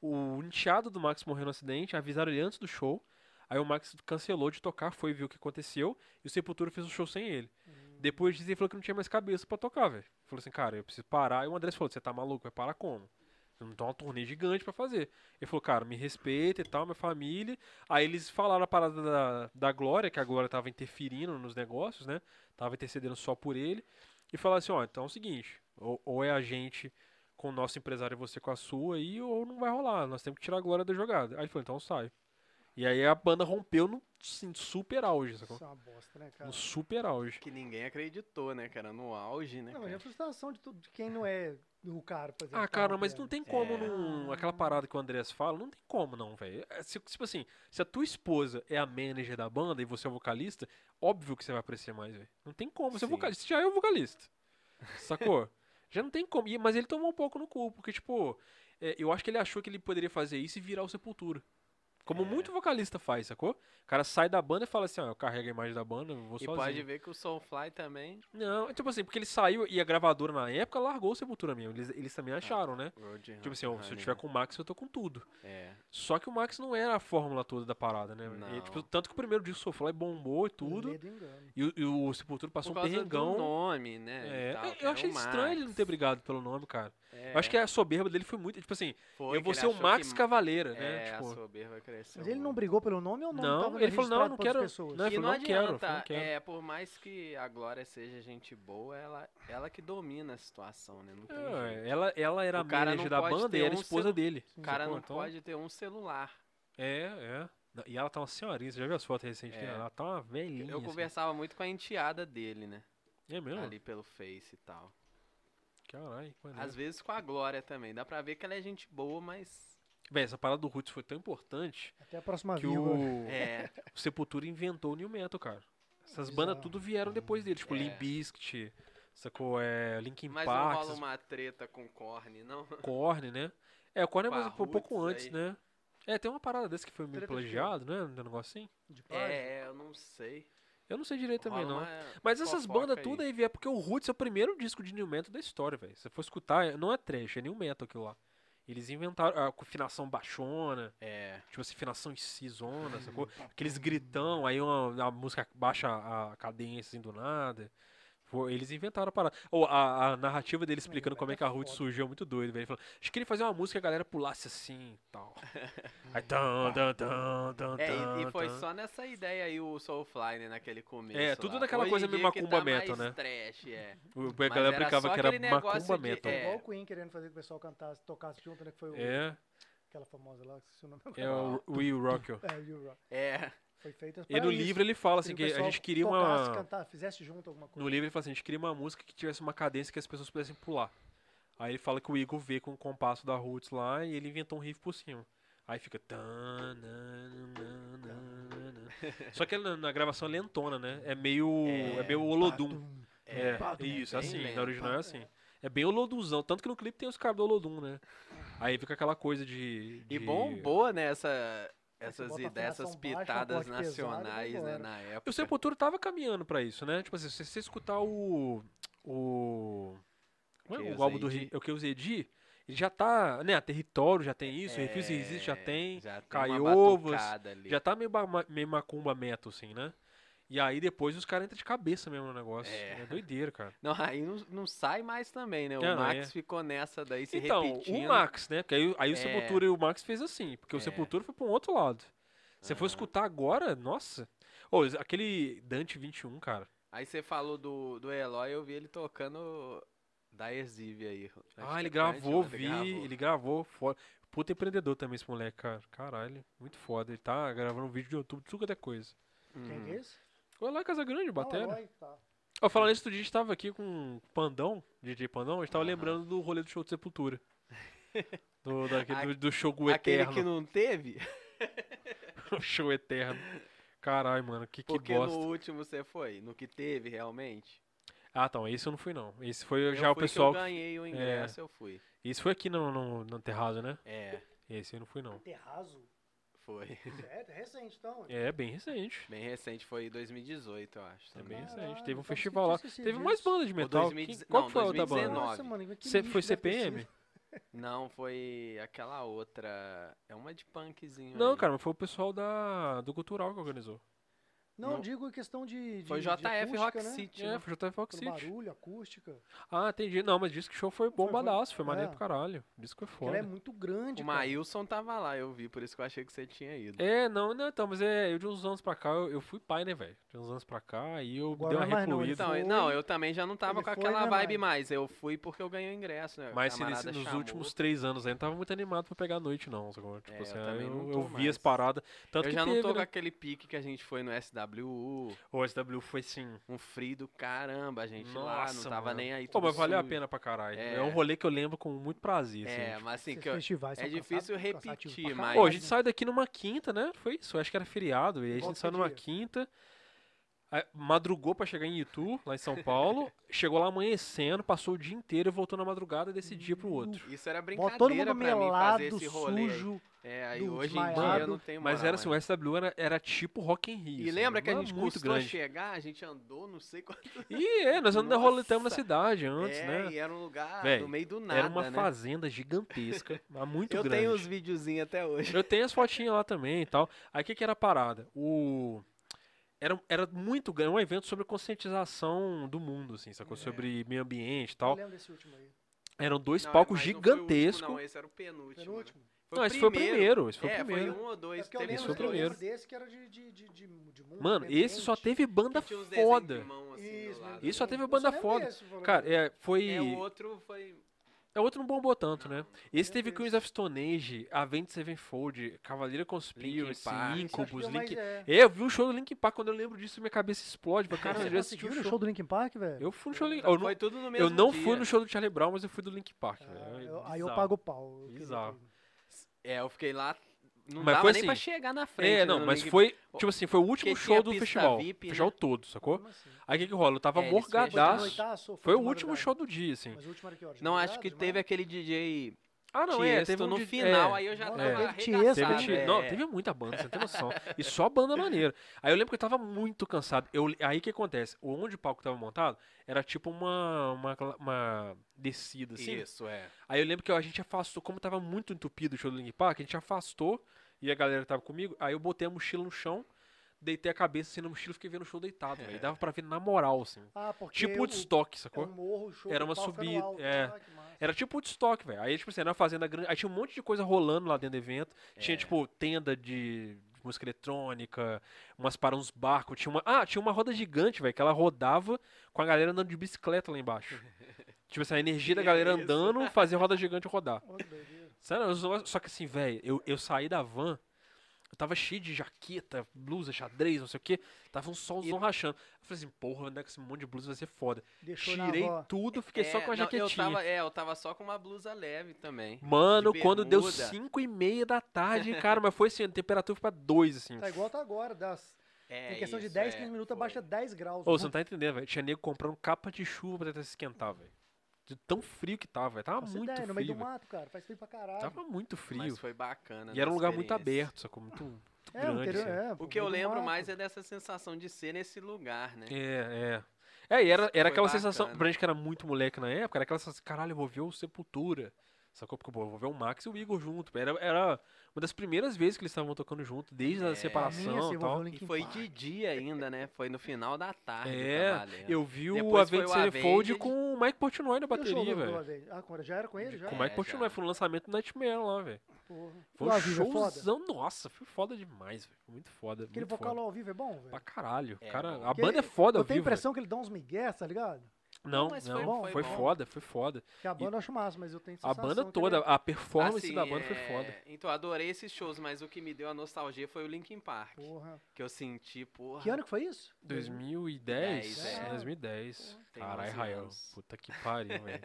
o enteado do Max morreu no acidente, avisaram ele antes do show, aí o Max cancelou de tocar, foi ver o que aconteceu, e o Sepultura fez o show sem ele. Hum. Depois disso, ele falou que não tinha mais cabeça pra tocar, velho. Falou assim, cara, eu preciso parar. E o André falou, você tá maluco, vai parar como? Eu não tenho uma turnê gigante pra fazer. Ele falou, cara, me respeita e tal, minha família. Aí eles falaram a parada da, da Glória, que a Glória tava interferindo nos negócios, né? Tava intercedendo só por ele. E falaram assim, ó, então é o seguinte, ou, ou é a gente com o nosso empresário e você com a sua aí, ou não vai rolar. Nós temos que tirar a Glória da jogada. Aí ele falou, então sai. E aí a banda rompeu num assim, super auge, sacou? Isso é uma bosta, né, cara? Um super auge. Que ninguém acreditou, né, cara? No auge, né, Não, mas é cara? a frustração de, tudo, de quem não é o cara, por exemplo. tá Ah, que tava cara, mas não apoiando. tem como tá É. não. Aquela parada que o Andrés fala, não tem como não, velho. É, se- Tipo assim, se a tua esposa é a manager da banda e você é o vocalista, óbvio que você vai aparecer mais, velho. Não tem como. Você é Sim. vocalista, você já é o vocalista. Sacou? já não tem como. E- Mas ele tomou um pouco no cu, porque, tipo, é, eu acho que ele achou que ele poderia fazer isso e virar o Sepultura. Como É. muito vocalista faz, sacou? O cara sai da banda e fala assim, ó, eu carrego a imagem da banda, eu vou E sozinho. pode ver que o Soulfly também, Não, tipo assim, porque ele saiu e a gravadora na época largou o Sepultura mesmo. Eles, eles Ah. também acharam, né? Roadrunner. Tipo assim, ó, se eu tiver né. com o Max, eu tô com tudo. É, Só que o Max não era a fórmula toda da parada, né? E, Não. tipo, tanto que o primeiro disco Soulfly bombou e tudo. Medo e engano. E, o- e o Sepultura passou por um causa do perrengão. nome, né? É, e tal, eu- que eu era achei o estranho ele não Max. ter brigado pelo nome, cara. É, Eu acho que a soberba dele foi muito. Tipo assim, foi eu vou que ele ser o achou Max que- Cavaleira, né? É, a tipo, soberba cresceu. Mas ele não muito. brigou pelo nome ou não? Não, tava ele falou, não, eu não registrado pra outras quero- né? pessoas? É, não, ele E falou, não quero, eu adianta, falei, não quero. é, por mais que a Glória seja gente boa, ela, ela que domina a situação, né? Não tem é, jeito. ela, ela era a O cara manager não da pode banda e ter era um esposa selo- dele. O cara sacou? não Então, pode ter um celular. É, é. Não, E ela tá uma senhorinha, você já viu as fotos recentes É. dela? Ela tá uma velhinha. Eu assim. conversava muito com a enteada dele, né? É mesmo? Ali pelo Face e tal. Caralho, que maneiro. Às vezes com a Glória também. Dá pra ver que ela é gente boa, mas. Véi, essa parada do Roots foi tão importante Até a próxima que vírgula. o, É, o Sepultura inventou o New Metal, cara. Essas Bizarro. bandas tudo vieram depois dele, tipo É. Limp Bizkit, sacou? É, Linkin mas não Park, rola essas uma treta com Korn, não? Korn, né? É, o Korn é Com mais a um pouco Roots antes, aí. né? É, tem uma parada dessa que foi meio Treta de quê? plagiado, né? Um negócio assim. De página. É, eu não sei. Eu não sei direito também, não. Rola uma Mas essas fofoca bandas tudo aí, velho, é porque o Roots é o primeiro disco de New Metal da história, velho. Se você for escutar, é- não é trash, é New Metal aquilo lá. Eles inventaram a afinação baixona, É, tipo assim, afinação em cisona, sacou? Aqueles gritão, aí uma, a música baixa a cadência assim do nada. Foi- Eles inventaram a parada. Ou a, a narrativa dele explicando New como é que Metal a é Roots foda. surgiu é muito doido, velho. Ele falou, acho que ele fazia uma música e a galera pulasse assim e tal. Aí tan, tan, tan, tan, é e- e, tan, foi tan. só nessa ideia aí o Soulfly, né, naquele começo. É, tudo lá. naquela Hoje em coisa meio dia que macumba tá metal, mais né? Trash, é. A Mas galera era brincava só que era aquele negócio macumba de- metal. É igual É. o Queen querendo fazer que o pessoal cantasse, tocasse junto, né? Que foi o- É, aquela famosa lá, esqueci o nome. é o Will Rock. É, o Euro. É, Foi feita E pra no isso. livro ele fala assim E o que a pessoal gente queria tocasse, uma. cantar, fizesse junto alguma coisa. No livro ele fala assim, a gente queria uma música que tivesse uma cadência que as pessoas pudessem pular. Aí ele fala que o Igor vê com o compasso da Roots lá e ele inventou um riff por cima. Aí fica. tan, nan, nan, nan, nan, nan. Só que na, na gravação é lentona, né? É meio. É, É, meio Olodum. Badum. É, badum, isso, é né? bem assim. lento. Na original é assim. É bem Olodumzão. Tanto que no clipe tem os caras do Olodum, né? Aí fica aquela coisa de. de- E bombou, né, essa, Aí você essas bota a ideias, essas afinação baixa, pitadas acorde pesado e vai nacionais, né, embora. na E época. o Sepultura tava caminhando pra isso, né? Tipo assim, se você escutar o. O. Como é Chaos o álbum do AD. Ri- é o que eu usei de. Ele já tá. Né? A território já tem isso, o Refuse e Resist já É, tem. já tem Caiovas, uma batucada ali. Já tá meio, ba- ma- meio macumba metal, assim, né? E aí depois os caras entram de cabeça mesmo no negócio. É. É, doideira, cara. Não, aí não, não sai mais também, né? O É, não, Max é. ficou nessa daí se então, repetindo. o Max, né? Porque aí, aí o É. Sepultura e o Max fez assim, porque o É. Sepultura foi pra um outro lado. Se você for Aham. escutar agora, nossa. Ô, aquele Dante 21, cara. Aí você falou do, do Eloy, eu vi ele tocando da Exive aí. Acho que Ah, ele é Plant, gravou, né? vi, ele gravou, foda. Puta empreendedor também esse moleque, cara. Caralho, muito foda. Ele tá gravando um vídeo de YouTube, tudo quanto é coisa. Hum. Quem que é esse? Olha lá, Casa Grande, Ah, o batera. Eloy, tá. Ó, falando isso, a gente tava aqui com o Pandão, DJ Pandão, a gente tava Aham. lembrando do rolê do show de Sepultura. Do, daquele, do, do show Aquele eterno. que não teve, O show eterno. Caralho, mano, que, que porque bosta. no último você foi. No que teve, realmente. Ah, então, esse eu não fui não. Esse foi Eu já o fui que pessoal. é. eu ganhei o ingresso, eu fui. Esse foi aqui no, no, no Terrazo, né? É, Esse eu não fui não. Terrazo. foi. É, é recente, então. É, bem recente. Bem recente, foi 2018, eu acho. É também. bem recente. Caralho, Teve um eu tava festival lá. esquecido Teve mais disso. bandas de Ou metal. 2010 Quem- Qual não, que foi a outra banda? 2019. Nossa, mano, que tá Cê- lixo foi que deve ter assim, CPM? sido. Não, foi aquela outra. É uma de punkzinho. Não, aí. cara, mas foi o pessoal da, do Cultural que organizou. Não, Não. digo em questão de, de Foi de JF acústica, Rock né? City. É, né? foi o JF Fox Pelo City. barulho, acústica. Ah, entendi. Não, mas disse que o show foi bombadaço, foi, é. maneiro pra caralho. Disse que foi Porque Ela é foda. muito grande, O cara. Maílson tava lá, eu vi, por isso que eu achei que você tinha ido. É, não, não, então, mas é, eu de uns anos pra cá, eu, eu fui pai, né, velho? De uns anos pra cá, e eu Agora dei uma não é mais não, recluída. Então, foi- não, eu também já não tava ele foi, com aquela né, vibe Maílson? mais. Eu fui porque eu ganhei o ingresso, né? mas se camarada nesse- nos chamou. últimos três anos aí, eu não tava muito animado pra pegar a noite, não. sacou? Tipo É, eu assim, aí também eu, não eu, tô vi as mais. paradas. Tanto Eu que já não teve, tô com né? aquele pique que a gente foi no SWU. O SW foi sim. Um frio do caramba, a gente lá, não Nossa, tava mano. nem aí. Pô, tudo mas valeu a sujo. pena pra caralho. É. É. um rolê que eu lembro com muito prazer, assim. É, mas assim, Esses que eu, festivais é são difícil cansados- cansativos repetir, pra mas- Pô, caralho, a gente né? saiu daqui numa quinta, né? Foi isso, eu acho que era feriado. E aí a Qual gente que saiu foi numa dia? quinta. Aí, madrugou pra chegar em Itu, lá em São Paulo. chegou lá amanhecendo, passou o dia inteiro e voltou na madrugada desse dia Hum, pro outro. Isso era Bota brincadeira todo mundo pra mim fazer melado, esse rolê. aí. sujo. É, aí do- hoje em dia eu desmaiado. não tenho Mas moral era assim, o mais. SW era, era tipo Rock in Rio. E assim, lembra que a era gente muito custou grande. chegar, a gente andou não sei quanto E é, nós andamos roletamos na Nossa! cidade antes, é, né? E era um lugar Véi, no meio do nada, era uma né? fazenda gigantesca, mas muito eu grande. tenho os videozinhos até hoje. Eu tenho as fotinhas lá também e tal. Aí o que, que era a parada? O. Era, era muito grande, um evento sobre conscientização do mundo, assim, sacou? É. Sobre meio ambiente e Eu tal. lembro desse último aí. Eram dois Não, palcos mas não foi o último, gigantescos. Não, esse era o penúltimo. Era o último. né? Não, esse foi o primeiro, esse foi o é, primeiro. foi um ou dois. É porque eu teve Esse lembro, foi o dois. eu lembro primeiro. desse que era de, de, de, de, de mundo. Mano, meio esse só ambiente. teve banda Que tinha uns desenhos de foda. mão, assim, do Isso, meio lado. Isso só teve ambiente. banda Eu lembro foda. desse, falou. Cara, é, foi. É, o outro foi... É outro não bombou tanto, Não, né? Esse Meu teve Deus. Queens of Stone Age, Avenged Sevenfold, Cavaleira Linkin Conspiracy, Esse Park. eu acho que Incubus, eu mais- Link... é. É, eu vi um show do Linkin Park, quando eu lembro disso, minha cabeça explode. Mas, cara, Você eu já assisti conseguiu um no show. show do Linkin Park, velho? Eu fui no show do Linkin Park. então Foi tudo no mesmo Eu não dia. fui no show do Charlie Brown, mas eu fui do Link Park. Ah, velho. É eu- aí eu bizarro. pago o pau. eu queria Bizarro. ter ido. É, eu fiquei lá... Não Mas dava foi nem pra assim. chegar na frente. É, né, não, no mas Linkin foi, tipo assim, foi o último tinha show do pista festival. VIP, né? Festival todo, sacou? Como assim? Aí o que que rola? Eu tava É, eles Foi de morgadaço. noitaço ou Foi o de último madrugada? show do dia, assim. Mas o último era que horas? Não, De acho que madrugada, de teve aquele DJ Ah, não, é. Tiesto Teve um no de- final, é. aí eu já Não, tava teve arregaçado. Tiesto, Teve, Sabe? ti- é. Não, teve um muita banda, você não tem noção. E só banda maneira. Aí eu lembro que eu tava muito cansado. Eu, aí o que acontece? Onde o palco tava montado era tipo uma, uma, uma descida, assim. Isso, é. Aí eu lembro que a gente afastou, como tava muito entupido o show do Linkin Park, a gente afastou e a galera tava comigo. Aí eu botei a mochila no chão, deitei a cabeça assim na mochila e fiquei vendo o show deitado, velho. E dava pra ver na moral, assim. Ah, porque Tipo o, Woodstock, é sacou? um morro, o show Era do uma pau fica no subida, alto. é. Ah, que massa. Era tipo Woodstock, velho. Aí, tipo assim, era uma fazenda grande. Aí tinha um monte de coisa rolando lá dentro do evento. Tinha, É. tipo, tenda de de música eletrônica, umas para uns barcos. Tinha uma... Ah, tinha uma roda gigante, velho, que ela rodava com a galera andando de bicicleta lá embaixo. tipo assim, a energia da Que galera isso? andando fazia a roda gigante rodar. Ô, que doideira. Sério, eu só- só que assim, velho, eu, eu saí da van, eu tava cheio de jaqueta, blusa, xadrez, não sei o quê. Tava um solzão rachando. Eu falei assim, porra, onde é que esse monte de blusa vai ser foda? Deixou na Tirei avó. tudo, fiquei só É, com a não, jaquetinha. Eu tava, é, eu tava só com uma blusa leve também. Mano, de quando deu bermuda. 5 e meia da tarde, cara, mas foi assim, a temperatura foi pra 2, assim. Tá igual tá agora. Das... É, Em questão de isso, 10, é, 15 minutos, foi. abaixa 10 graus. Ô, você não tá entendendo, velho. Tinha nego comprando capa de chuva pra tentar se esquentar, velho. De tão frio que tava, velho. Tava Faço muito ideia, frio. No meio do velho. mato, cara. Faz frio pra caralho. Tava muito frio. Mas foi bacana. E era a um lugar muito experiência. aberto, sacou? Muito, muito é, o grande. interior, assim. é, pô, O que eu meio do lembro mato. mais é dessa sensação de ser nesse lugar, né? É, é. É, e era, era Foi aquela sensação, bacana. pra gente que era muito moleque na época, era aquela sensação, caralho, eu vou ver o Sepultura. Sacou? Porque, pô, eu vou ver o Max e o Igor junto. Era, era uma das primeiras vezes que eles estavam tocando junto, desde a É. Minha, separação um você e envolveu assim, o tal. Linkin E foi Park. de dia ainda, né? Foi no final da tarde. É, tá valendo. Eu vi o Depois foi Avenged o Sevenfold Avenged. com o Mike Portnoy na E o show bateria, do- do velho. Avenged? Ah, agora já era com ele? Já? Com o É, Mike Portnoy, já. foi um lançamento do Nightmare lá, velho. Porra. Foi O um ao vivo é foda? showzão, nossa, foi foda demais, velho. Foi Muito foda, Aquele muito vocal foda. ao vivo é bom, Pra velho. caralho, É, cara, bom. a Porque banda é foda Eu ao tenho a vivo. velho. impressão que ele dá uns migués, tá ligado? Não, mas foi não, bom, foi foi bom. foda, foi foda. Que a banda eu acho massa, mas eu tenho A sensação banda que ele- toda, a performance Assim, da banda foi é, foda. Então, eu adorei esses shows, mas o que me deu a nostalgia foi o Linkin Park. é, Porra. Que eu senti, porra. Que ano que foi isso? 2010? 2010, É, é. 2010. Tem Caralho, 11 Rael. anos. Puta que pariu, velho.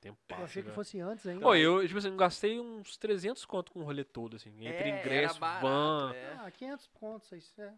Tempo Eu achei que fosse antes ainda. né? Pô, eu, tipo assim, gastei uns 300 conto com o rolê todo, assim. É, Entre era ingresso, barato, van. é. Ah, 500 pontos, aí, isso é.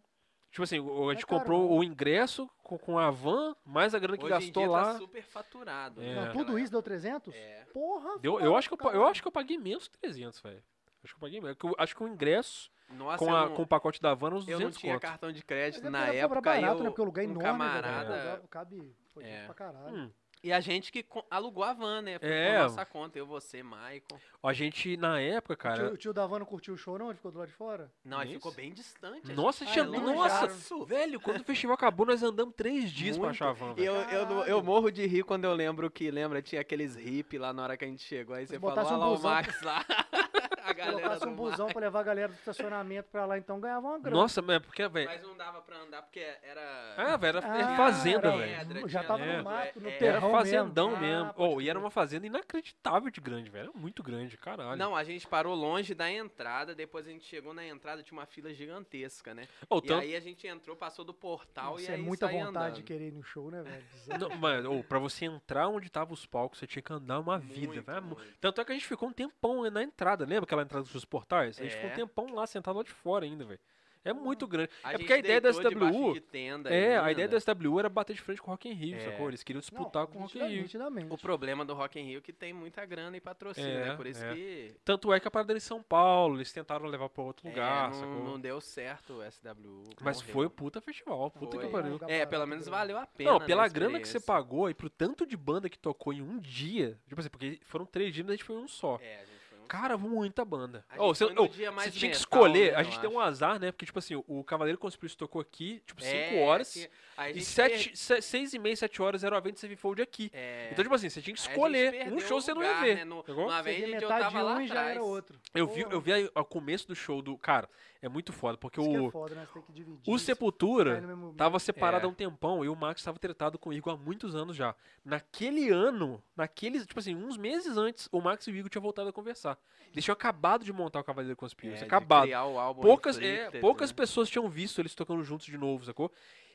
Tipo assim, o- a É gente caro, comprou não. o ingresso com, com a van, mais a grana que Hoje em gastou dia lá. tá super faturado. É. Né? Não, Aquela tudo isso época. deu 300? É. Porra. Deu, eu, cara, acho que eu, pa- eu caralho. acho que eu paguei menos que 300, velho. Acho que eu paguei menos. que eu- Acho que o ingresso Nossa, com, eu a- não- com o pacote da van era uns Tá Eu não 200 tinha conto. cartão de Mas crédito é na porque era época. barato, eu, né? Porque o lugar é um enorme, camarada. Né, velho? Cabe. Foi É. gente pra caralho. Hum. E a gente que co- alugou a van, né? Foi É. por nossa conta, eu, você, Maicon. A gente, na época, O tio- cara. o tio da van não curtiu o show, não? Ele ficou do lado de fora? Não, aí Isso. ficou bem distante. a Nossa, gente tinha- foi longe, nossa, cara. Velho, quando o festival acabou, nós andamos três dias pra Muito. achar a van, E velho. Eu, eu, não- Caralho. eu morro de rir quando eu lembro que, lembra, tinha aqueles hip lá na hora que a gente chegou. Aí você falou, botasse olha um lá o busão Max lá. a galera Colocasse do um Max. busão pra levar a galera do estacionamento pra lá, então ganhava uma grana. Nossa, mas é porque, velho. Mas não dava pra andar porque era... Ah, velho, era Ah, é fazenda, era- velho. Já tinha tava no tudo, mato, no é- Era terrão fazendão mesmo. mesmo. Ah, pode Oh, e era uma fazenda inacreditável de grande, velho. Era muito grande, caralho. Não, a gente parou longe da entrada, depois a gente chegou na entrada, tinha uma fila gigantesca, né? Ou E tanto. aí a gente entrou, passou do portal e Isso é aí muita saiu vontade de andando. querer ir no show, né, velho? Bizarro. Não, mas, ô, pra você entrar onde tava os palcos, você tinha que andar uma é vida, Muito, velho. Mu- muito. Tanto é que a gente né, ficou um tempão na entrada, lembra aquela entrada dos portais? A gente É. Hum. ficou um tempão lá, sentado lá de fora ainda, velho. É É muito grande. é A gente porque a ideia da deitou debaixo SWU. de tenda É, ainda. a ideia da SWU era bater de frente com o Rock in Rio, né? É. sacou? Eles queriam Não, disputar com o Rock in nitida- Rio. Nitidamente. O problema do Rock in Rio é que tem muita grana e patrocínio, É, né? Por isso é. que Tanto é que a parada era em São Paulo, eles tentaram levar pra outro é, lugar, não, sacou? não deu certo o SWU. Mas morreu. foi o puta festival, puta Foi. que pariu. Lugar É, barato, pelo menos grana. valeu a pena. Não, né, pela a grana que você experiência. pagou e pro tanto de banda que tocou em um dia, tipo assim, porque foram três dias, mas a gente foi em um só. É, a gente foi um... Cara, muita banda. A Ô, gente você, foi no ô, dia você mais tinha que metal, escolher, né, a eu gente tem um acho. azar, né? Porque, tipo assim, o Cavaleiro Conspirista tocou aqui, tipo, 5 É, horas. assim, aí a E gente sete, per- se- seis e meia, sete horas era o evento Sevenfold aqui. É. Então, tipo assim, você tinha que Aí a gente escolher. perdeu Um show o você não ia lugar, ver. né, no- sacou? Uma vez Seria eu metade tava de um lá e já atrás. era outro. Eu vi, Porra, eu vi aí o começo do show do. Cara, é muito foda, porque isso que é o, foda, né? Você tem que dividir. o isso cai Sepultura no mesmo- tava separado É. há um tempão e o Max tava tretado com o Igor há muitos anos já. Naquele ano, naqueles, tipo assim, uns meses antes, o Max e o Igor tinham voltado a conversar. Eles tinham acabado de montar o Cavaleiro É, Conspiracy, de acabado. criar o álbum Poucas, é, Inflicted, poucas né? pessoas tinham visto eles tocando juntos de novo, sacou?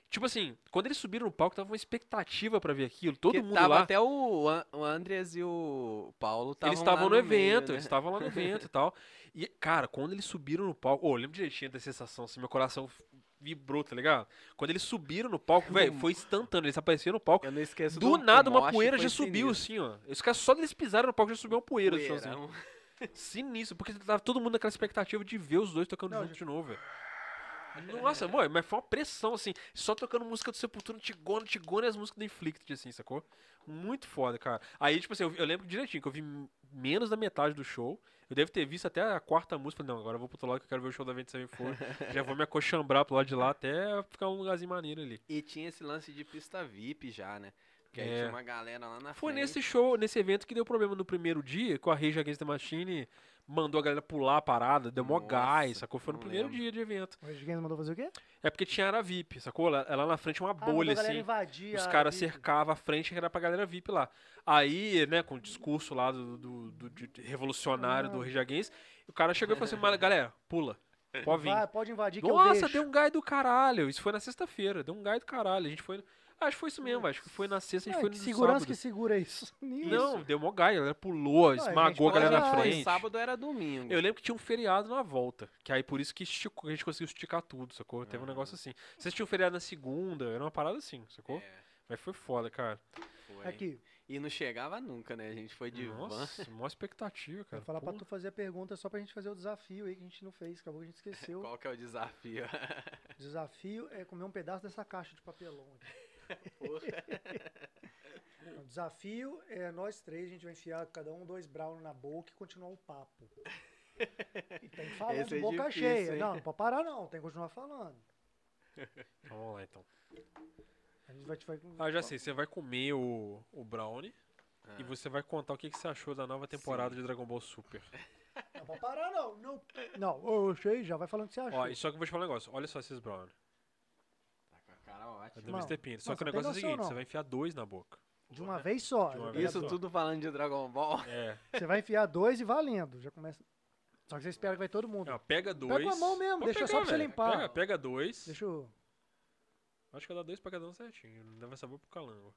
Tipo assim, quando eles subiram no palco, tava uma expectativa pra ver aquilo. Todo Porque mundo tava lá. até o, An o Andres e o Paulo Eles estavam estavam no, evento, meio, né? eles estavam lá no evento e tal. E, cara, quando eles subiram no palco. Ô, eu lembro direitinho da sensação, assim, meu coração vibrou, tá ligado? Quando eles subiram no palco, Hum. velho, foi instantâneo. Eles apareceram no palco. Eu não esqueço Do nada, uma mosh, poeira foi já subiu, sinistro. um, assim, ó. Os caras só deles pisaram no palco já subiu uma poeira, assim, assim. Poeirão. Sinistro, porque tava todo mundo naquela expectativa de ver os dois tocando Não, junto de novo, velho. Nossa, mano, mas foi uma pressão, assim, só tocando música do Sepultura, Tigona, Tigona e as músicas do Inflicted, assim, sacou? Muito foda, cara. Aí, tipo assim, eu, vi- eu lembro direitinho que eu vi m- menos da metade do show. Eu devo ter visto até a quarta música. Falei, não, agora eu vou pro outro lado que eu quero ver o show da 27 Four. Já vou me acochambrar pro lado de lá até ficar um lugarzinho maneiro ali. E tinha esse lance de pista VIP já, né? Porque aí É. tinha uma galera lá na Foi frente. nesse show, nesse evento que deu problema no primeiro dia, que a Rage Against the Machine mandou a galera pular a parada, deu mó Nossa, gás, sacou? Foi no não primeiro lembro. dia de evento. O Regis Gaines mandou fazer o quê? É porque tinha área VIP, sacou? Lá, lá na frente uma Ah, mandou bolha, a galera assim. invadir Os a caras VIP. cercavam a frente que era pra galera VIP lá. Aí, né, com o discurso lá do, do- do- de- de revolucionário Ah. do Rage Against, o cara chegou e falou assim, "Mas, galera, pula, pode vir. Vai, pode invadir que eu Nossa, deixo. deu um gai do caralho. Isso foi na sexta-feira, deu um gai do caralho. A gente foi... Acho que foi isso mesmo, acho que foi na sexta, a gente Ué, foi no que É, segurança sábado. que segura isso. Isso. Não, deu mó gaia, a galera pulou, gente esmagou a pode galera na falar, foi frente. Sábado era domingo. É, Eu lembro que tinha um feriado na volta, que aí por isso que esticou- a gente conseguiu esticar tudo, sacou? Teve um negócio assim. Vocês tinham feriado na segunda, era uma parada assim, sacou? É, Mas foi foda, cara. foi. Aqui, E não chegava nunca, né? A gente foi de van. Nossa, mó expectativa, cara. vou falar pra Pô. tu fazer a pergunta só pra gente fazer o desafio aí que a gente não fez, acabou que a gente esqueceu. Qual que é o desafio? O desafio é comer um pedaço dessa caixa de papelão aqui. Porra. O desafio é nós três, a gente vai enfiar cada um dois brown na boca e continuar o papo. E tem que falar Esse de é boca difícil, cheia. hein? Não, não pode parar não, tem que continuar falando. Então, Vamos lá, então. A gente vai te vai- Ah, já sei, você vai comer o, o brownie Ah, e você vai contar o que, que você achou da nova temporada de Dragon Ball Super. Não pode parar não. Não, não ô, ô, cheio, já vai falando o que você achou. Ó, e só que eu vou te falar um negócio. Olha só esses brownie. Tá com a cara É ótima. do Mano, Mr. Pinto. Só mas que o não tem negócio é o noção, seguinte, não. você vai enfiar dois na boca. De uma vez só. é De uma já vez começa- só. Isso tudo falando de Dragon Ball. É. Você vai enfiar dois e valendo. Já começa. Só que você espera que vai todo mundo. Não, pega dois. Tá a mão mesmo, Vou deixa só pra você velho. limpar. Pega, pega dois. Deixa eu. Acho que eu dá dois pra cada um certinho. Não deve sabor pro calango.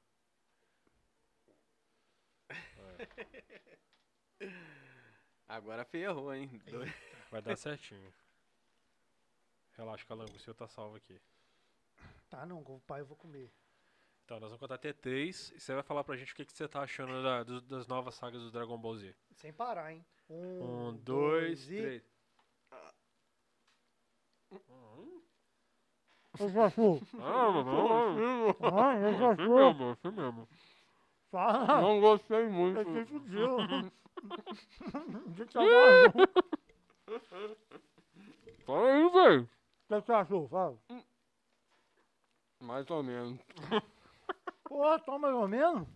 Agora ferrou, hein? Dois- Vai dar certinho. Relaxa, calango. O seu tá salvo aqui. Tá, não, com o pai eu vou comer. Então, nós vamos contar até três. E você vai falar pra gente o que, que você tá achando da- dos- das novas sagas do Dragon Ball Z. Sem parar, hein? Um, Um, dois, e- três. Ô, Jafu, Ah, mamãe. ah, ô, Assim Jafu, mesmo, assim mesmo. fala. gostei Você muito. se fudeu. Você tá maluco? Fala aí, velho. O que você achou? Fala. Mais ou menos. Pô, tá mais ou menos?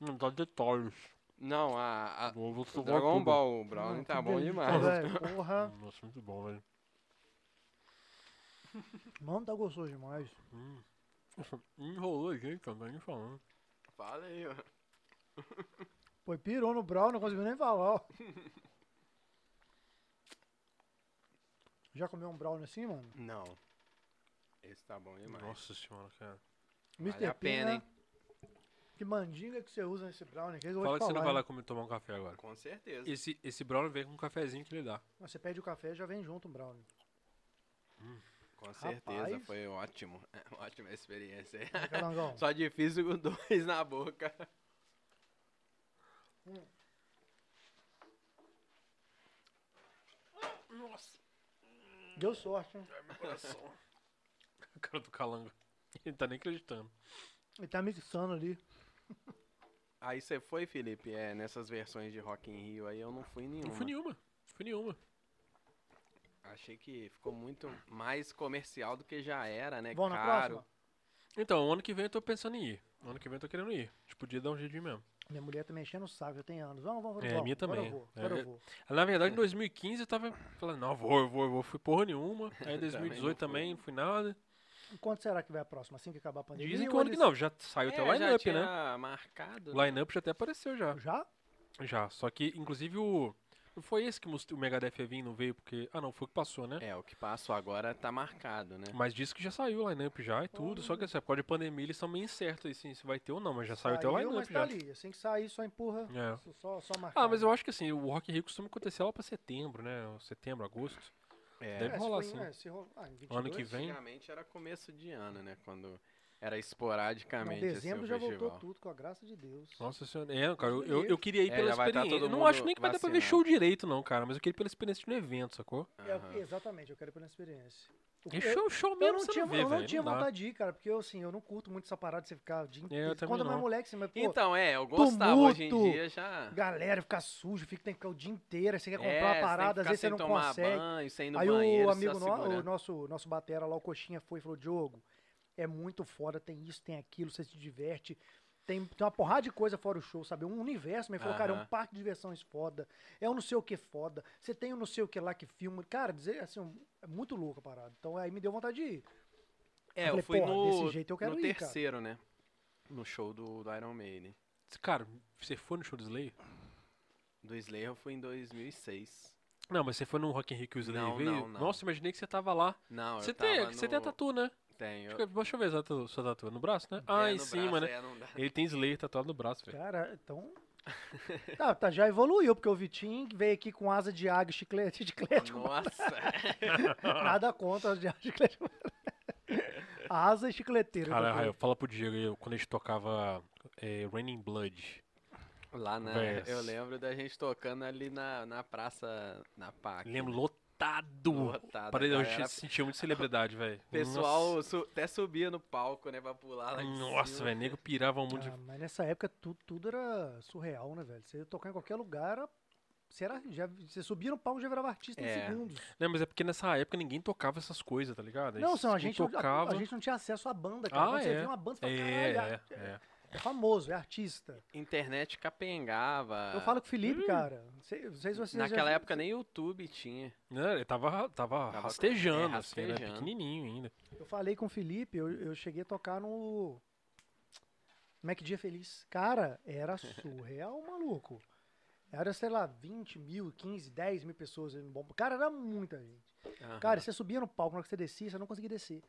Não dá detalhes. Não, a, a- Vou, vou o vou- Dragon tudo. Ball, o Brownie Ah, tá que bom delícia, demais. velho, Porra. Nossa, muito bom, velho. Mano, tá gostoso demais. Hum. Enrolou a gente também falando. Fala aí, ó. Pô, pirou no Brown, não conseguiu nem falar. ó. Já comeu um Brown assim, mano? Não. Esse tá bom demais. Nossa senhora, cara. Vale Mr. a pena, Pina, hein? Que mandinga que você usa nesse brownie aqui? Eu vou Fala te que você não falar, vai lá hein? comer tomar um café agora. Com certeza. Esse, esse brownie vem com um cafezinho que ele dá. Você pede o café já vem junto um brownie. Com certeza, Rapaz. foi ótimo. É, ótima experiência. Fica, Langão. Só difícil com dois na boca. Nossa, Deu sorte, hein? meu coração. A cara do calango. Ele não tá nem acreditando. Ele tá mixando ali. Aí você foi, Felipe, é, nessas versões de Rock in Rio aí eu não fui em nenhuma. Não é. fui nenhuma. Não fui nenhuma. Achei que ficou muito mais comercial do que já era, né? Vamos na Caro. próxima? Então, ano que vem eu tô pensando em ir. Ano que vem eu tô querendo ir. A gente podia dar um jeitinho mesmo. Minha mulher tá me enchendo o saco, já tem anos. Vamos, vamos, É, vamos. minha Agora também. eu vou, agora É, eu vou. Na verdade, em 2015 eu tava falando, não, eu vou, eu vou, eu vou. Fui porra nenhuma. Aí em 2018 também, Também não fui nada. E Quando será que vai a próxima? Assim que acabar a pandemia? Dizem que o ou ano que eles- não, já saiu até É, o já line-up, né? tinha marcado. O line-up já até apareceu já. Já? Já, só que, inclusive, o. Não foi esse que o Must- o Megadeth ia vir e não veio, porque. Ah, não, foi o que passou, né? É, o que passou agora tá marcado, né? Mas disse que já saiu o line-up já e tudo. Só que assim, por causa de pandemia, eles estão meio incertos aí, sim, se vai ter ou não, mas já saiu, até o mas line-up tá já. ali. Assim que sair, só empurra. É. Tá Só- Só, só marcar. Ah, mas eu acho que assim, o Rock in Rio costuma acontecer lá pra setembro, né? Setembro, agosto. É, Deve É, se rolar, for em- sim. é, se rolar- ah, em Ano que 22, vem. Antigamente era começo de ano, né? Quando era não, esporadicamente esse assim, dezembro o já festival. voltou tudo, com a graça de Deus. Nossa senhora. É, cara, eu, me eu, livre. eu queria ir É, pela já vai tá experiência. Eu todo não acho mundo nem que vai dar pra ver show vacinado. direito, não, cara. Mas eu queria ir pela experiência de um evento, sacou? É, Aham. exatamente, eu quero ir pela experiência. O- E eu- show, show Eu mesmo, não você tinha, não vê, eu não velho. tinha não dá. vontade de ir, cara, porque eu, assim, eu não curto muito essa parada de você ficar o dia inteiro. eu também Quando é mais não. moleque, assim, mas, pô, Então, é, eu gostava. Hoje em tumulto. dia já. galera, ficar sujo, fica, tem que ficar o dia inteiro, aí você quer comprar é, uma você tem que parada, às ficar vezes você sem não tomar consegue. Banho, sem ir no aí banheiro, o só amigo, no- o segurando. nosso, nosso batera lá, o Coxinha, foi e falou, Diogo, é muito foda, tem isso, tem aquilo, você se diverte. Tem, tem uma porrada de coisa fora o show, sabe? Um universo, mas ele falou, cara, é um Aham. parque de diversões foda, é um não sei o que foda, você tem um não sei o que lá que filma. Cara, dizer assim, um- é muito louco a parada. Então aí me deu vontade de ir. É, Eu eu falei, fui "Porra, no, desse jeito eu quero no ir, cara." terceiro, né? No show do, do Iron Maiden. Cara, você foi no show do Slayer? Do Slayer eu fui em 2006. Não, mas você foi no Rock in Rio que o Slayer Não, veio? não, não. Nossa, imaginei que você tava lá. Não, Você eu tava tem, você tem a no- tatu, né? Tenho. Acho que- Deixa eu ver a tatu- sua tatu. No braço, né? É, Ah, em no cima, braço, né? é, não dá. Ele tem Slayer tatuado no braço, velho. Cara, então. Tá, tá, já evoluiu, porque o Vitinho veio aqui com asa de águia e chiclete, chiclete. Nossa, Nada contra asa de águia e chiclete. asa e chicleteira. Cara, tá vendo? Raio, fala pro Diego aí, quando a gente tocava é, Raining Blood. lá na. Vés. Eu lembro da gente tocando ali na, na praça, na PAC. Lembro, né? lotado. Lotada, Parei, eu assim, galera. sentia muito celebridade, velho. Pessoal su- até subia no palco, né? Pra pular Nossa, lá em Nossa, cima. velho, nego pirava um monte Ah, de. mas nessa época tu- tudo era surreal, né, velho? Você ia tocar em qualquer lugar, era, você, era, já, você subia no palco e já virava artista em É. segundos. Não, mas é porque nessa época ninguém tocava essas coisas, tá ligado? Aí Não, são, a, quem gente, não- a, tocava. a gente não tinha acesso à banda, cara. Ah, Quando você é. via uma banda, você fala, caralho, É, é, é, é. é famoso, é artista. Internet capengava. Ah. Eu falo com o Hum. Felipe, cara. Cê- Não sei se vocês Naquela já- época nem YouTube tinha. Né, ele tava, tava rastejando, é, assim, né? rastejando. Pequenininho ainda. Eu falei com o Felipe, eu, eu cheguei a tocar no. Como é que dia feliz? Cara, era surreal, maluco. Era, sei lá, 20 mil, 15, 10 mil pessoas. indo bom. Cara, era muita gente. Ah, Aham. Cara, você subia no palco, na hora que você descia, você não conseguia descer.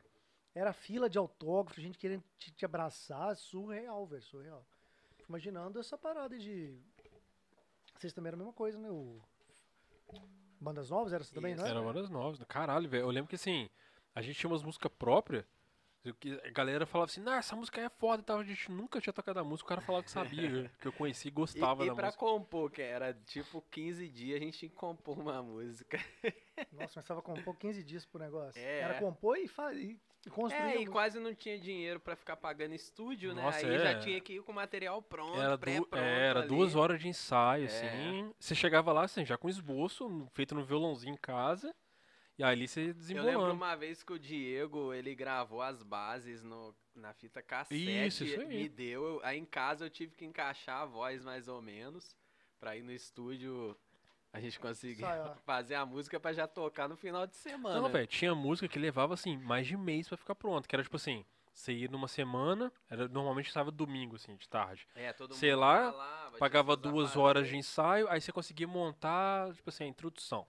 Era fila de autógrafo, gente querendo te, te abraçar. Surreal, velho, surreal. Fico Imaginando essa parada de. Vocês também eram a mesma coisa, né? O... Bandas novas era você também, Isso. não é? Era era? uma das novas. do Caralho, velho. Eu lembro que assim, a gente tinha umas músicas próprias. e que A galera falava assim, não, essa música é foda e tal. A gente nunca tinha tocado a música. O cara falava que sabia, que eu conhecia e E, gostava É. e da pra música. compor, que era tipo 15 dias, a gente tinha que compor uma música. Nossa, mas tava compor 15 dias pro negócio. É. Era compor e, fa... e e construir. um É, e algum- quase não tinha dinheiro pra ficar pagando estúdio, né? Nossa, Aí é. já tinha que ir com material pronto, Era, du- pré-pronto. é, era ali. duas horas de ensaio, É. assim. Você chegava lá, assim, já com esboço, no- feito no violãozinho em casa. E ali você Eu lembro desembolando. uma vez que o Diego, ele gravou as bases no, na fita cassete. Isso, isso aí. Me deu. eu- Aí em casa eu tive que encaixar a voz mais ou menos. Pra ir no estúdio a gente conseguir Sai, ó. fazer a música pra já tocar no final de semana. Não, velho, tinha música que levava, assim, mais de mês pra ficar pronto. Que era, tipo assim, você ia numa semana, era, normalmente tava domingo, assim, de tarde. É, todo Sei mundo lá, ralava, tinha Pagava suas duas aparatas. horas de ensaio, aí você conseguia montar, tipo assim, a introdução.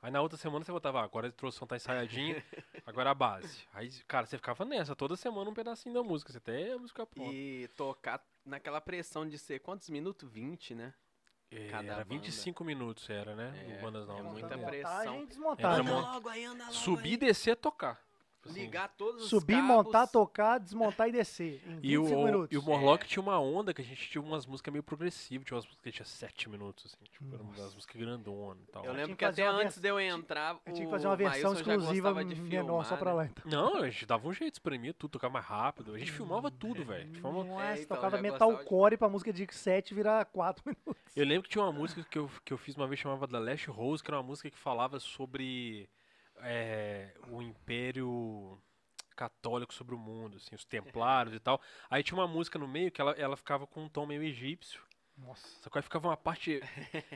Aí na outra semana você botava, ah, agora a introdução tá ensaiadinha, agora a base. Aí, cara, você ficava nessa, toda semana um pedacinho da música, você até a música pronta. E tocar naquela pressão de ser quantos minutos? 20, né? Cada Cada É, era banda. 25 minutos, era, né? É, o Bandas é Novas. muita Era Montagem, pressão. e né? desmontagem. Era mon- logo aí, anda logo Subir, aí. descer, é tocar. Assim, Ligar todos os Subir, cabos. montar, tocar, desmontar e descer. Em 25 E o, o- minutos. e o É. Morlock tinha uma onda que a gente tinha umas músicas meio progressivas, tinha umas músicas que tinha 7 minutos, assim, tipo, era uma das músicas grandonas e tal. Eu lembro que que fazer até uma vers- antes de eu entrar, Eu tinha que fazer uma o versão Maílson já exclusiva gostava de menor só filmar, pra né? lá, então. Não, a gente dava um jeito, exprimia tudo, tocava mais rápido. A gente filmava tudo, velho. A gente filmava- Nossa, É, então, tocava já metal gostava de- core pra música de 7 virar 4 minutos. Eu lembro que tinha uma música que eu, que eu fiz uma vez chamava The Last Rose, que era uma música que falava sobre é, o império católico sobre o mundo, assim, os templários e tal. Aí tinha uma música no meio que ela, ela ficava com um tom meio egípcio. Nossa. Só que aí ficava uma parte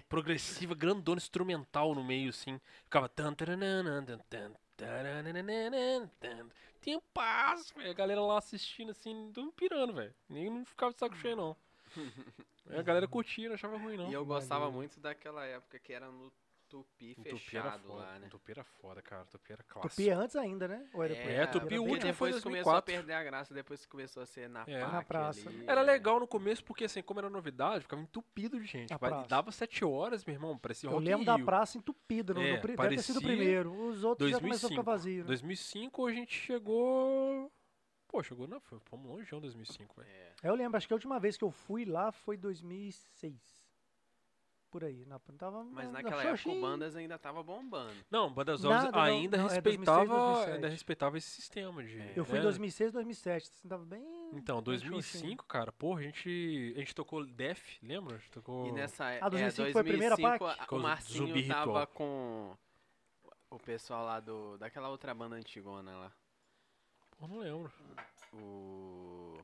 progressiva, grandona, instrumental no meio, assim. Ficava. tan, taranana, tan, tan, taranana, tan. Tinha paz, velho. A galera lá assistindo, assim, tão pirando, velho. Nem não ficava de saco cheio, não. Aí A galera curtia, não achava ruim, não. E eu gostava muito daquela época que era no Tupi O Tupi era fechado foda, lá, né? o Tupi era foda, cara. o Tupi era clássico. Tupi é antes ainda, né? Ou era É, Tupi, porque o último foi em depois começou a 2004. perder a graça, depois que começou a ser na É. PAC Na praça. ali, Era né? legal no começo, porque assim, como era novidade, ficava entupido de gente. A Vai- praça. dava sete horas, meu irmão, parecia Eu Rock in lembro da Rio. praça entupida, no, É, no, pri- deve ter sido o parecia primeiro. Os outros já começou 2005. a ficar vazio, né? 2005 a gente chegou... Pô, chegou... Não, foi, fomos longe em 2005, velho. É. Eu lembro, acho que a última vez que eu fui lá foi 2006. Por aí. Na, tava, Mas Ah, na- naquela na- época o xoxinho. Bandas ainda tava bombando. Não, Bandas Nada, Novas não, ainda não, é 2006, respeitava 2007. ainda respeitava esse sistema de... Eu fui em né? 2006, 2007. Assim, tava bem... Então, bem xoxinho. 2005, cara, porra, a gente, a gente tocou Def, lembra? A gente tocou... E nessa é, Ah, 2005 foi a primeira 2005, PAC? a- Com o o Marcinho Zumbi tava Ritual. com o pessoal lá do daquela outra banda antigona lá. Pô, não lembro. O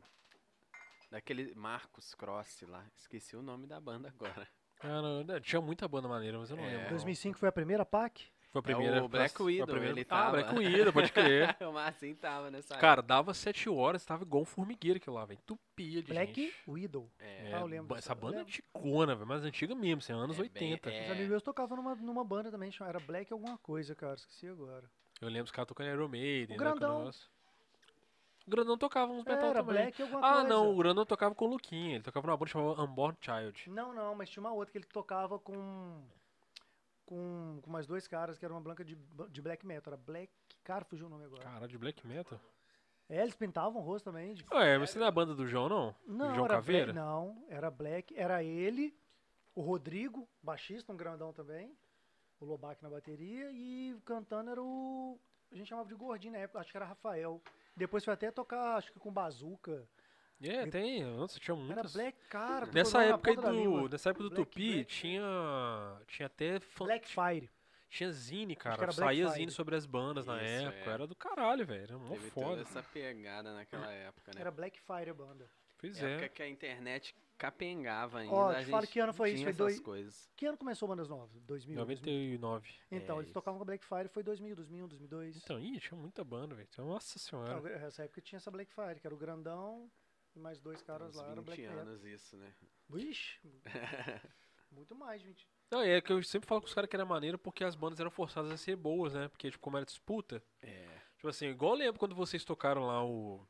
daquele Marcos Cross lá. Esqueci o nome da banda agora. Ah, não, não, tinha muita banda maneira, mas eu não É. lembro. não. 2005 foi a primeira PAC? Foi a primeira. o Black foi a Widow, primeira- ele Ah, tava. Black Widow, pode crer. o Marcinho tava nessa Cara, dava 7 horas, tava igual um formigueiro aquilo lá, velho. Tupia de Black gente. Widow. época. É, É, Ah, eu lembro ba- dessa- Essa banda é lembro. antigona, velho, mas antiga mesmo, assim, anos É bem- 80. é. Os amigos meus tocavam numa, numa banda também, chama- era Black alguma coisa, cara, esqueci agora. Eu lembro os caras tocando Iron Maiden, né, com O Grandão. negócio. O Grandão tocava uns tá metal era também. Black alguma ah, coisa. não, o Grandão tocava com o Luquinha, ele tocava numa banda chamada Unborn Child. Não, não, mas tinha uma outra que ele tocava com com, com mais dois caras que era uma branca de, de black metal, era Black, cara, fugiu o nome agora. Caralho, de black metal? É, eles pintavam o rosto também. de- Ué, mas você não é a banda do João, não? Não, do João era Caveira? Black, não, era Black, era ele, o Rodrigo, baixista, um grandão também, o Lobac na bateria e cantando era o a gente chamava de gordinho na época, acho que era Rafael. Depois foi até tocar, acho que com Bazuca. É, tem, nossa, tinha Era muitas. Black, cara. ficou Nessa na época, aí ponta da do, língua. nessa época do Black, Tupi, Black. tinha tinha até fan- Black Fire. Tinha zine, que cara. era Black Saía Friday. zine sobre as bandas na Isso, época. é. Era do caralho, velho. Era mó teve toda foda. essa pegada naquela época, É. né? Era Black Fire a banda. Pois época é. que a internet capengava ainda. Ó, a te falo gente que ano foi isso, tinha foi essas dois- coisas. Que ano começou Bandas Novas? 2000? um. 2000. 99. um. Então, É, eles isso. tocavam com a Black Fire, foi 2000, 2001, 2002. Então, ih, tinha muita banda, velho. Então, Nossa senhora. Então, Nessa época tinha essa Black Fire, que era o grandão e mais dois caras Uns lá, era o 20 Black Metal. anos isso, né? Vixe, muito mais, gente. Não, é que eu sempre falo com os caras que era maneiro porque as bandas eram forçadas a ser boas, né? Porque, tipo, como era disputa. É. Tipo assim, igual eu lembro quando vocês tocaram lá o.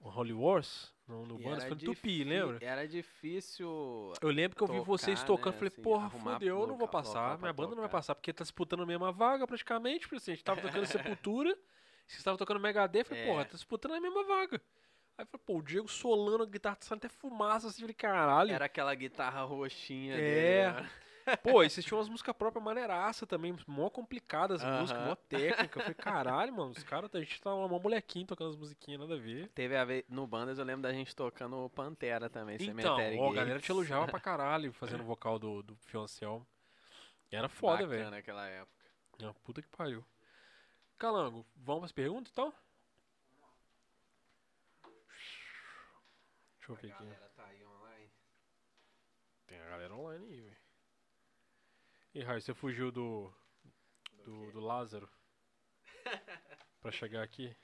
O Holy Wars no, no E Bandas, era foi no Tupi, difí- lembra? Era difícil. Eu lembro que eu vi tocar, vocês tocando, né, falei, assim, porra, arrumar fodeu, eu não vou local- passar, local pra minha banda não vai tocar. passar, porque tá disputando a mesma vaga praticamente, tipo assim, a gente tava tocando Sepultura, vocês estavam tocando Megadeth, falei, É. porra, tá disputando a mesma vaga. Aí eu falei, pô, o Diego solando a guitarra, tá saindo até fumaça, assim, eu falei, caralho. Era aquela guitarra roxinha. É. dele, né? Pô, e vocês tinham umas músicas próprias maneiraça também, mó complicadas as Aham. músicas, mó técnica. Eu falei, caralho, mano, os caras, a gente tá uma mó molequinho tocando as musiquinhas, nada a ver. Teve a vez. No Bandas eu lembro da gente tocando o Pantera também, Então, Cemetery ó, a Gates. galera te elogiava pra caralho fazendo o vocal do, do Fioncel. Era foda, Bacana velho. aquela época. Ah, puta que pariu. Calango, vamos pras perguntas então? Deixa eu ver aqui. tá aí online. Tem a galera online aí, velho. Ih, Raio, você fugiu do. Do, do Lázaro. pra chegar aqui.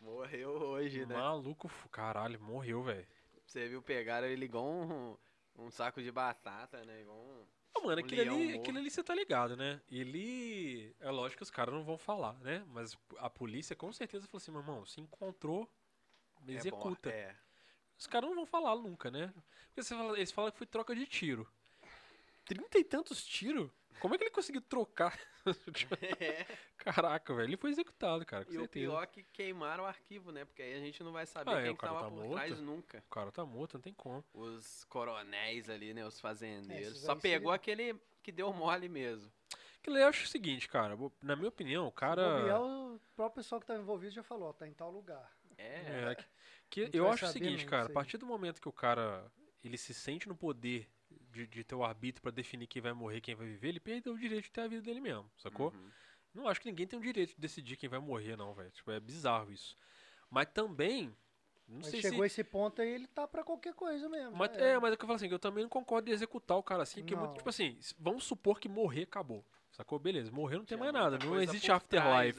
Morreu hoje, né? Maluco, fu- caralho, morreu, velho. Você viu, pegaram ele igual um, um saco de batata, né? Igual um... Ah, mano, O aquele leão ali, morto. aquele ali você tá ligado, né? Ele. É lógico que os caras não vão falar, né? Mas a polícia com certeza falou assim: meu irmão, se encontrou, é bom, executa. é. Os caras não vão falar nunca, né? Porque você fala- eles falam que foi troca de tiro. Trinta e tantos tiros? Como é que ele conseguiu trocar? Caraca, velho. Ele foi executado, cara, com É. E o certeza. pior é que queimaram o arquivo, né? Porque aí a gente não vai saber Ah, é, quem o que cara tava tá por morto. trás nunca. O cara tá morto, não tem como. Os coronéis ali, né? Os fazendeiros. esses Só aí pegou seria- aquele que deu mole mesmo. Aquilo aí eu acho o seguinte, cara. bo- Na minha opinião, o O cara. o próprio pessoal que tá envolvido já falou, ó, tá em tal lugar. É. É, que- que, gente eu vai acho o saber seguinte, nunca cara, isso a aí. partir do momento que o cara ele se sente no poder de, de ter o arbítrio pra definir quem vai morrer, quem vai viver, ele perdeu o direito de ter a vida dele mesmo, sacou? Uhum. Não acho que ninguém tem o direito de decidir quem vai morrer, não, velho. Tipo, é bizarro isso. Mas também, não Mas sei chegou se. esse ponto aí, ele tá pra qualquer coisa mesmo. Mas, né? é, mas é que eu falo assim, que eu também não concordo em executar o cara assim, porque, muito- Não. tipo assim, s- vamos supor que morrer acabou, sacou? Beleza, morrer não tem Tinha mais nada, muita não coisa existe por trás,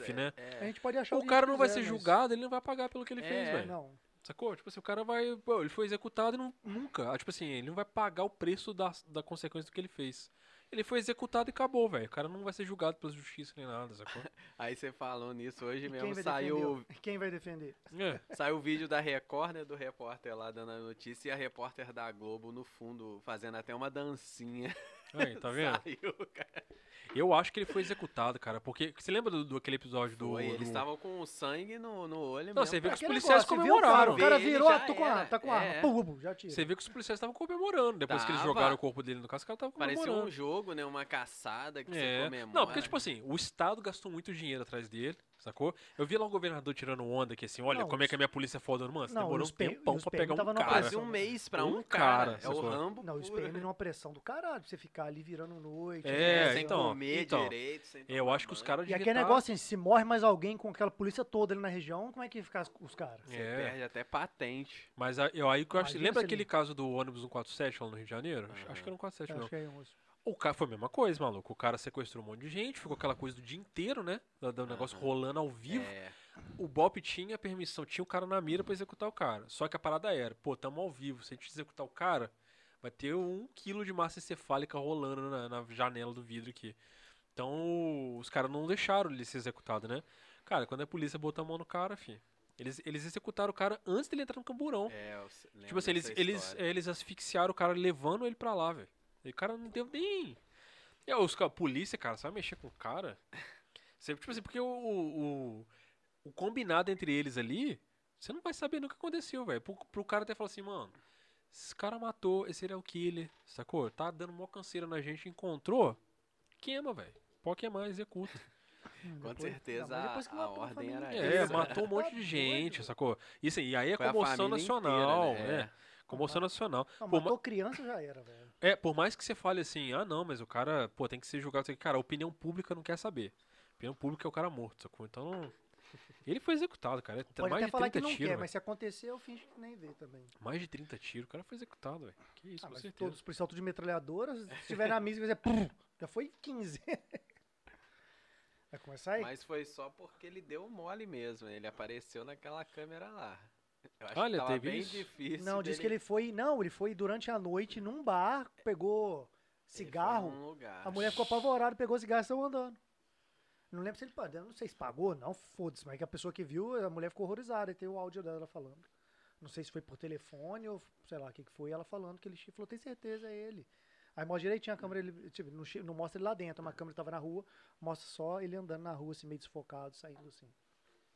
afterlife, é, né? A é. gente pode achar O que a cara gente não vai quiser, ser mas- Ah, julgado, ele não vai pagar pelo que ele fez, É, velho. Não. Sacou? Tipo assim, o cara vai. pô, ele foi executado e não- nunca. ah, Tipo assim, ele não vai pagar o preço da, da consequência do que ele fez. Ele foi executado e acabou, velho. O cara não vai ser julgado pela justiça nem nada, sacou? Aí você falou nisso hoje E mesmo. quem vai Saiu, defender? Quem vai defender? É. saiu o vídeo da Record, né? Do repórter lá dando a notícia e a repórter da Globo no fundo fazendo até uma dancinha. Aí, tá vendo? Saiu, cara. Eu acho que ele foi executado, cara. Porque. Você lembra do, do aquele episódio do. Foi, do- eles estavam com sangue no, no olho Não, mesmo. você vê que os Aquele policiais negócio, você viu o cara, comemoraram. O cara Vê, ele virou, já tô com arma, era, tá com arma. é. Pum, já tira. Você viu que os policiais estavam comemorando. Depois que eles Tava. jogaram o corpo dele no caso, o cara tava Parecia comemorando. um jogo, né? Uma caçada que você É. comemora. Não, porque, tipo assim, o Estado gastou muito dinheiro atrás dele, sacou? Eu vi lá o governador tirando onda que assim, olha Não, como é os- que a minha polícia é foda, mano. Você Não, demorou os um PM tempão os pra PM pegar um tava numa cara. Quase pressão, um né? mês pra Um um, cara, cara. É o sacou? Rambo. Não, o puro. SPM numa pressão do caralho, pra você ficar ali virando noite. É, né, sem então, comer então. direito, sem Eu tomar acho que os banho. caras E deviam aquele tá- negócio, assim, se morre mais alguém com aquela polícia toda ali na região, como é que ia ficar as- os caras? É. Você perde até patente. Mas a- eu, aí que eu acho. Imagina Lembra se aquele ele- caso do ônibus 147 lá no Rio de Janeiro? Acho- Aham. Acho que era um Eu 147 acho mesmo. que é uns- O cara foi a mesma coisa, maluco. O cara sequestrou um monte de gente, ficou aquela coisa do dia inteiro, né? Do, do negócio Aham. rolando ao vivo. É. O BOP tinha permissão, tinha o cara na mira pra executar o cara. Só que a parada era, pô, tamo ao vivo. Se a gente executar o cara, vai ter um quilo de massa encefálica rolando na, na janela do vidro aqui. Então os caras não deixaram ele ser executado, né? Cara, quando a polícia botou a mão no cara, fi. Eles, eles executaram o cara antes dele entrar no camburão. É, eu se- tipo lembro assim, eles, dessa eles, história. é, eles asfixiaram o cara levando ele pra lá, velho. E o cara não deu nem. É, os, ca- a polícia, cara, sabe mexer com o cara? Você, tipo assim, porque o, o, o combinado entre eles ali, você não vai saber nunca o que aconteceu, velho. Pro, pro cara até falar assim, mano, esse cara matou, esse ele é o killer, sacou? Tá dando mó canseira na gente, encontrou, queima, velho. Pode queimar, executa. Hum, Com depois- certeza não, mas a- depois que a matou uma ordem família era né? inteira, É, isso, matou um tá monte de doido, gente, velho. sacou? Isso aí, aí é Foi a comoção família nacional, inteira, né? né? Comoção nacional. Não, Pô, matou criança já era, velho. É, por mais que você fale assim, ah não, mas o cara, pô, tem que ser julgado. isso aqui. Cara, a opinião pública não quer saber. A opinião pública é o cara morto, sacou? Então não. Ele foi executado, cara. Tem Pode mais até de né? falar que 30 não tiros. quer, velho. mas se acontecer, eu finge que nem vê também. Mais de 30 tiros, o cara foi executado, velho. Que isso, Ah, Ah, com mas certeza. todos os policiais tudo de metralhadora, se tiver na mesa, vai ser pum, já foi 15. Vai começar aí? Mas foi só porque ele deu mole mesmo. Ele apareceu naquela câmera lá. Eu acho Olha, que tava teve bem isso? difícil. não, disse que dele- ele foi, não, ele foi durante a noite num bar, pegou ele foi cigarro, num lugar. a mulher ficou apavorada, pegou cigarro e saiu andando. Não lembro se ele pagou, não sei se pagou, não, foda-se, mas é que a pessoa que viu, a mulher ficou horrorizada, e tem o áudio dela falando. Não sei se foi por telefone ou sei lá o que, que foi, ela falando que ele chifrou, tem certeza, é ele. Aí mostra direitinho a câmera, ele, tipo, não, chi- não mostra ele lá dentro, mas a câmera tava na rua, mostra só ele andando na rua, assim, meio desfocado, saindo assim.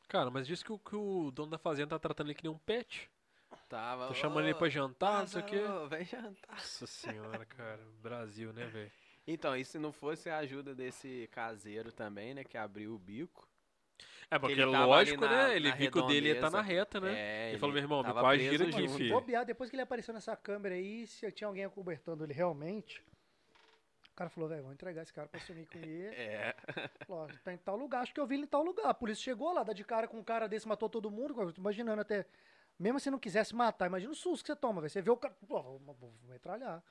Cara, mas diz que o, que o dono da fazenda tá tratando ele que nem um pet. Tava, Tá chamando ele "Ô, pra jantar, não sei o quê. Lázaro, Vem jantar. Nossa senhora, cara. Brasil, né, velho? Então, e se não fosse a ajuda desse caseiro também, né? Que abriu o bico. É, porque ele é tava ali lógico, na- né? Ele na viu que o dele ia tá na redondeza. reta, né? É, ele falou, meu irmão, me tava quase gira preso aqui, junto. Se filho. bobear, depois que ele apareceu nessa câmera aí, se tinha alguém acobertando ele realmente, o cara falou, velho, vou entregar esse cara pra sumir com ele. É. Falou, ó, tá em tal lugar, acho que eu vi ele em tal lugar. A polícia chegou lá, dá de cara com um cara desse, matou todo mundo. Eu tô imaginando até. Mesmo se não quisesse matar, imagina o susto que você toma, velho. Você vê o cara. Pô, vou, vou, vou metralhar.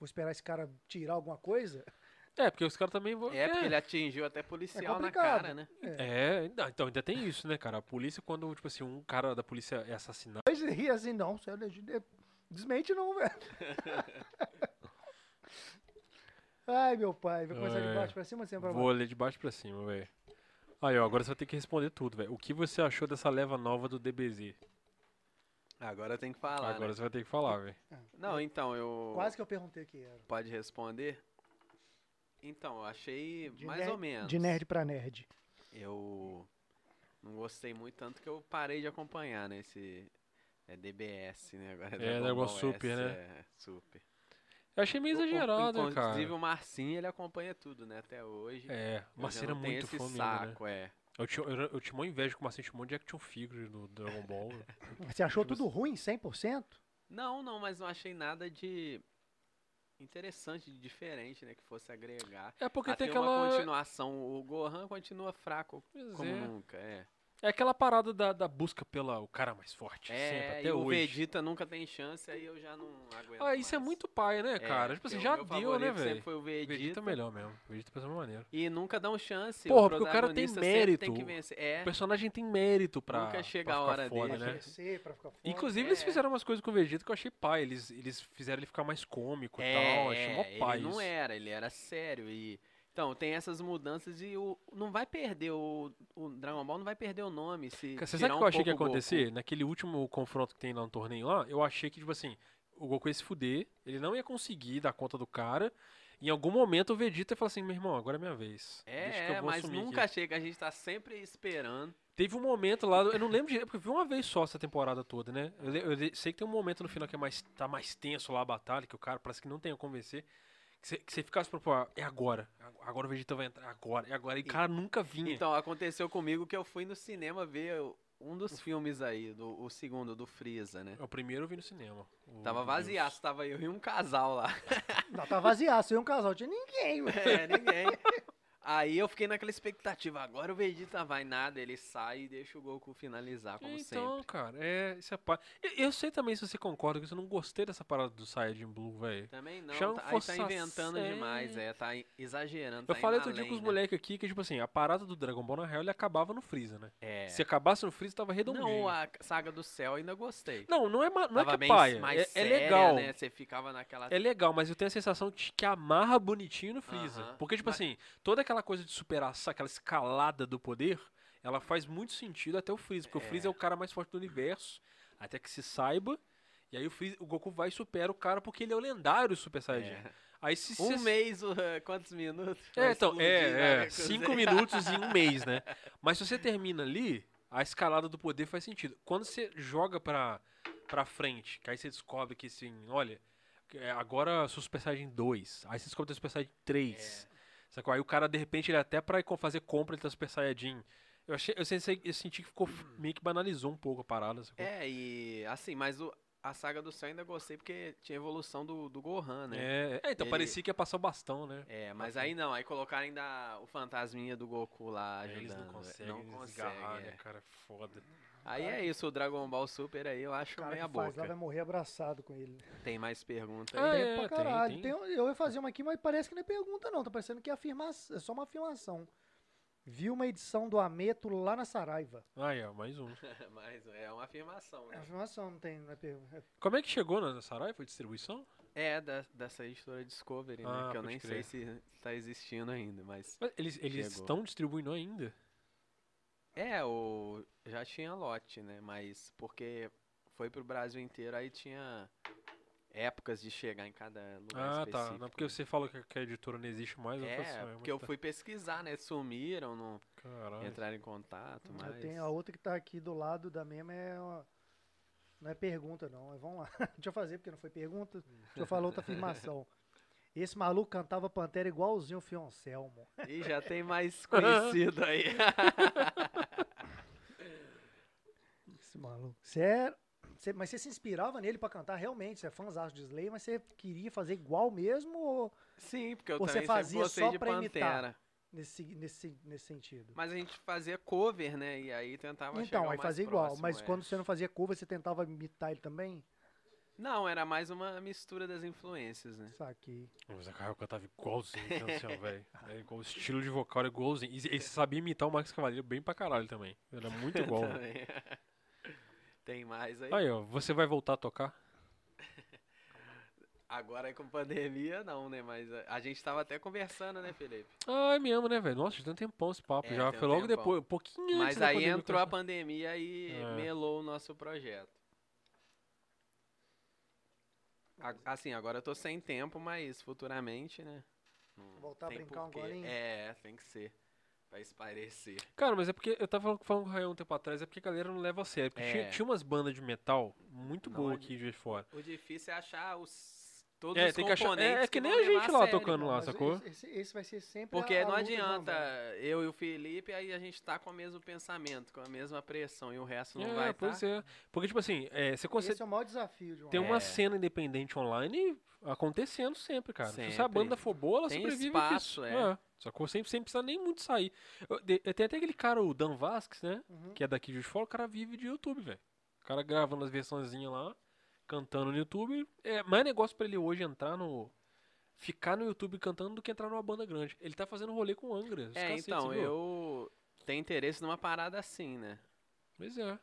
Vou esperar esse cara tirar alguma coisa. É, porque os caras também vão. É, porque ele atingiu até policial na complicado. cara, né? É, ainda- então ainda tem isso, né, cara? A polícia, quando, tipo assim, um cara da polícia é assassinado. Mas ri assim, não, você é legítimo. Desmente não, velho. Ai, meu pai, vai começar de É. baixo pra cima, sempre pra baixo. Vou ler de baixo pra cima, velho. Aí, ó, agora você vai ter que responder tudo, velho. O que você achou dessa leva nova do DBZ? Agora tem que falar. agora né? você vai ter que falar, velho. Não, então, eu. Quase que eu perguntei o que era. Pode responder? Então, eu achei De mais ner- ou menos. De nerd pra nerd. Eu não gostei muito, tanto que eu parei de acompanhar, né? Esse. É DBS, né? Agora É, Dragon Dragon Ball Super, S, né? É, super. Eu achei meio O- o- exagerado, inclusive, cara. o Marcinho, ele acompanha tudo, né? Até hoje. É, o Eu Marcinho já era não tenho muito esse fã mesmo, né? saco, é. Eu tinha, eu, eu tinha uma inveja que o Marcinho tinha um monte de action figure do Dragon Ball. Você achou Tipo tudo assim. ruim, 100%? Não, não, mas não achei nada de interessante, de diferente, né? Que fosse agregar. É porque Até tem Ah, uma aquela. continuação. O Gohan continua fraco Pois como é. nunca, é. É aquela parada da, da busca pela o cara mais forte, É, Tipo, sempre, até e o hoje. Vegeta nunca tem chance, aí eu já não aguento Ah, isso é mais. muito paia, né, cara? tipo porque assim, o já meu deu, né, favorito sempre velho? foi o Vegeta, Vegeta. é melhor mesmo. Vegeta pensa uma maneira. E nunca dão chance. Porra, porque o cara tem protagonista sempre tem mérito. que vencer. É, O personagem tem mérito pra. Nunca chega pra a ficar hora foda, dele, né? Pra crescer, pra ficar forte. Inclusive, é. eles fizeram umas coisas com o Vegeta que eu achei pai. Eles, eles fizeram ele ficar mais cômico e é, tal. Achei é, mó pai. ele não isso. era, ele era sério. E, então, tem essas mudanças e o, não vai perder, o, o Dragon Ball não vai perder o nome se Cara, Você tirar sabe o um que eu achei que ia pouco o Goku. acontecer? Naquele último confronto que tem lá no torneio lá, eu achei que, tipo assim, o Goku ia se fuder, ele não ia conseguir dar conta do cara. Em algum momento o Vegeta ia falar assim, meu irmão, agora é minha vez. É, Deixa que eu é, vou mas assumir aqui." nunca chega, a gente tá sempre esperando. Teve um momento lá, eu não lembro direito, porque eu vi uma vez só essa temporada toda, né? Eu, le- eu le- sei que tem um momento no final que é mais, tá mais tenso lá a batalha, que o cara parece que não tem a convencer. Que você- que você ficasse pra, pô, é agora. Agora o Vegeta vai entrar, agora, é agora. E o cara nunca vinha. Então, aconteceu comigo que eu fui no cinema ver um dos filmes aí, do, o segundo, do Freeza, né? É o primeiro eu vi no cinema. o Tava do Oh, Deus. vaziaço, tava eu e um casal lá. Não, tá vaziaço, eu e um casal, tinha ninguém, mano. É, ninguém. Aí eu fiquei naquela expectativa. Agora o Vegeta vai nada, ele sai e deixa o Goku finalizar, como então, sempre. cara, é, isso é pá. Eu, eu sei também se você concorda que eu não gostei dessa parada do Saiyajin Blue, velho. Também não, Chama tá, aí força- tá inventando é. demais, é, tá i- exagerando. Eu tá falei indo outro dia além, com os né? moleques aqui que, tipo assim, a parada do Dragon Ball, na real, ele acabava no Freeza, né? É. Se acabasse no Freeza, tava redondinho. Não, a saga do céu eu ainda gostei. Não, não é, ma- não é Tava que é bem paia. mais é, é séria, legal. né? Você ficava naquela. É legal, mas eu tenho a sensação de que amarra bonitinho no Freeza. Aham. Porque, tipo Mas- assim, toda aquela coisa de superação, aquela escalada do poder, ela faz muito sentido até o Freeza. Porque o Freeza é o cara mais forte do universo, até que se saiba. E aí o, Freeza, o Goku vai e supera o cara porque ele é o lendário Super Saiyajin. É. Aí se Um se- mês, uh, quantos minutos? É, Vai então, explodir, é, né? é, cinco minutos em um mês, né? Mas se você termina ali, a escalada do poder faz sentido. Quando você joga pra, pra frente, que aí você descobre que, assim, olha, que, é, agora eu sou Super Saiyajin 2, aí você descobre que é Super Saiyajin 3, É. sacou? Aí o cara, de repente, ele até pra ir co- fazer compra, ele tá Super Saiyajin. Eu, achei, eu, sensei- eu senti que ficou, meio que banalizou um pouco a parada, sacou? Hum. É, e assim, mas o- a saga do céu eu ainda gostei porque tinha evolução do, do Gohan, né? É, é, então Ele- parecia que ia passar o bastão, né? É, mas aí não, aí colocaram ainda o fantasminha do Goku lá ajudando. Eles não é, conseguem não desgarrar, consegue, né, é. cara? Foda. Aí é isso, o Dragon Ball Super aí eu O acho cara meia que faz lá vai boca. morrer abraçado com ele. Tem mais pergunta Ah, aí? Tem é, pra tem, caralho. tem. Tem um- eu ia fazer uma aqui, mas parece que não é pergunta, não. Tá parecendo que é, afirma... é só uma afirmação. Vi uma edição do Ameto lá na Saraiva. Aí, ó, mais um. Mas é uma afirmação, É né? afirmação, não tem. Não é pergunta. Como é que chegou na Sarai? Foi distribuição? É, da, dessa editora Discovery, né? Ah, que eu pode nem crer. sei se tá existindo ainda, mas. Mas eles eles Chegou. estão distribuindo ainda? É, o. Já tinha lote, né? Mas porque foi pro Brasil inteiro, aí tinha épocas de chegar em cada lugar ah, específico. tá. Não, porque né? você falou que, que a editora não existe mais. eu falei assim, É, ah, porque eu muito fui pesquisar, né? Sumiram, não tempo. Caralho. entraram em contato, mas. Eu tenho a outra que tá aqui do lado da mesma é. uma- Não é pergunta, não. Mas vamos lá. Deixa eu fazer, porque não foi pergunta. Deixa eu falar outra afirmação. Esse maluco cantava Pantera igualzinho o Fioncelmo. Ih, já tem mais conhecido aí. Esse maluco. Você é- você- Mas você se inspirava nele pra cantar realmente, você é fãzão de Slay, mas você queria fazer igual mesmo ou Sim, porque eu Você também fazia sempre gostei só de pra imitar. Pantera. nesse, nesse, nesse sentido? Mas a gente fazia cover, né? E aí tentava chegar Então, o aí mais fazia igual, próximo, mas é. quando você não fazia curva, você tentava imitar ele também? Não, era mais uma mistura das influências, né? Saquei. Mas a Carol cantava igualzinho, então, assim, ó, velho. É igual, o estilo de vocal era igualzinho. E, e sabia imitar o Max Cavalheiro bem pra caralho também. Era muito igual. né? Também. Tem mais aí? Aí, ó, você vai voltar a tocar? Agora com pandemia, não, né? Mas a, a gente tava até conversando, né, Felipe? Ai, me ama, né, velho? Nossa, já tem um tempão esse papo É, já. tem um Foi logo tempão. depois, um pouquinho antes Mas da aí pandemia entrou a começar. pandemia e É. melou o nosso projeto. A- Assim, agora eu tô sem tempo, mas futuramente, né? Não Voltar a tem brincar um porquê. golinho? É, tem que ser. Pra espairecer. Cara, mas é porque eu tava falando, falando com o Rayan um tempo atrás, é porque a galera não leva a sério. Porque É. tinha, tinha umas bandas de metal muito Não é boa adi- aqui de Juiz de fora. O difícil é achar os, todos É, os tem que achar- componentes é, é que nem vão a levar gente a lá sério. tocando lá. Mas sacou? Esse, esse- esse vai ser sempre Porque a- a não luta dos adianta bombados. eu e o Felipe, aí a gente tá com o mesmo pensamento, com a mesma pressão, e o resto não é, vai pois tá. é. Porque, tipo assim, é, você consegue. Esse é o maior desafio de um Tem uma É. cena independente online acontecendo sempre, cara. Se a Sempre. banda for boa, ela Tem sobrevive espaço, disso. é. Sacou? Sem, sem precisar nem muito sair. Eu- de- Tem até aquele cara, o Dan Vasquez, né? Uhum. Que é daqui de fora, o cara vive de YouTube, velho. O cara gravando as versõezinhas lá, cantando no YouTube. É mais negócio pra ele hoje entrar no. Ficar no YouTube cantando do que entrar numa banda grande. Ele tá fazendo rolê com o Angra. os É, cacetes, então, viu? eu tenho interesse numa parada assim, né? Pois é.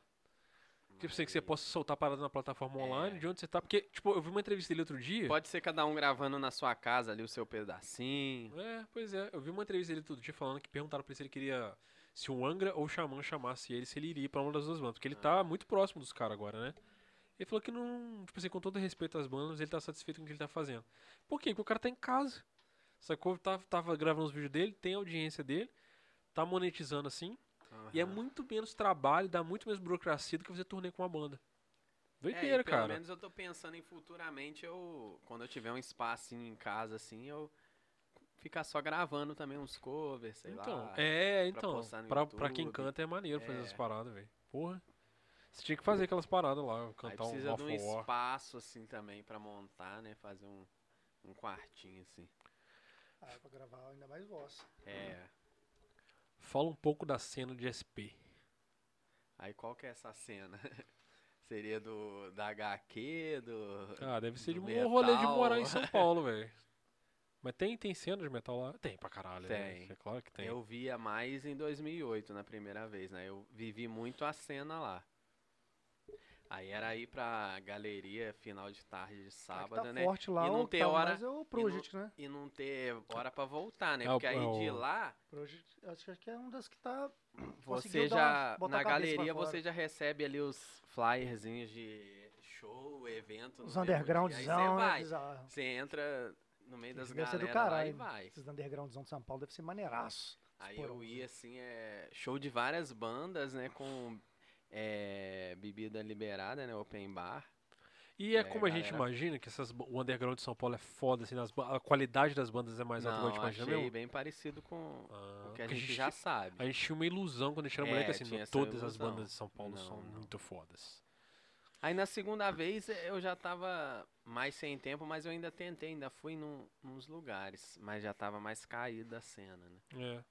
Tipo assim, que você Mas possa soltar parada na plataforma É. online, de onde você tá. Porque, tipo, eu vi uma entrevista dele outro dia. Pode ser cada um gravando na sua casa ali o seu pedacinho. É, pois é. Eu vi uma entrevista dele todo dia falando que perguntaram pra ele se ele queria. Se o Angra ou o Xamã chamasse ele, se ele iria pra uma das duas bandas. Ah. Porque ele tá muito próximo dos caras agora, né? Ele falou que não. Tipo assim, com todo respeito às bandas, ele tá satisfeito com o que ele tá fazendo. Por quê? Porque o cara tá em casa. Sacou? Tava, tava gravando os vídeos dele, tem a audiência dele, tá monetizando assim. E é Aham. muito menos trabalho, dá muito menos burocracia do que fazer turnê com uma banda. É, e Doideira, pelo cara. menos eu tô pensando em futuramente eu, quando eu tiver um espacinho em casa assim, eu ficar só gravando também uns covers, sei então, lá. é, pra então. postar no Pra, pra quem YouTube. canta é maneiro fazer É. essas paradas, velho. Porra. Você tinha que fazer aquelas paradas lá, Aí cantar um precisa Off de um War. espaço assim também pra montar, né? Fazer um, um quartinho assim. Ah, pra gravar ainda mais voz. É. Fala um pouco da cena de SP. Aí qual que é essa cena? Seria do da HQ, do Ah, deve ser de Do um rolê de metal. morar em São Paulo, velho. Mas tem, tem cena de metal lá? Tem pra caralho, Tem. Né? É claro que tem. Eu via mais em 2008 na primeira vez, né? Eu vivi muito a cena lá. Aí era ir pra galeria final de tarde de Tá sábado, tá né? forte lá, E não o ter tá hora- mais é o Project, né? E não ter hora pra voltar, né? É, o- Porque aí é de o- lá Project, acho que é um das que tá Você Conseguiu dar já, umas- botar na a cabeça pra galeria, fora. você já recebe ali os flyerzinhos de show, evento. os no mesmo dia. Aí undergroundzão, você né? vai. Bizarro. Você entra no meio das Isso deve ser do galera lá e caralho, né? vai. Esses undergroundzão de São Paulo deve ser maneiraço. Aí Esporão, eu né? ia, assim, é, show de várias bandas, né, com é, bebida liberada, né, open bar. E é, É, como a gente galera. imagina, que essas, ba- o underground de São Paulo é foda, assim, nas ba- a qualidade das bandas é mais alta do que a Não, gente imagina achei mesmo. bem parecido com Ah, o que a porque gente, já sabe. A gente tinha uma ilusão quando a gente era É, moleque, assim, tinha não, essa todas as ilusão. bandas de São Paulo Não, são não. muito fodas. Aí na segunda vez eh, eu já tava mais sem tempo, mas eu ainda tentei, ainda fui num, nos lugares, mas já tava mais caída a cena, né? É.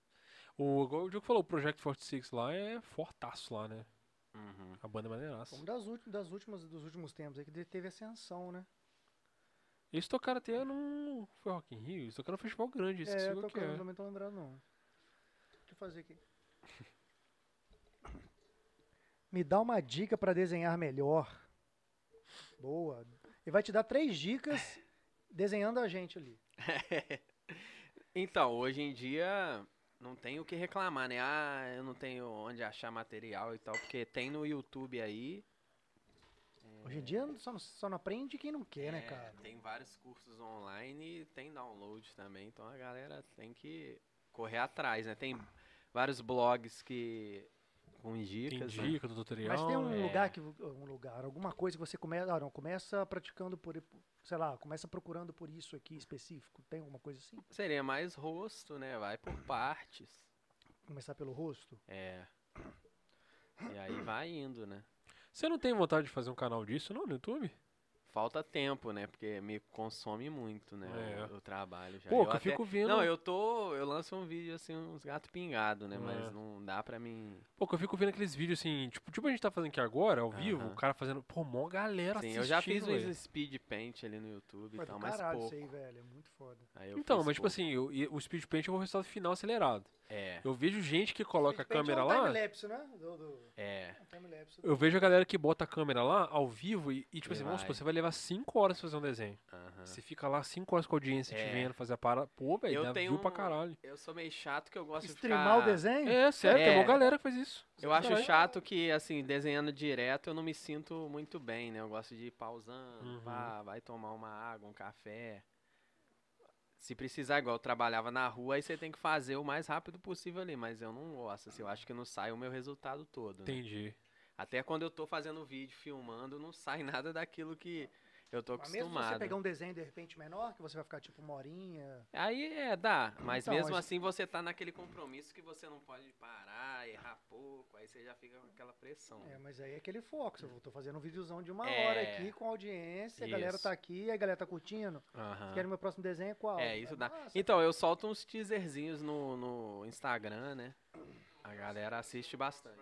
O, igual o Diogo falou, o Project 46 lá é fortaço lá, né? Uhum. A banda é maneiraça. Foi Uma das, ulti- das últimas, dos últimos tempos aí que de- teve ascensão, né? Eles tocaram até no... Foi Rock in Rio? Eles tocaram no festival grande, esqueci é, qual eu tô, que é. não me tô lembrando não. Deixa eu fazer aqui. Me dá uma dica pra desenhar melhor. Boa. E vai te dar três dicas desenhando a gente ali. Então, hoje em dia não tem o que reclamar, né? Ah, eu não tenho onde achar material e tal, porque tem no YouTube aí. Hoje em dia só, não- só não aprende quem não quer, né, é, cara? Tem vários cursos online e tem download também, então a galera tem que correr atrás, né? Tem vários blogs que com Tem dicas, né? dica do tutorial. Mas tem um né? lugar que vo- um lugar, alguma coisa que você começa, ah, não, começa praticando por, sei lá, começa procurando por isso aqui específico. Tem alguma coisa assim? Seria mais rosto, né? Vai por partes. Começar pelo rosto? É. E aí vai indo, né? Você não tem vontade de fazer um canal disso, não, no YouTube? Falta tempo, né? Porque me consome muito, né? É. O, o trabalho já. Pô, eu que eu até- fico vendo... Não, eu tô. Eu lanço um vídeo assim, uns gatos pingados, né? É. Mas não dá pra mim. Pô, que eu fico vendo aqueles vídeos assim, tipo, tipo a gente tá fazendo aqui agora, ao vivo, Aham. o cara fazendo. Pô, mó galera Sim, assim, eu já fiz assistindo, velho. uns speed paint ali no YouTube Foi e do tal, mas caralho pouco. isso aí, velho. É muito foda. Aí eu Então, fiz mas tipo pouco. assim, eu- e o speed paint eu vou resultado final acelerado. É, Eu vejo gente que coloca a Speed paint câmera é um lá. timelapse, né? Do, do... é. é um timelapse. Eu vejo a galera que bota a câmera lá ao vivo e, e, tipo E assim, vamos supor, vai. você vai levar 5 horas pra fazer um desenho. aham. Você fica lá 5 horas com a audiência te Ah. É. vendo, fazer a parada. Pô, velho, Eu dá tenho view pra um- caralho. Eu sou meio chato que eu gosto Streamar o de ficar... desenho? É, sério, tem uma É. galera que faz isso. Eu acho Caralho. chato que, assim, desenhando direto eu não me sinto muito bem, né? Eu gosto de ir pausando, Uhum. pá, vai tomar uma água, um café. Se precisar, igual eu trabalhava na rua, aí você tem que fazer o mais rápido possível ali. Mas eu não gosto, assim, eu acho que não sai o meu resultado todo. né? Entendi. Até quando eu tô fazendo vídeo, filmando, não sai nada daquilo que eu tô Mas mesmo se acostumado. você pegar um desenho de repente menor, que você vai ficar tipo uma horinha. Aí é, dá, mas Então, mesmo acho- assim você tá naquele compromisso que você não pode parar, errar pouco, aí você já fica com aquela pressão. É, mas aí é aquele foco. Eu tô fazendo um videozão de uma É. hora aqui com audiência, a galera Isso. tá aqui, a galera tá curtindo. Aham. Vocês querem meu próximo desenho? Qual? É, isso dá. massa, Então, eu solto uns teaserzinhos no, no Instagram, né? A galera assiste bastante.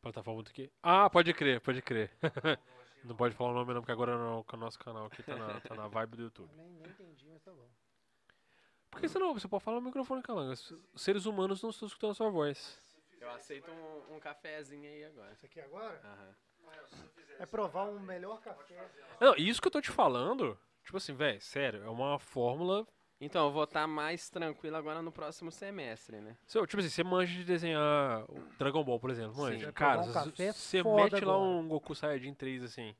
Plataforma do quê? Ah, pode crer, pode crer. Não pode falar o nome não, porque agora no, com o nosso canal aqui tá na, tá na vibe do Eu YouTube. nem, nem entendi, mas tá bom. Por que você não? Você pode falar no microfone, Calanga. Os seres humanos não estão escutando a sua voz. Eu aceito um, um cafezinho aí agora. Isso aqui agora Aham. é provar um melhor café. Não, isso que eu tô te falando, tipo assim, velho, sério, é uma fórmula. Então, eu vou estar mais tranquilo agora no próximo semestre, né? Seu- Tipo assim, você manja de desenhar o Dragon Ball, por exemplo. Manja. Sim. Cara, Vai provar um você café você foda mete lá agora. um Goku Saiyajin 3 assim.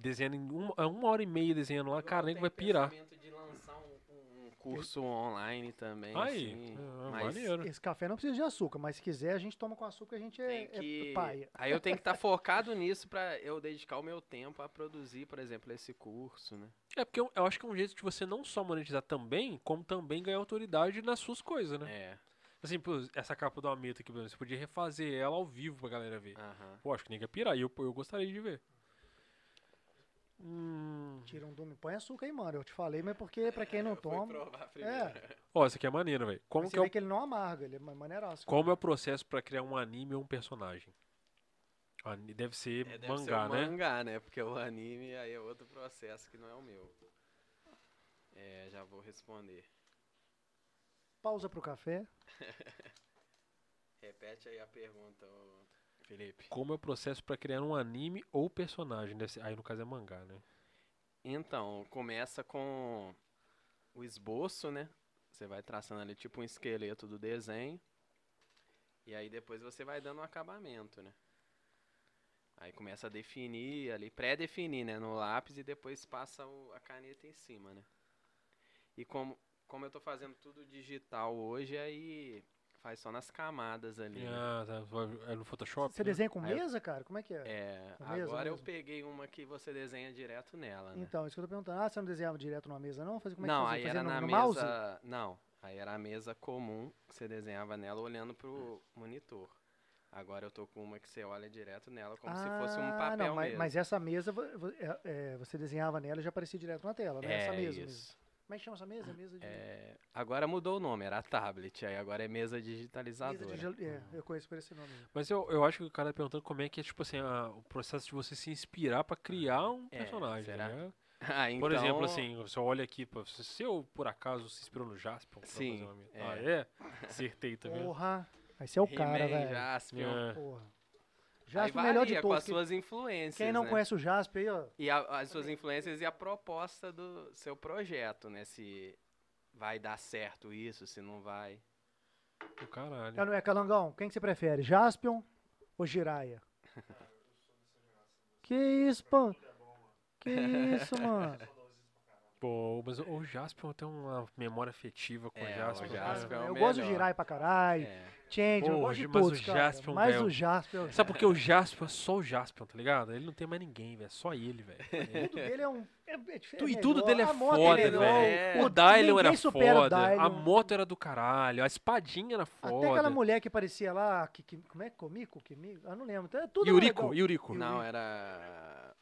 Desenhando em uma, é uma hora e meia desenhando lá, cara, Eu nem tenho vai pirar. pensamento de lançar um, um curso online também, Aí, assim, é, mas maneiro. Esse café não precisa de açúcar, mas se quiser a gente toma com açúcar, a gente é, tem é que... paia. Aí eu tenho que estar focado nisso pra eu dedicar o meu tempo a produzir, por exemplo, esse curso, né? É porque eu, eu acho que é um jeito de você não só monetizar também, como também ganhar autoridade nas suas coisas, né? É, Assim, pô, essa capa do Ameta aqui, por exemplo, você podia refazer ela ao vivo pra galera ver. aham. Pô, acho que ninguém ia pirar, e eu, eu gostaria de ver. Hum. Tipo Tira um domingo, põe açúcar aí, mano. Eu te falei, mas porque pra quem não toma. É, Ó, isso aqui é maneiro, velho. Como você que é o vê que ele não amarga, ele é ma- maneiraço. Como é o processo pra criar um anime ou um personagem? Ani- Deve ser É, deve mangá, ser um né? mangá, né? Porque o anime aí é outro processo que não é o meu. É, já vou responder. Pausa pro café. Repete aí a pergunta, ô Felipe. Como é o processo pra criar um anime ou personagem? Deve ser- Aí no caso é mangá, né? Então, começa com o esboço, né? Você vai traçando ali tipo um esqueleto do desenho. E aí depois você vai dando um acabamento, né? Aí começa a definir ali, pré-definir, né? No lápis e depois passa o- a caneta em cima, né? E como, como eu tô fazendo tudo digital hoje, aí faz só nas camadas ali, né? Ah, tá. Vai- É no Photoshop? Você né? desenha com Aí eu- mesa, cara? Como é que é? É, É mesmo, agora eu mesmo. peguei uma que você desenha direto nela, né? Então, isso que eu tô perguntando. Ah, você não desenhava direto numa mesa, não? Fazia, como é que não, fazia? aí Fazia era no, na no mesa. mouse? Não, aí era a mesa comum que você desenhava nela olhando pro monitor. Agora eu tô com uma que você olha direto nela como se fosse um Ah, papel não, mas, mesmo. mas essa mesa, vo- vo- é- é, você desenhava nela e já aparecia direto na tela, né? é essa mesa mesmo. isso. Como é que chama essa mesa? Mesa de... É, agora mudou o nome, era tablet, aí agora é mesa digitalizadora. mesa de gel- é, eu conheço por esse nome. Mas eu, eu acho que o cara tá perguntando como é que é, tipo assim, a- o processo de você se inspirar pra criar um É, personagem, será? né? Ah, Por então- exemplo, assim, você olha aqui, pô, se se eu por acaso se inspirou no Jasper pra Sim, fazer um anime. Ah, é? Acertei também. Porra, aí você é o cara, He-Man, velho. Jaspion. É. Porra. Aí Jasper, o melhor de varia com todos. as que- suas influências, Quem não né? conhece o Jasper aí, ó. E a- as suas influências e a proposta do seu projeto, né? Se vai dar certo isso, se não vai. Do caralho. Ah, Não é Calangão, quem que você prefere, Jaspion ou Jiraya? que isso, pô? Que isso, mano? Pô, mas o o Jasper tem uma memória afetiva com É, o o Jasper. né? Jasper é o eu gosto do melhor. Jiraya pra caralho, É. Change, eu Pô, gosto de mas o todos, cara. Jaspion, mas velho. o Jaspion, Sabe por que o Jasper é só o Jasper, tá ligado? Ele não tem mais ninguém, velho. é Só ele, velho. tudo dele é um... É, é Tu- diferente, e tudo dele é a moto foda, dele, velho. ó, é. O ninguém Dylion era supera o foda, a Dylion. moto era do caralho, a espadinha era Até aquela foda. mulher que parecia lá, que, que- como é? Comico? Que, eu não lembro. tá- Tudo Yuriko, legal. Yuriko. Não, era.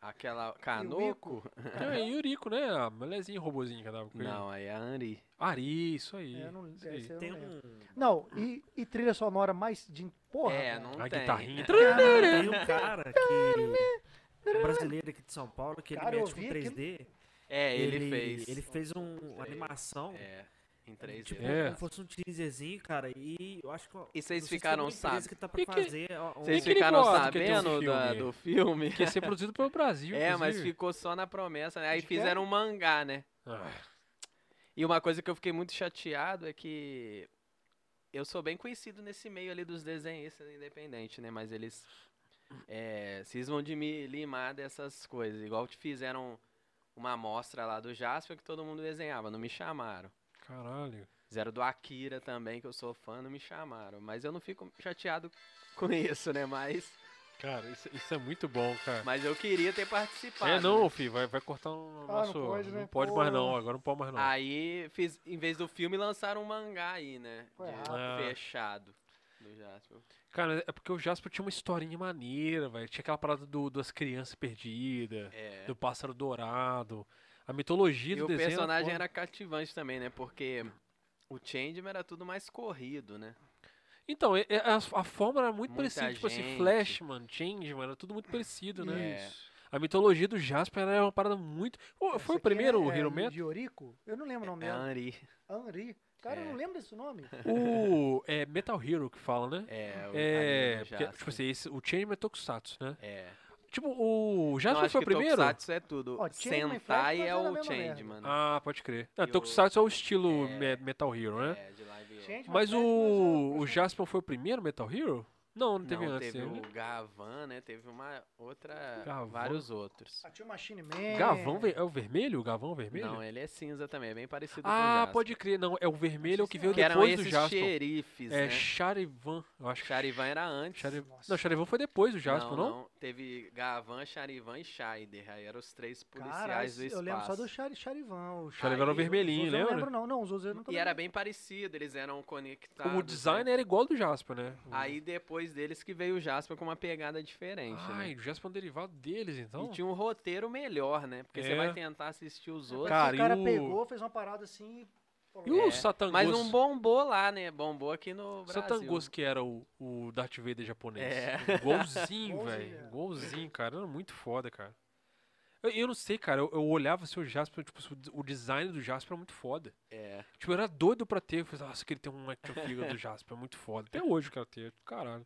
Aquela. Yuriko? Canoco? Não, é Yuriko, né? A mulherzinha, robozinha que andava com ele. Não, aí é a Anri. Ari, isso aí. É, eu não- isso aí. essa eu não Tem lembro. um- Não, e, e trilha sonora mais de. Porra! É, velho. não a tem. guitarrinha. Tem um cara que. um brasileiro aqui de São Paulo que ele Cara, eu mexe com vi 3D. É, ele, fez. Ele fez um- uma fez. animação. É, em 3D. Tipo, É. como fosse um teaserzinho, cara. E eu acho que. E vocês não sei se tem ficaram uma empresa sábio- que tá pra E que- fazer. ó, um- Vocês Vocês que ele ficaram gosta que tem um sabendo da- filme. do filme? Que ia ser produzido pelo Brasil, É, mas inclusive. é. ficou só na promessa, né? Aí De quê? fizeram um mangá, né? Ah, E uma coisa que eu fiquei muito chateado é que eu sou bem conhecido nesse meio ali dos desenhistas independentes, né? Mas eles é, cismam de me limar dessas coisas. Igual te fizeram uma amostra lá do Jasper que todo mundo desenhava, não me chamaram. Caralho. Fizeram do Akira também, que eu sou fã, não me chamaram. Mas eu não fico chateado com isso, né? Mas, Cara, isso, isso é muito bom, cara. mas eu queria ter participado. É, não, né? filho, vai, vai cortar o Ah, não nosso. pode, né? Ah, mais Pô. não, agora não pode mais não. Aí, fiz, em vez do filme, lançaram um mangá aí, né? Foi de- errado. Fechado. Do Jasper. Cara, é porque o Jasper tinha uma historinha maneira, velho. Tinha aquela parada do, das crianças perdidas, É. do pássaro dourado. A mitologia E do o desenho. é personagem pô, era cativante também, né? Porque o Changeman era tudo mais corrido, né? Então, é- é- a, a forma era muito Muita parecida. Tipo assim, gente. Flashman, Changeman, era tudo muito parecido, né? É. Isso. A mitologia do Jasper era uma parada muito. Pô, Essa foi o aqui é- primeiro o é um Hero de Metal? Yorico? Eu não lembro o nome É dela. Henri. Henri. Cara, eu É. não lembro desse nome. O. É Metal Hero que fala, né? É, o É. anime do porque, Jasper. tipo assim, esse, o Changeman é Tokusatsu, né? É. Tipo, o Não, Jasper acho foi o que primeiro? Tokusatsu é tudo. Ó, Changeman e Sentai Flash, é mas era a o mesma Changeman. né? Ah, pode crer. Ah, E o- Tokusatsu é o estilo É. me- Metal Hero, né? É, de live action. Gente, Mas Flash, o, mas o eu- Jasper foi o primeiro Metal Hero? Não, não teve Não, antes. teve dele, né? o Gavan, né? Teve uma outra. Gavan? Vários outros. Ah, tinha o Machine Man. Gavão ver- é o vermelho? O Gavão vermelho? Não, ele é cinza também, é bem parecido com o ah, Jasper. pode crer. Não, é o vermelho é o que veio Que eram depois do esses Jasper. xerifes, É né? Charivan, eu acho que. Charivan era antes. Chari- Nossa. Não, Charivan foi depois do Jasper, não? Teve Gavan, Charivan e Scheider. Aí eram os três policiais Caralho, do espaço. eu lembro só do Chari, Charivan. O Charivan era o Aí, vermelhinho, Os outros eu lembra? não lembro não, não, os outros eu não tô E era lembrando. bem parecido, eles eram conectados. O né? design era igual ao do Jasper, né? Aí depois deles que veio o Jasper com uma pegada diferente, Ai, né? o Jasper é um derivado deles, então? E tinha um roteiro melhor, né? Porque você É. vai tentar assistir os outros. Cara, o e cara o- pegou, fez uma parada assim e falou, E o É, Satangos? Mas não bombou lá, né? Bombou aqui no O Brasil. Satangos que era o, o Darth Vader japonês. É. Golzinho, Golzinho, velho. é. Golzinho, cara. Era muito foda, cara. Eu, eu não sei, cara. Eu, eu olhava assim, o Jasper, tipo, o design do Jasper é muito foda. É. Tipo, eu era doido pra ter. Eu falei, nossa, queria ter um action figure do Jasper, é muito foda. Até hoje eu quero ter, caralho.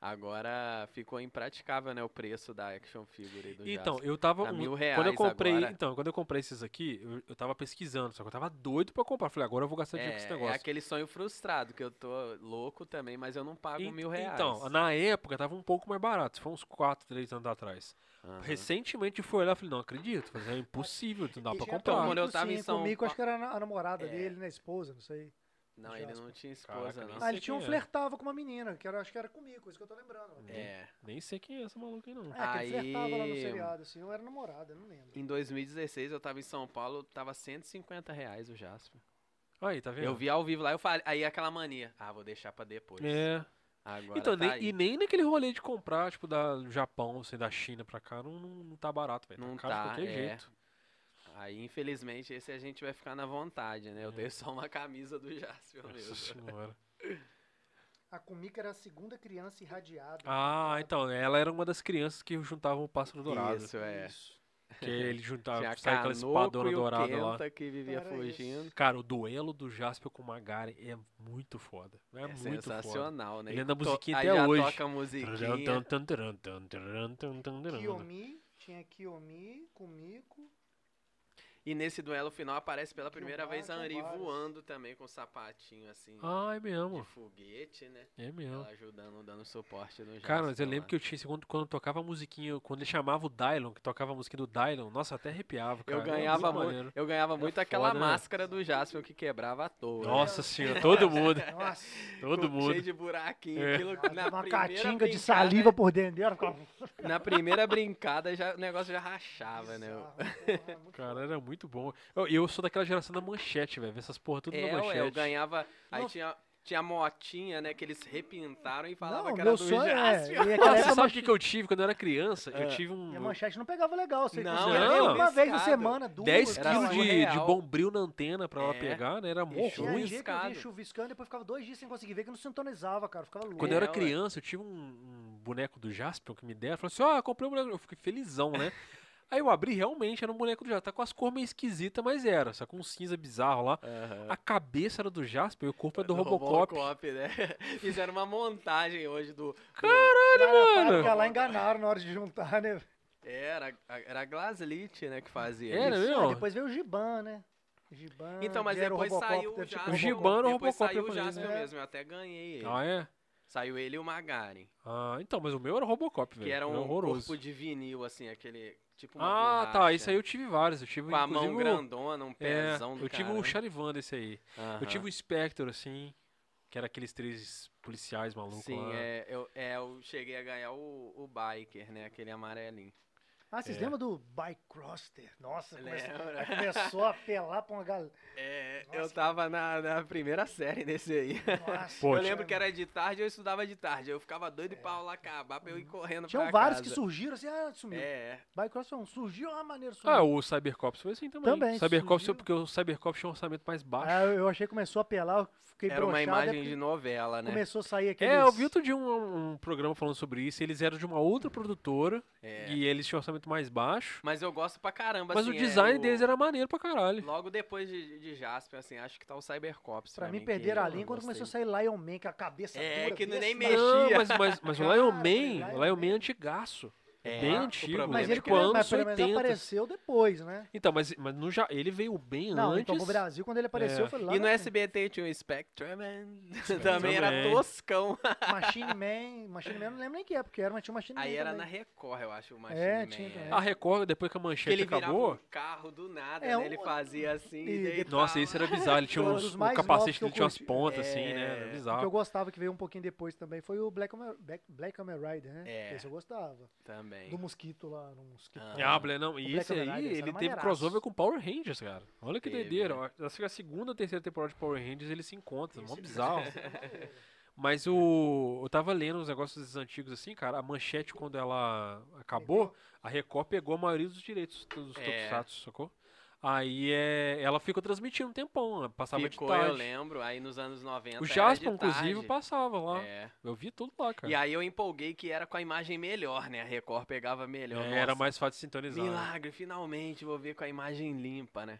Agora ficou impraticável, né? O preço da action figure aí do Então, Jasper. eu tava. Tá um- mil quando eu reais comprei. agora. Então, quando eu comprei esses aqui, eu, eu tava pesquisando, só que eu tava doido pra comprar. Falei, agora eu vou gastar dinheiro com esse É, é negócio. aquele sonho frustrado, que eu tô louco também, mas eu não pago Ent- mil reais. Então, na época tava um pouco mais barato, isso foi uns 4, 3 anos atrás. Aham. Recentemente eu fui olhar e falei, não acredito, falei, é impossível, não dá E pra comprar. tinha Então, comigo, quando eu tava em sim, São comigo, Pa- acho que era a- a namorada É. dele, né? Esposa, não sei. Não, ele Jasper. não tinha Caraca, esposa, não não. sei Ah, ele tinha um quem é. flertava com uma menina, que era, acho que era comigo, isso que eu tô lembrando. É. Nem sei quem é essa maluca aí, não. É, que ele Aí- flertava lá no seriado, assim, eu era namorada, não lembro. Em 2016, eu tava em São Paulo, tava 150 reais o Jasper. Aí, tá vendo? Eu vi ao vivo lá, eu falei, aí aquela mania. Ah, vou deixar pra depois. É. Agora Então, tá nem- aí. e nem naquele rolê de comprar, tipo, da do Japão, sei, da China pra cá, não, não, não tá barato, velho. Não caro de tá, qualquer é. jeito. Aí, infelizmente, esse a gente vai ficar na vontade, né? Eu tenho só uma camisa do Jasper É. Nossa mesmo. senhora. A Kumika era a segunda criança irradiada. Ah, então, ela era uma das crianças que juntavam o pássaro dourado. Isso, é. Que ele Tinha juntava, saia Tá aquela Canoco espadona e o dourada lá. Kenta que vivia Era fugindo. Cara, o duelo do Jasper com o Magari é muito foda. É, É, muito foda. sensacional, né? Ele anda a To- musiquinha aí até já hoje. toca a musiquinha. Kiyomi, tinha Kiyomi, Kumiko. E nesse duelo final aparece pela primeira Gilmar, vez a Anri Gilmares. voando também com o sapatinho assim Ah, é de mesmo. foguete, né? É mesmo. Ela né? ajudando, dando suporte no Cara, mas eu lembro que eu tinha, quando, quando eu tocava a musiquinha, quando ele chamava o Dylon, que tocava a música do Dylon, nossa, eu até arrepiava, cara. eu Era ganhava muito muito, maneiro. eu ganhava muito foda, aquela né? máscara do Jasper que quebrava à toa. Nossa senhora, todo mundo, Nossa, todo Com- Cheio mundo. de buraquinho, É. aquilo ela na tava uma primeira né? caatinga de brincada- saliva por dentro dela. ficava Na primeira brincada já o negócio já rachava, né? bizarro, porra, é muito Cara, era muito bom. Eu, eu sou daquela geração da manchete, velho, vê essas porra tudo É, na ué, manchete. eu ganhava, aí Não. tinha tinha a motinha, né, que eles repintaram e falavam Não, que era meu do sonho é. Jasper. E Cara, aquela você época, sabe o que, que eu tive quando eu era criança? É. Eu tive a um manchete não pegava legal. Você Não, é conseguia era ver meio uma vez na pescado. semana, duas. 10 Era quilos um de, de real. bombril na antena pra ela É. pegar, né? Era mó Isso. Tinha ruim. dia que eu Chuviscado. vinha chuviscando, depois ficava dois dias sem conseguir ver, que não sintonizava, cara. eu Ficava louco. Quando eu era É, ué. criança, eu tive um, um boneco do Jasper que me deram. Falou assim: Ó, comprei um boneco. Eu fiquei felizão, né? Aí eu abri, realmente era um boneco do Jasper. Tá com as cores meio esquisitas, mas era. Só com um cinza bizarro lá. Aham. A cabeça era do Jasper e o corpo é do, É. do Robocop. né? Fizeram uma montagem hoje do. Ah, Caralho, mano. lá enganaram na hora de juntar, né? É Era, era a Glaslit, né, que fazia Era isso. Ah, mesmo? depois veio o Giban, né? Giban. Então, mas que era depois Robocop, saiu o deve ter Jasper. O Robocop. Giban era o Depois Robocop saiu o japonês, Jasper né? mesmo, eu até ganhei ele. Ah, é? Saiu ele e o Magaren. Ah, então, mas o meu era Robocop, velho. Que era um horroroso. corpo de vinil, assim, aquele. Tipo uma Ah, tá. borracha, Isso aí eu tive vários. Eu tive Com a inclusive, mão o- grandona, um É, pezão do eu tive caramba. o Charivan desse aí. Eu Aham. tive o Spectre, assim, que era aqueles três policiais malucos Sim, um lá. é, eu, é, eu cheguei a ganhar o, o Biker, né? Aquele amarelinho. Ah, vocês É. lembram do Bicroster? Nossa, começa- Lembra? aí começou a apelar pra uma galera. É, Nossa, eu tava na, na primeira série nesse aí. Nossa, Pô, Eu Ótimo. lembro que era de tarde, eu estudava de tarde. Eu ficava doido pra aula acabar pra eu ir correndo É. Tinham pra vários casa. que surgiram assim, ah, sumiu. É, é. Bicroster é um, surgiu, ah, maneiro, sumiu. Ah, o Cybercops foi assim também. Também, Cybercops, surgiu- porque o Cybercops tinha um orçamento mais baixo. Ah, eu- eu achei que começou a apelar, eu fiquei Era uma broxado, é imagem porque de novela, né? Começou a sair aqueles... É, eu vi outro dia um, um programa falando sobre isso. Eles eram de uma outra produtora É. e eles tinham um orçamento mais baixo. Mas eu gosto pra caramba, Mas assim, o é design deles era maneiro pra caralho. Logo depois de, de Jasper, assim, acho que tá o Cybercops. Pra mim, que perderam a eu linha quando gostei. começou a sair Lion Man, que a cabeça É, dura que não- desse nem tamanho. Não, mexia. mas, mas, mas o Lion Cara, Man, o Lion Lion Man. Man é antigaço. É, bem o antigo. problema Mas é ele tipo, que- come- mas anos pelo menos 80. apareceu depois, né? Então, mas, mas no, Ja- ele veio bem Não, antes. então pro Brasil, quando ele apareceu, foi lá É. E no na- SBT tinha o Spectrum. Também era também. toscão. Machine Man, Machine Man eu não lembro nem que é, porque era, mas tinha um Machine Man Aí era na também. Record, eu acho, o Machine É, Man, tinha é. também. A Record, depois que a Que manchete ele virava acabou. um carro do nada, É, né? um- Ele fazia assim E- e daí Nossa, tava- isso era bizarro. Ele tinha Foi um uns, dos o mais novos capacete que eu dele tinha umas curti. pontas, É, assim, né? Era O que eu bizarro. gostava, que veio um pouquinho depois também, foi o Black Hammer, Black, Black Hammer Rider, né? É. Esse eu gostava. Também. Do mosquito lá, no mosquito. Ah. Ah, Blaine, não. O E Black esse Hammer aí, Rider, esse ele era teve maneiraço. crossover com Power Rangers, cara. Olha que Teve, né? doideira. ó. Acho que a segunda ou terceira temporada de Power Rangers eles se encontram. Mó bizarro. Mas É. o. Eu tava lendo uns negócios desses antigos assim, cara. A manchete, quando ela acabou, a Record pegou a maioria dos direitos dos É. Tokusatsu, sacou? Aí é, ela ficou transmitindo um tempão, né? passava Ficou, de tarde. eu lembro. Aí nos anos 90. O era Jasper, de inclusive, tarde. passava lá. É. Eu vi tudo lá, cara. E aí eu empolguei que era com a imagem melhor, né? A Record pegava melhor. É, era Nossa, mais fácil de sintonizar. né? Milagre, finalmente vou ver com a imagem limpa, né?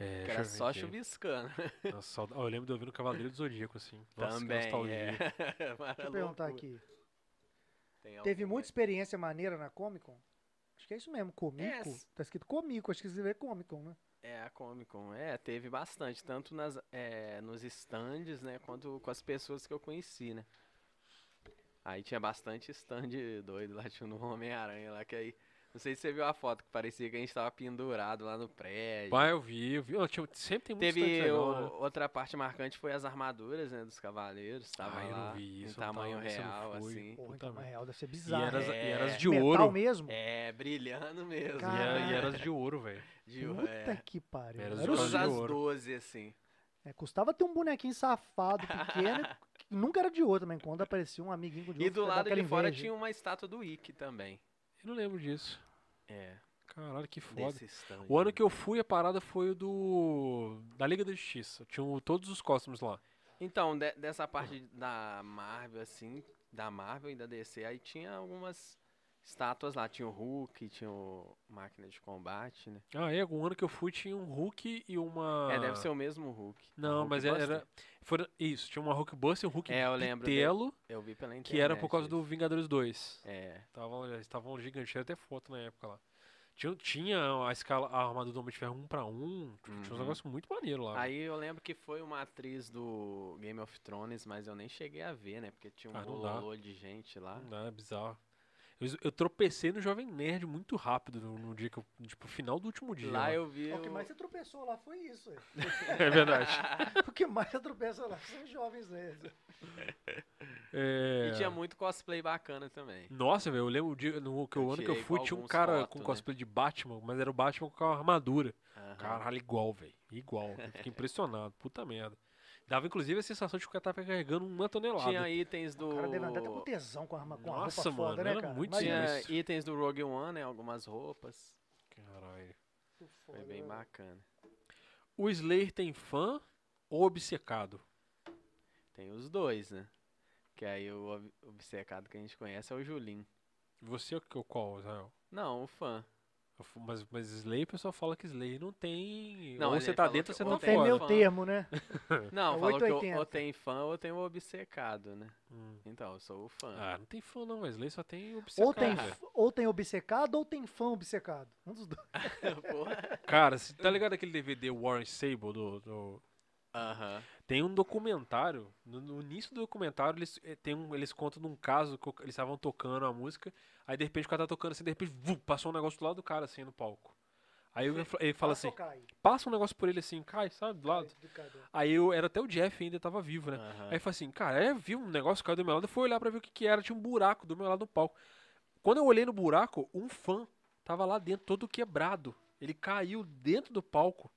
É, que era deixa eu ver só aqui. chuviscando. Nossa, saud- ó, eu lembro de ouvir no Cavaleiro do Zodíaco, assim. Nossa, que Também, é. nostalgia. Deixa eu perguntar aqui. aqui. Teve muita experiência maneira na Comic Con? Acho que é isso mesmo, Comico. Yes. Tá escrito Comico, acho que escreveu Comic Con, né? É, a Comic Con, é, teve bastante, tanto nas, é, nos stands, né, quanto com as pessoas que eu conheci, né. Aí tinha bastante stand doido lá, tinha no Homem-Aranha lá, que aí, não sei se você viu a foto, que parecia que a gente tava pendurado lá no prédio. Pai, eu vi, eu vi. Ó, tinha- sempre tem muito Teve stand legal, né? o- outra parte marcante foi as armaduras, né, dos cavaleiros, tava Ah, eu não lá, vi em isso, eu não tamanho tava- esse eu não real, fui. assim. Porra, Puta então, na merda. real, deve ser E bizarro. eras, né? e eras É. de Metal ouro. mesmo? É, brilhando mesmo. E, era- e Caralho. eras de ouro, velho. De, Puta é, que pariu. Eras Era o todas de as ouro. 12, assim. É, custava ter um bonequinho safado, pequeno, que nunca era de ouro também. Quando aparecia um amiguinho de ouro, E do dava lado aquela de fora inveja. tinha uma estátua do Ikki também. Eu não lembro disso. É, Caralho, que foda. desse né? stand. O ano que eu fui, a parada foi o do. Da Liga da Justiça. Tinham todos os cosmos lá. Então, de- dessa parte da Marvel, assim, da Marvel e da DC, aí tinha algumas estátuas lá. Tinha o Hulk, tinha o Máquina de Combate, né? Ah, é. O ano que eu fui tinha um Hulk e uma. É, deve ser o mesmo Hulk. Ah. Não, Hulk mas Buster. era. foram- Isso, tinha uma Hulk Buster e um Hulk É, eu lembro dele. Pitelo, Eu vi pela internet. que era por causa do isso. Vingadores 2. É, Estavam, eles estavam gigantes, tinha até foto na época lá. Tinha, tinha a escala, a armadura do Homem de Ferro 1 pra 1, tinha Uhum. uns negócios muito maneiro lá. aí eu lembro que foi uma atriz do Game of Thrones, mas eu nem cheguei a ver, né? Porque tinha um Ah, não dá. bololô de gente lá. Não, é bizarro. Eu, eu tropecei no Jovem Nerd muito rápido no, no dia que eu, tipo, final do último dia. Lá né? eu vi É O que o- mais você tropeçou lá foi isso. ué. É verdade. o que mais você tropeçou lá são os jovens mesmo. É. Hum. E tinha muito cosplay bacana também. Nossa, velho, eu lembro o dia- no que, o Eu ano que eu tirei fui, com tinha um alguns cara foto, com né? Ah. cosplay de Batman, mas era o Batman com a armadura. Aham. Caralho, igual, velho. Igual. Eu fiquei impressionado. Puta merda. Dava inclusive a sensação de que o cara tava carregando uma tonelada. Tinha itens do. O cara deve andar até com tesão com a, arma, com a Nossa, roupa foda, mano, né, era cara? muito Imagina, Tinha Isso. itens do Rogue One, né? Algumas roupas. Caralho. muito foda, Foi bem né? bacana. O Slayer tem fã ou obcecado? Tem os dois, né? Que aí o ob- obcecado que a gente conhece é o Julinho. Você é o qual, Israel? Não, o fã. Eu fu- Mas, mas Slayer, o pessoal fala que Slayer não tem. Não, ou ele você tá falou dentro ou você que ou tá Não tem tem fora. meu fã. termo, né? Não, É falou que eu- 880. ou tem fã ou tem o obcecado, né? Hum. Então, eu sou o fã. Ah, não tem fã não, mas Slayer só tem obcecado. Ou tem, velho. f- ou tem obcecado ou tem fã obcecado. Um dos dois. Porra. Cara, você tá ligado aquele DVD Warren Sable do. do- Aham. Tem um documentário, no, no início do documentário eles, eh, tem um, eles contam de um caso que o- eles estavam tocando a música, aí de repente o cara tá tocando assim, de repente vum, passou um negócio do lado do cara assim no palco. Aí ele fa- ele fala Passa assim, ou cai? passa um negócio por ele assim, cai, sabe, do lado. Do cara. Aí eu, era até o Jeff ainda tava vivo, né? Aham. Aí ele falou assim, cara, é, viu um negócio caiu do meu lado, eu fui olhar pra ver o que que era, tinha um buraco do meu lado do palco. Quando eu olhei no buraco, um fã tava lá dentro, todo quebrado. Ele caiu dentro do palco.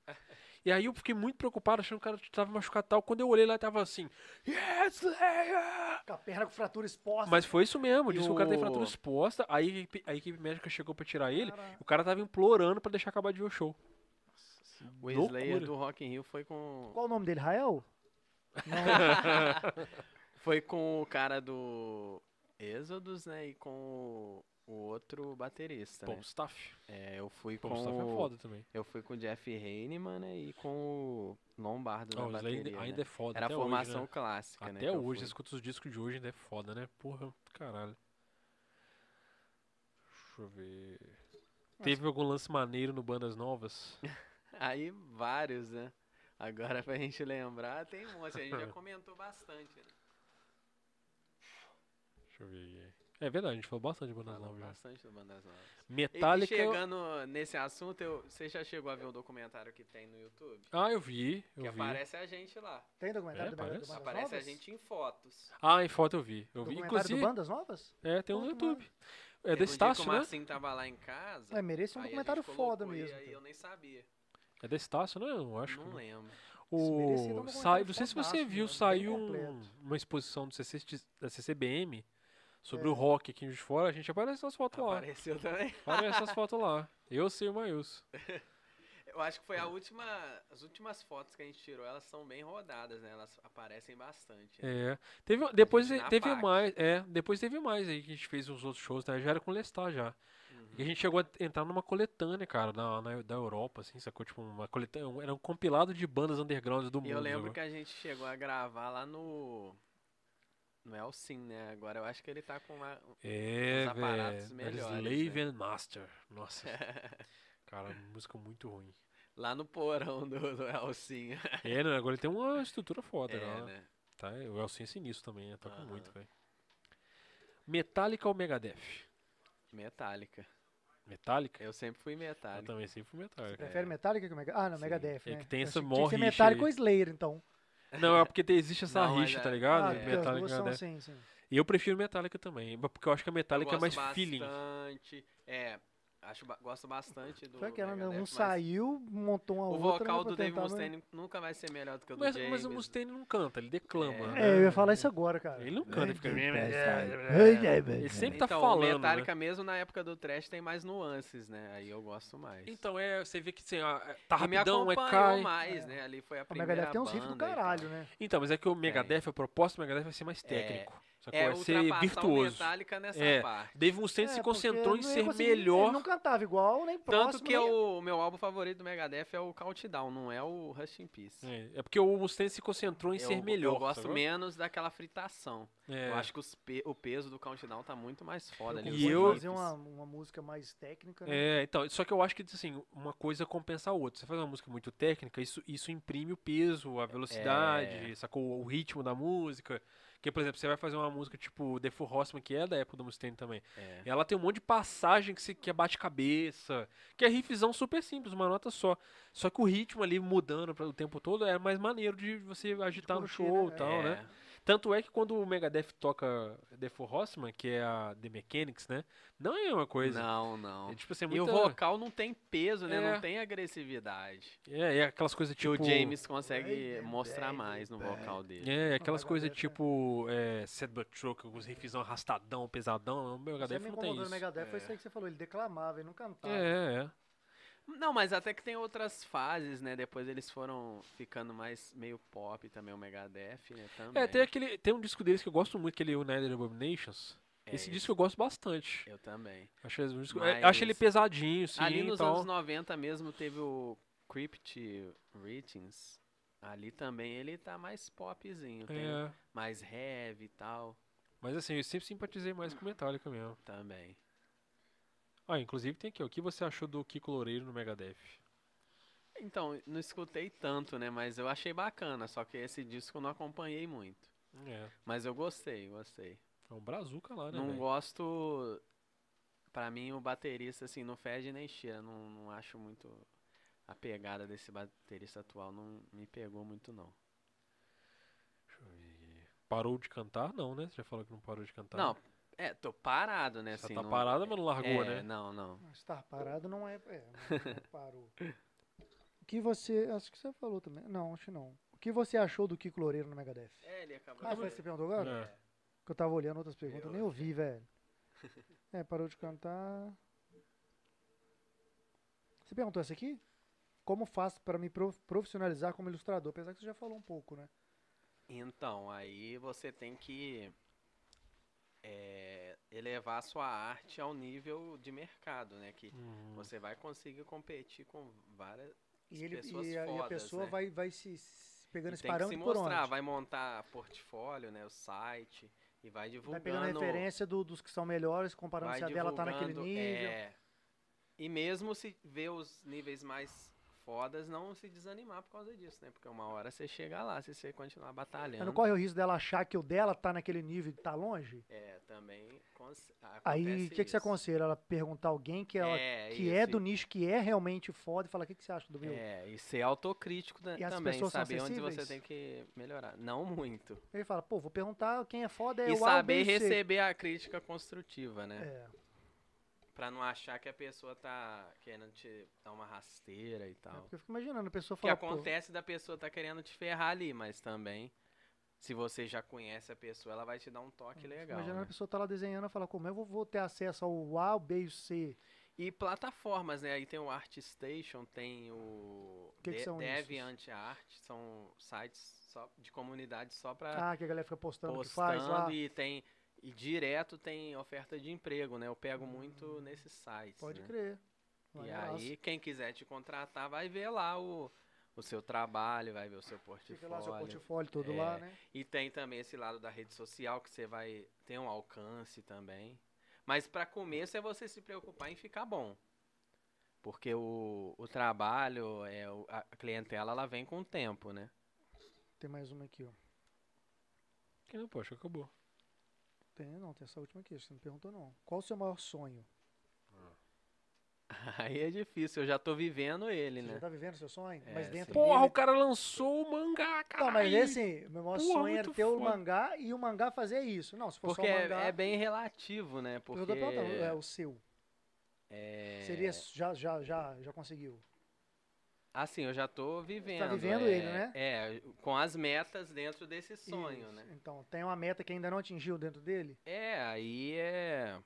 E aí eu fiquei muito preocupado, achando que o cara tava machucado e tal. Quando eu olhei lá, tava assim, Yes, Slayer! Com a perna com fratura exposta. Mas foi isso mesmo, E disse que o cara tem o- fratura exposta, aí a equipe- a equipe médica chegou pra tirar ele, Caraca. o cara tava implorando pra deixar acabar de ver o show. O Loucura. Slayer do Rock in Rio foi com. Qual o nome dele? Rael? Foi com o cara do Exodus, né? E com o, o outro baterista. Bom né? Staff. É, eu fui Bom com. Staff é o- foda também. Eu fui com o Jeff Hanneman né, e com o Lombardo Ah, na o Slayer bateria. né? ainda é foda, Era a até hoje, formação né? clássica, né? Até que eu hoje, fui. escuta os discos de hoje, ainda é foda, né? Porra, caralho. Deixa eu ver. Teve algum lance maneiro no Bandas Novas? Aí vários, né? Agora pra gente lembrar, tem um monte. A gente já comentou bastante, né? Deixa eu ver. É verdade, a gente falou bastante de Bandas Falou Novas. já. bastante do Bandas Novas. E Metallica. chegando nesse assunto, eu- você já chegou a ver um documentário que tem no YouTube? Ah, eu vi, eu que vi. aparece a gente lá. Tem documentário É, do, Bandas- do parece. Bandas aparece Novas? a gente em fotos. Ah, em foto eu vi. Eu vi. Documentário Inclusive, do Bandas Novas? é, tem um Pô, no que YouTube. É Teve do um dia que Estácio, O né? Marcinho tava lá em casa. É, merece um aí a gente documentário foda colocou e mesmo. aí cara. eu nem sabia. É do Estácio, né? Eu acho. não é que- lembro. Isso merecia dar um O... documentário Sai... Não sei se você fantástico, viu, né? Bem saiu completo. um- uma exposição do CC... de- da CCBM É. sobre o rock aqui de fora. A gente aparece nas Tá fotos lá. Apareceu também. Olha essas fotos lá. Eu sei o Maius. Eu acho que foi a última. As últimas fotos que a gente tirou, elas são bem rodadas, né? Elas aparecem bastante. né? É. Teve, depois gente na teve parte. mais. É, depois teve mais aí que a gente fez uns outros shows, né? Já era com o Lestar já. Uhum. E é a gente chegou a entrar numa coletânea, cara, da, na- da Europa, assim, sacou? Tipo, uma coletânea. um- Era um compilado de bandas undergrounds do E mundo. eu lembro sacou? que a gente chegou a gravar lá no. No Elsim, né? Agora eu acho que ele tá com uma. É, os aparatos velho. Era melhores, Slave né? and Master. Nossa. Cara, música muito ruim. Lá no porão do, do Elsim. É, né? agora ele tem uma estrutura foda, É, né? né? Tá, o Elcinho é sinistro também, né? Toca muito, Aham. velho. Metallica ou Megadeth? Metallica. Metallica? Eu sempre fui Eu Metallica. também sempre fui É. metálico. Prefere Metallica que o Mega... Ah, não, Sim. Megadeth, É né? que tem Eu essa achei mó Tinha que ser rixa Metallica aí. ou Slayer, então. Não, é porque tem- existe essa Não, mas rixa, é- tá ligado? ah, De porque as Metallica né? duas e são Megadeth. assim, sim. E eu prefiro Metallica também, mas porque eu acho que a Metallica é eu gosto mais feeling. bastante. É, acho, ba- gosto bastante do. Foi aquela, né? Megadeth, Um mas saiu, montou uma O outra. vocal né, pra do Dave tentar, mas- Mustaine nunca vai ser melhor do que o do Mas, James. mas o Mustaine não canta, ele declama. É. né? É, eu ia falar isso agora, cara. Ele não canta, ele fica. né? É, Ele Ele sempre tá então, falando. o né? Metallica mesmo na época do trash tem mais nuances, né? Aí eu gosto mais. Então, é, você vê que assim, ó, é- tá e me rapidão, é acompanhou cai. mais, né? Ali foi a O primeira Megadeth tem é? uns riffs do banda e tal. caralho, né? Então, mas é que o Megadeth, a proposta do Megadeth vai ser mais técnico. sacou? É, vai ser ultrapassar o virtuoso. Metallica nessa É. parte. Dave Mustaine É, se porque concentrou em não ia ser conseguir- Ele melhor. é não cantava igual, nem próximo. Tanto que nem... o meu álbum favorito do Megadeth é o Countdown, não é o Rush in Peace. É, é porque o Mustaine se concentrou em eu, ser melhor. eu gosto sacou? menos daquela fritação. É. Eu acho que os pe- o peso do Countdown tá muito mais foda ali. E os Ele eu- fazer riffs. uma, uma música mais técnica. né? É, então, só que eu acho que assim, uma coisa compensa a outra. Você faz uma música muito técnica, isso, isso imprime o peso, a velocidade, sacou? O ritmo da música. Porque, por exemplo, você vai fazer uma música tipo The Four Horsemen, que é da época do Mustaine também. É. Ela tem um monte de passagem que, se, que é bate-cabeça, que é riffzão super simples, uma nota só. Só que o ritmo ali mudando pra, o tempo todo é mais maneiro de você agitar curtir, no show né? e tal, é. né? Tanto é que quando o Megadeth toca The Four Horsemen, que é a The Mechanics, né? Não é uma coisa. Não, não. É, tipo, assim, é E o muita- vocal não tem peso, né? É. Não tem agressividade. É, é aquelas coisas Que tipo. o James consegue Baby, mostrar baby, mais no baby. vocal dele. É, aquelas Megadeth, coisas né? tipo. É, Sad But True, que os riffzão arrastadão, pesadão. O meu Você HD não me tem incomodou no isso. Megadeth, foi isso aí que você falou. Ele declamava, ele não É, cantava. é, é. Não, mas até que tem outras fases, né? Depois eles foram ficando mais meio pop também, o Megadeth, né? Também. É, tem, aquele, tem um disco deles que eu gosto muito, que ele é o United Abominations. É, Esse disco eu gosto bastante. Eu também. Acho, esse disco- Mas- é, acho ele pesadinho, sim. então- ali nos e tal. anos 90 mesmo teve o Crypt Reachings. Ali também ele tá mais popzinho, tem É. mais heavy e tal Mas assim, eu sempre simpatizei mais com Metallica mesmo. também. Ah, inclusive tem aqui, ó, o que você achou do Kiko Loureiro no Megadeth? Então, não escutei tanto, né? Mas eu achei bacana, só que esse disco eu não acompanhei muito. É, Mas eu gostei, gostei. é um brazuca lá, né? Não velho? gosto. Pra mim, o baterista, assim, não fede nem cheira. Não, não acho muito. A pegada desse baterista atual não me pegou muito, não. Deixa eu ver. Parou de cantar? Não, né? Você já falou que não parou de cantar. Não, é, tô parado, né? Você assim, tá não- parada, mas não largou, é, né? Não, não. Estar parado não é. é não parou. O que você. Acho que você falou também. Não, acho que não. O que você achou do Kiko Loureiro no Megadeth? É, ele acabou. Ah, foi isso que você perguntou agora? É. Que eu tava olhando outras perguntas, Eu nem ouvi, velho. É, parou de cantar. Você perguntou essa aqui? Como faço para me prof- profissionalizar como ilustrador? Apesar que você já falou um pouco, né? Então, aí você tem que é, elevar a sua arte ao nível de mercado, né? Que Hum. você vai conseguir competir com várias. E, ele, pessoas e, a, e a fodas, pessoa né? vai, vai se se pegando E esse tem que se parâmetro por mostrar, onde? vai montar portfólio, né? O site e vai Vai pegando a divulgando. referência do- dos que são melhores, comparando vai se a dela tá naquele divulgando, nível. é. E mesmo se ver os níveis mais fodas, não se desanimar por causa disso, né? Porque uma hora você chega lá, se você continuar Mas batalhando. não corre o risco dela achar que o dela tá naquele nível e tá longe? É, também. cons- Aí, o acontece que, que você isso. aconselha? Ela perguntar alguém que, ela, É, que é isso, do nicho, que é realmente foda, e falar: o que, que você acha do meu? É, e ser autocrítico da- E as também, pessoas são saber onde você acessíveis? tem que melhorar. Não muito. Ele fala, pô, vou perguntar quem é foda é e o A, o B saber e o C. receber a crítica construtiva, né? É. Pra não achar que a pessoa tá querendo te dar uma rasteira e É tal. porque eu fico imaginando, a pessoa O que fala, pô, acontece da pessoa tá querendo te ferrar ali, mas também, se você já conhece a pessoa, ela vai te dar um toque legal. imaginando a né? pessoa tá lá desenhando e fala, como eu vou- vou ter acesso ao A, o B e o C? E plataformas, né? Aí tem o ArtStation, tem o Que que De- são esses? DeviantArt, são sites só de comunidade só pra Ah, que a galera fica postando o que faz lá. É. postando e tem e direto tem oferta de emprego, né? Eu pego muito nesses sites. Hum. Pode né? crer. E Maneiraço. aí quem quiser te contratar vai ver lá o, o seu trabalho, vai ver o seu Fica lá seu portfólio. portfólio todo É. lá, né? E tem também esse lado da rede social que você vai ter um alcance também. Mas para começo é você se preocupar em ficar bom. Porque o, o trabalho, é, o- a clientela, ela vem com o tempo, né? Tem mais uma aqui, ó. Que não, poxa, acabou. Tem, não, tem essa última aqui, você não perguntou não. Qual o seu maior sonho? Aí é difícil, eu já tô vivendo ele, Você já né? tá vivendo seu sonho? É, mas dentro sim. Porra, o dele... cara lançou o mangá, cara. Não, mas assim, meu Porra, maior sonho era muito ter o foda. mangá e o mangá fazer isso. Não, se for Porque só o é, mangá... é bem relativo, né? Eu Porque tô perguntando, é o seu. é, Seria, assim. já, já, já, já conseguiu. assim, eu já tô vivendo. vivendo é, ele, né? É, com as metas dentro desse sonho, Isso. né? Então, tem uma meta que ainda não atingiu dentro dele? É, aí é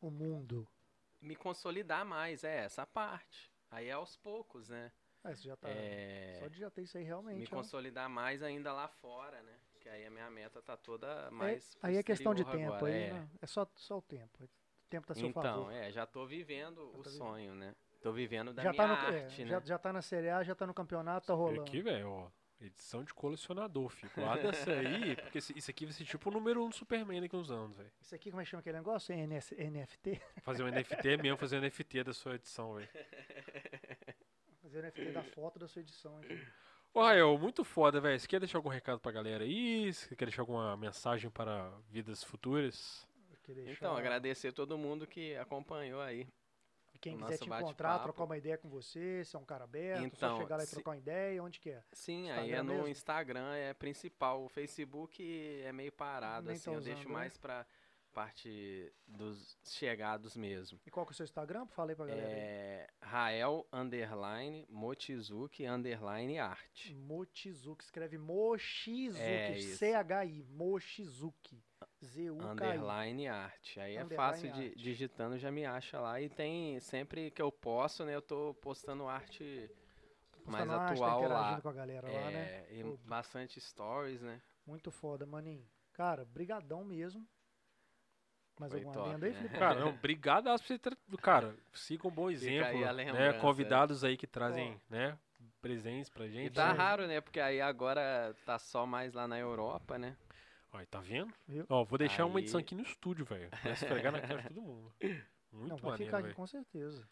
O mundo. me consolidar mais, é essa parte. Aí é aos poucos, né? É, você já tá. É, Só de né? já ter isso aí me realmente. é um ó. consolidar mais ainda lá fora, né? Que aí a minha meta tá toda mais. aí é questão de posterior tempo agora, aí, é. né? É só, só o tempo. O tempo tá a seu Então, favor. é, já tô vivendo Já o tá vivendo. sonho, né? Tô vivendo da já, minha tá no, é, arte, já, né? já tá na Série A, já tá no campeonato, tá rolando. Aqui, velho, ó. Edição de colecionador, filho. Guarda essa aí, porque esse- isso aqui vai ser tipo o número um do Superman daqui uns anos, velho. Isso aqui, como é que chama aquele negócio? NS, NFT? Fazer um NFT mesmo, fazer um NFT da sua edição, velho. Fazer NFT da foto da sua edição. hein? Ô, Rael, muito foda, velho. Você quer deixar algum recado pra galera aí? Você quer deixar alguma mensagem para vidas futuras? Eu queria deixar- Então, agradecer todo mundo que acompanhou aí. Quem o quiser nosso te encontrar, bate-papo. trocar uma ideia com você, se é um cara aberto, só Então, chegar lá e se- trocar uma ideia, onde que é? Sim, aí Instagram é no mesmo? Instagram, é principal. O Facebook é meio parado, Nem assim, tá eu deixo usando, né? mais pra parte dos chegados mesmo. E qual que é o seu Instagram? Fala aí pra galera. aí. É Rael underline Mochizuki underline arte. Mochizuki. Escreve Mochizuki. É isso. C-H-I. Mochizuki. Z-U-K-I. Underline arte. Aí é Underline fácil de arte. digitando, já me acha lá. E tem sempre que eu posso, né? Eu tô postando arte mais Postando arte, tá atual interagindo lá. com a galera lá, né? É, e Pô. bastante stories, né? Muito foda, maninho. Cara, brigadão mesmo. Mais Foi alguma top, lenda aí, né? Felipe? Cara, não, obrigado a você. tra- Cara, siga um bom Fica exemplo. aí a Né? lembrança. Convidados aí que trazem, né? Presentes pra E gente. tá né? raro, né? Porque aí agora tá só mais lá na Europa, né? Aí, tá vendo? Viu? Ó, vou deixar uma edição Aí. aqui no estúdio, velho. Vai esfregar na cara de todo mundo. Não, Muito vai maneiro, ficar aqui velho. com certeza.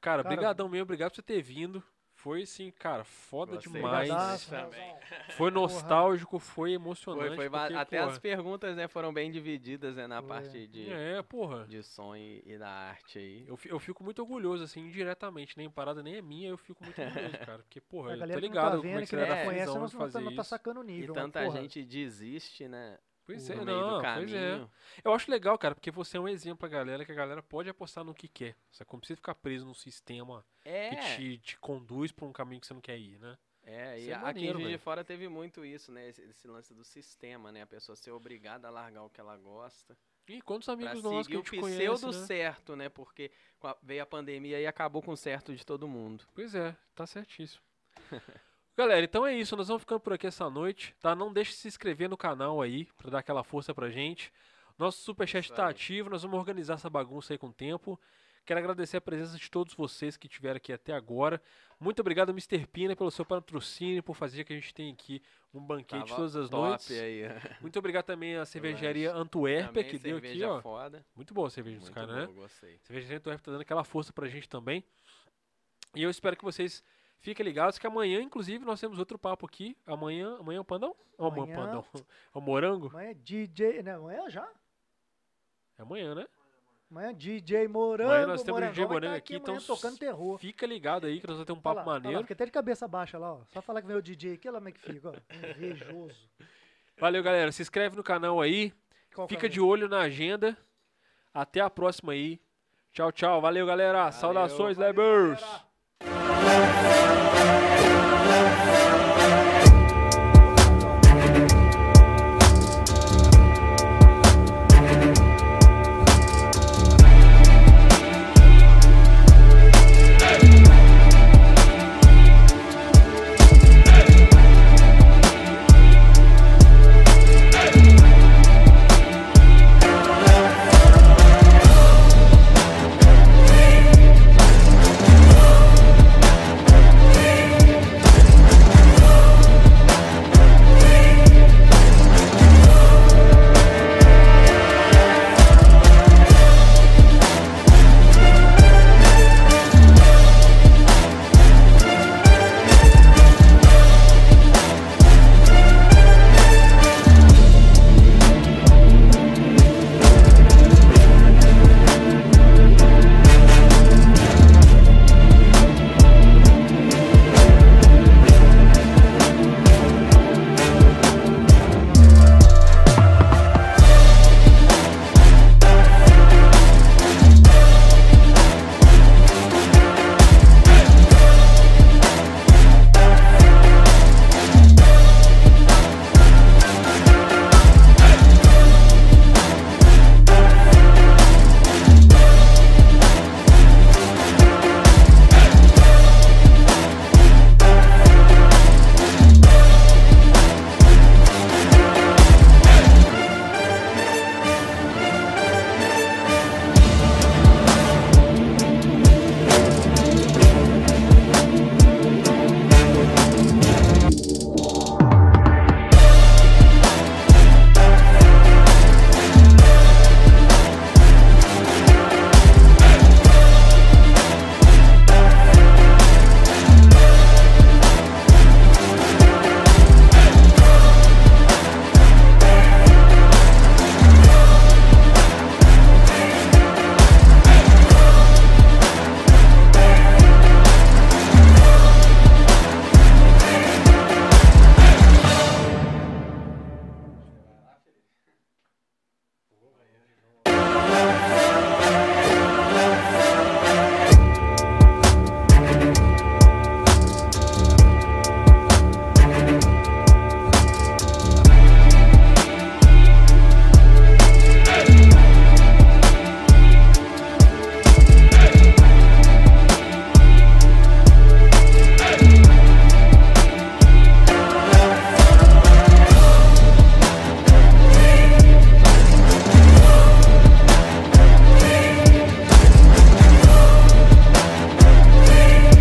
Cara, Cara, brigadão mesmo. Obrigado por você ter vindo. Foi sim, cara, foda Gostei demais. Abraço, também. Foi nostálgico, foi emocionante. Foi, foi va- porque, até porra, as perguntas né, foram bem divididas né, na Foi. parte de, É, porra. de som e, e da arte aí. Eu, fi- eu fico muito orgulhoso, assim, indiretamente. Nem parada nem é minha, eu fico muito orgulhoso, cara. Porque, porra, A eu tô galera que ligado não tá como é vendo, que você que não vai era dar é, conhece, confusão não, de não, tá, fazer não tá isso. sacando o E nível. mano, tanta porra. gente desiste, né? Pois No é, meio do não, pois é. caminho. Eu acho legal, cara, porque você é um exemplo pra galera que a galera pode apostar no que quer. Você não precisa ficar preso num sistema que É, te, te conduz pra um caminho que você não quer ir, né? é, Isso e é aqui maneiro, em Juiz de velho. Fora teve muito isso, né? Esse, esse lance do sistema, né? A pessoa ser obrigada a largar o que ela gosta. E quantos Pra amigos nossos que seguir a o gente conhece, pseudo né? certo, né? Porque com a- veio a pandemia e acabou com o certo de todo mundo. Pois é, tá certíssimo. Galera, então é isso. Nós vamos ficando por aqui essa noite, tá? Não deixe de se inscrever no canal aí, pra dar aquela força pra gente. Nosso superchat Isso tá aí. ativo, nós vamos organizar essa bagunça aí com o tempo. Quero agradecer a presença de todos vocês que estiveram aqui até agora. Muito obrigado, Mr. Pina, pelo seu patrocínio, por fazer que a gente tenha aqui um banquete Tava todas as top noites. aí. Muito obrigado também à cervejaria Antuérpia, Também que deu aqui, cerveja ó. foda. Muito boa a cerveja dos Muito caras, né? boa, gostei. Cerveja Centro F tá dando aquela força pra gente também. E eu espero que vocês fiquem ligados que amanhã, inclusive, nós temos outro papo aqui. Amanhã, amanhã é o pandão? Ou amanhã é o Amanhã. pandão? É o morango? Amanhã é DJ. Não, amanhã já? É amanhã, né? Amanhã é DJ Morango. Amanhã nós temos Morangão DJ vai Morango tá aqui, então amanhã tocando terror. fica ligado aí que nós vamos ter um Olha papo lá, olha lá, maneiro. Fica até de cabeça baixa lá, ó. Só falar que veio o DJ aqui, olha lá como é que fica, ó. Invejoso. Valeu, galera. Se inscreve no canal aí. Qual que é Fica o de olho na agenda. Até a próxima aí. Tchau, tchau. Valeu, galera. Saudações, Lebers. galera.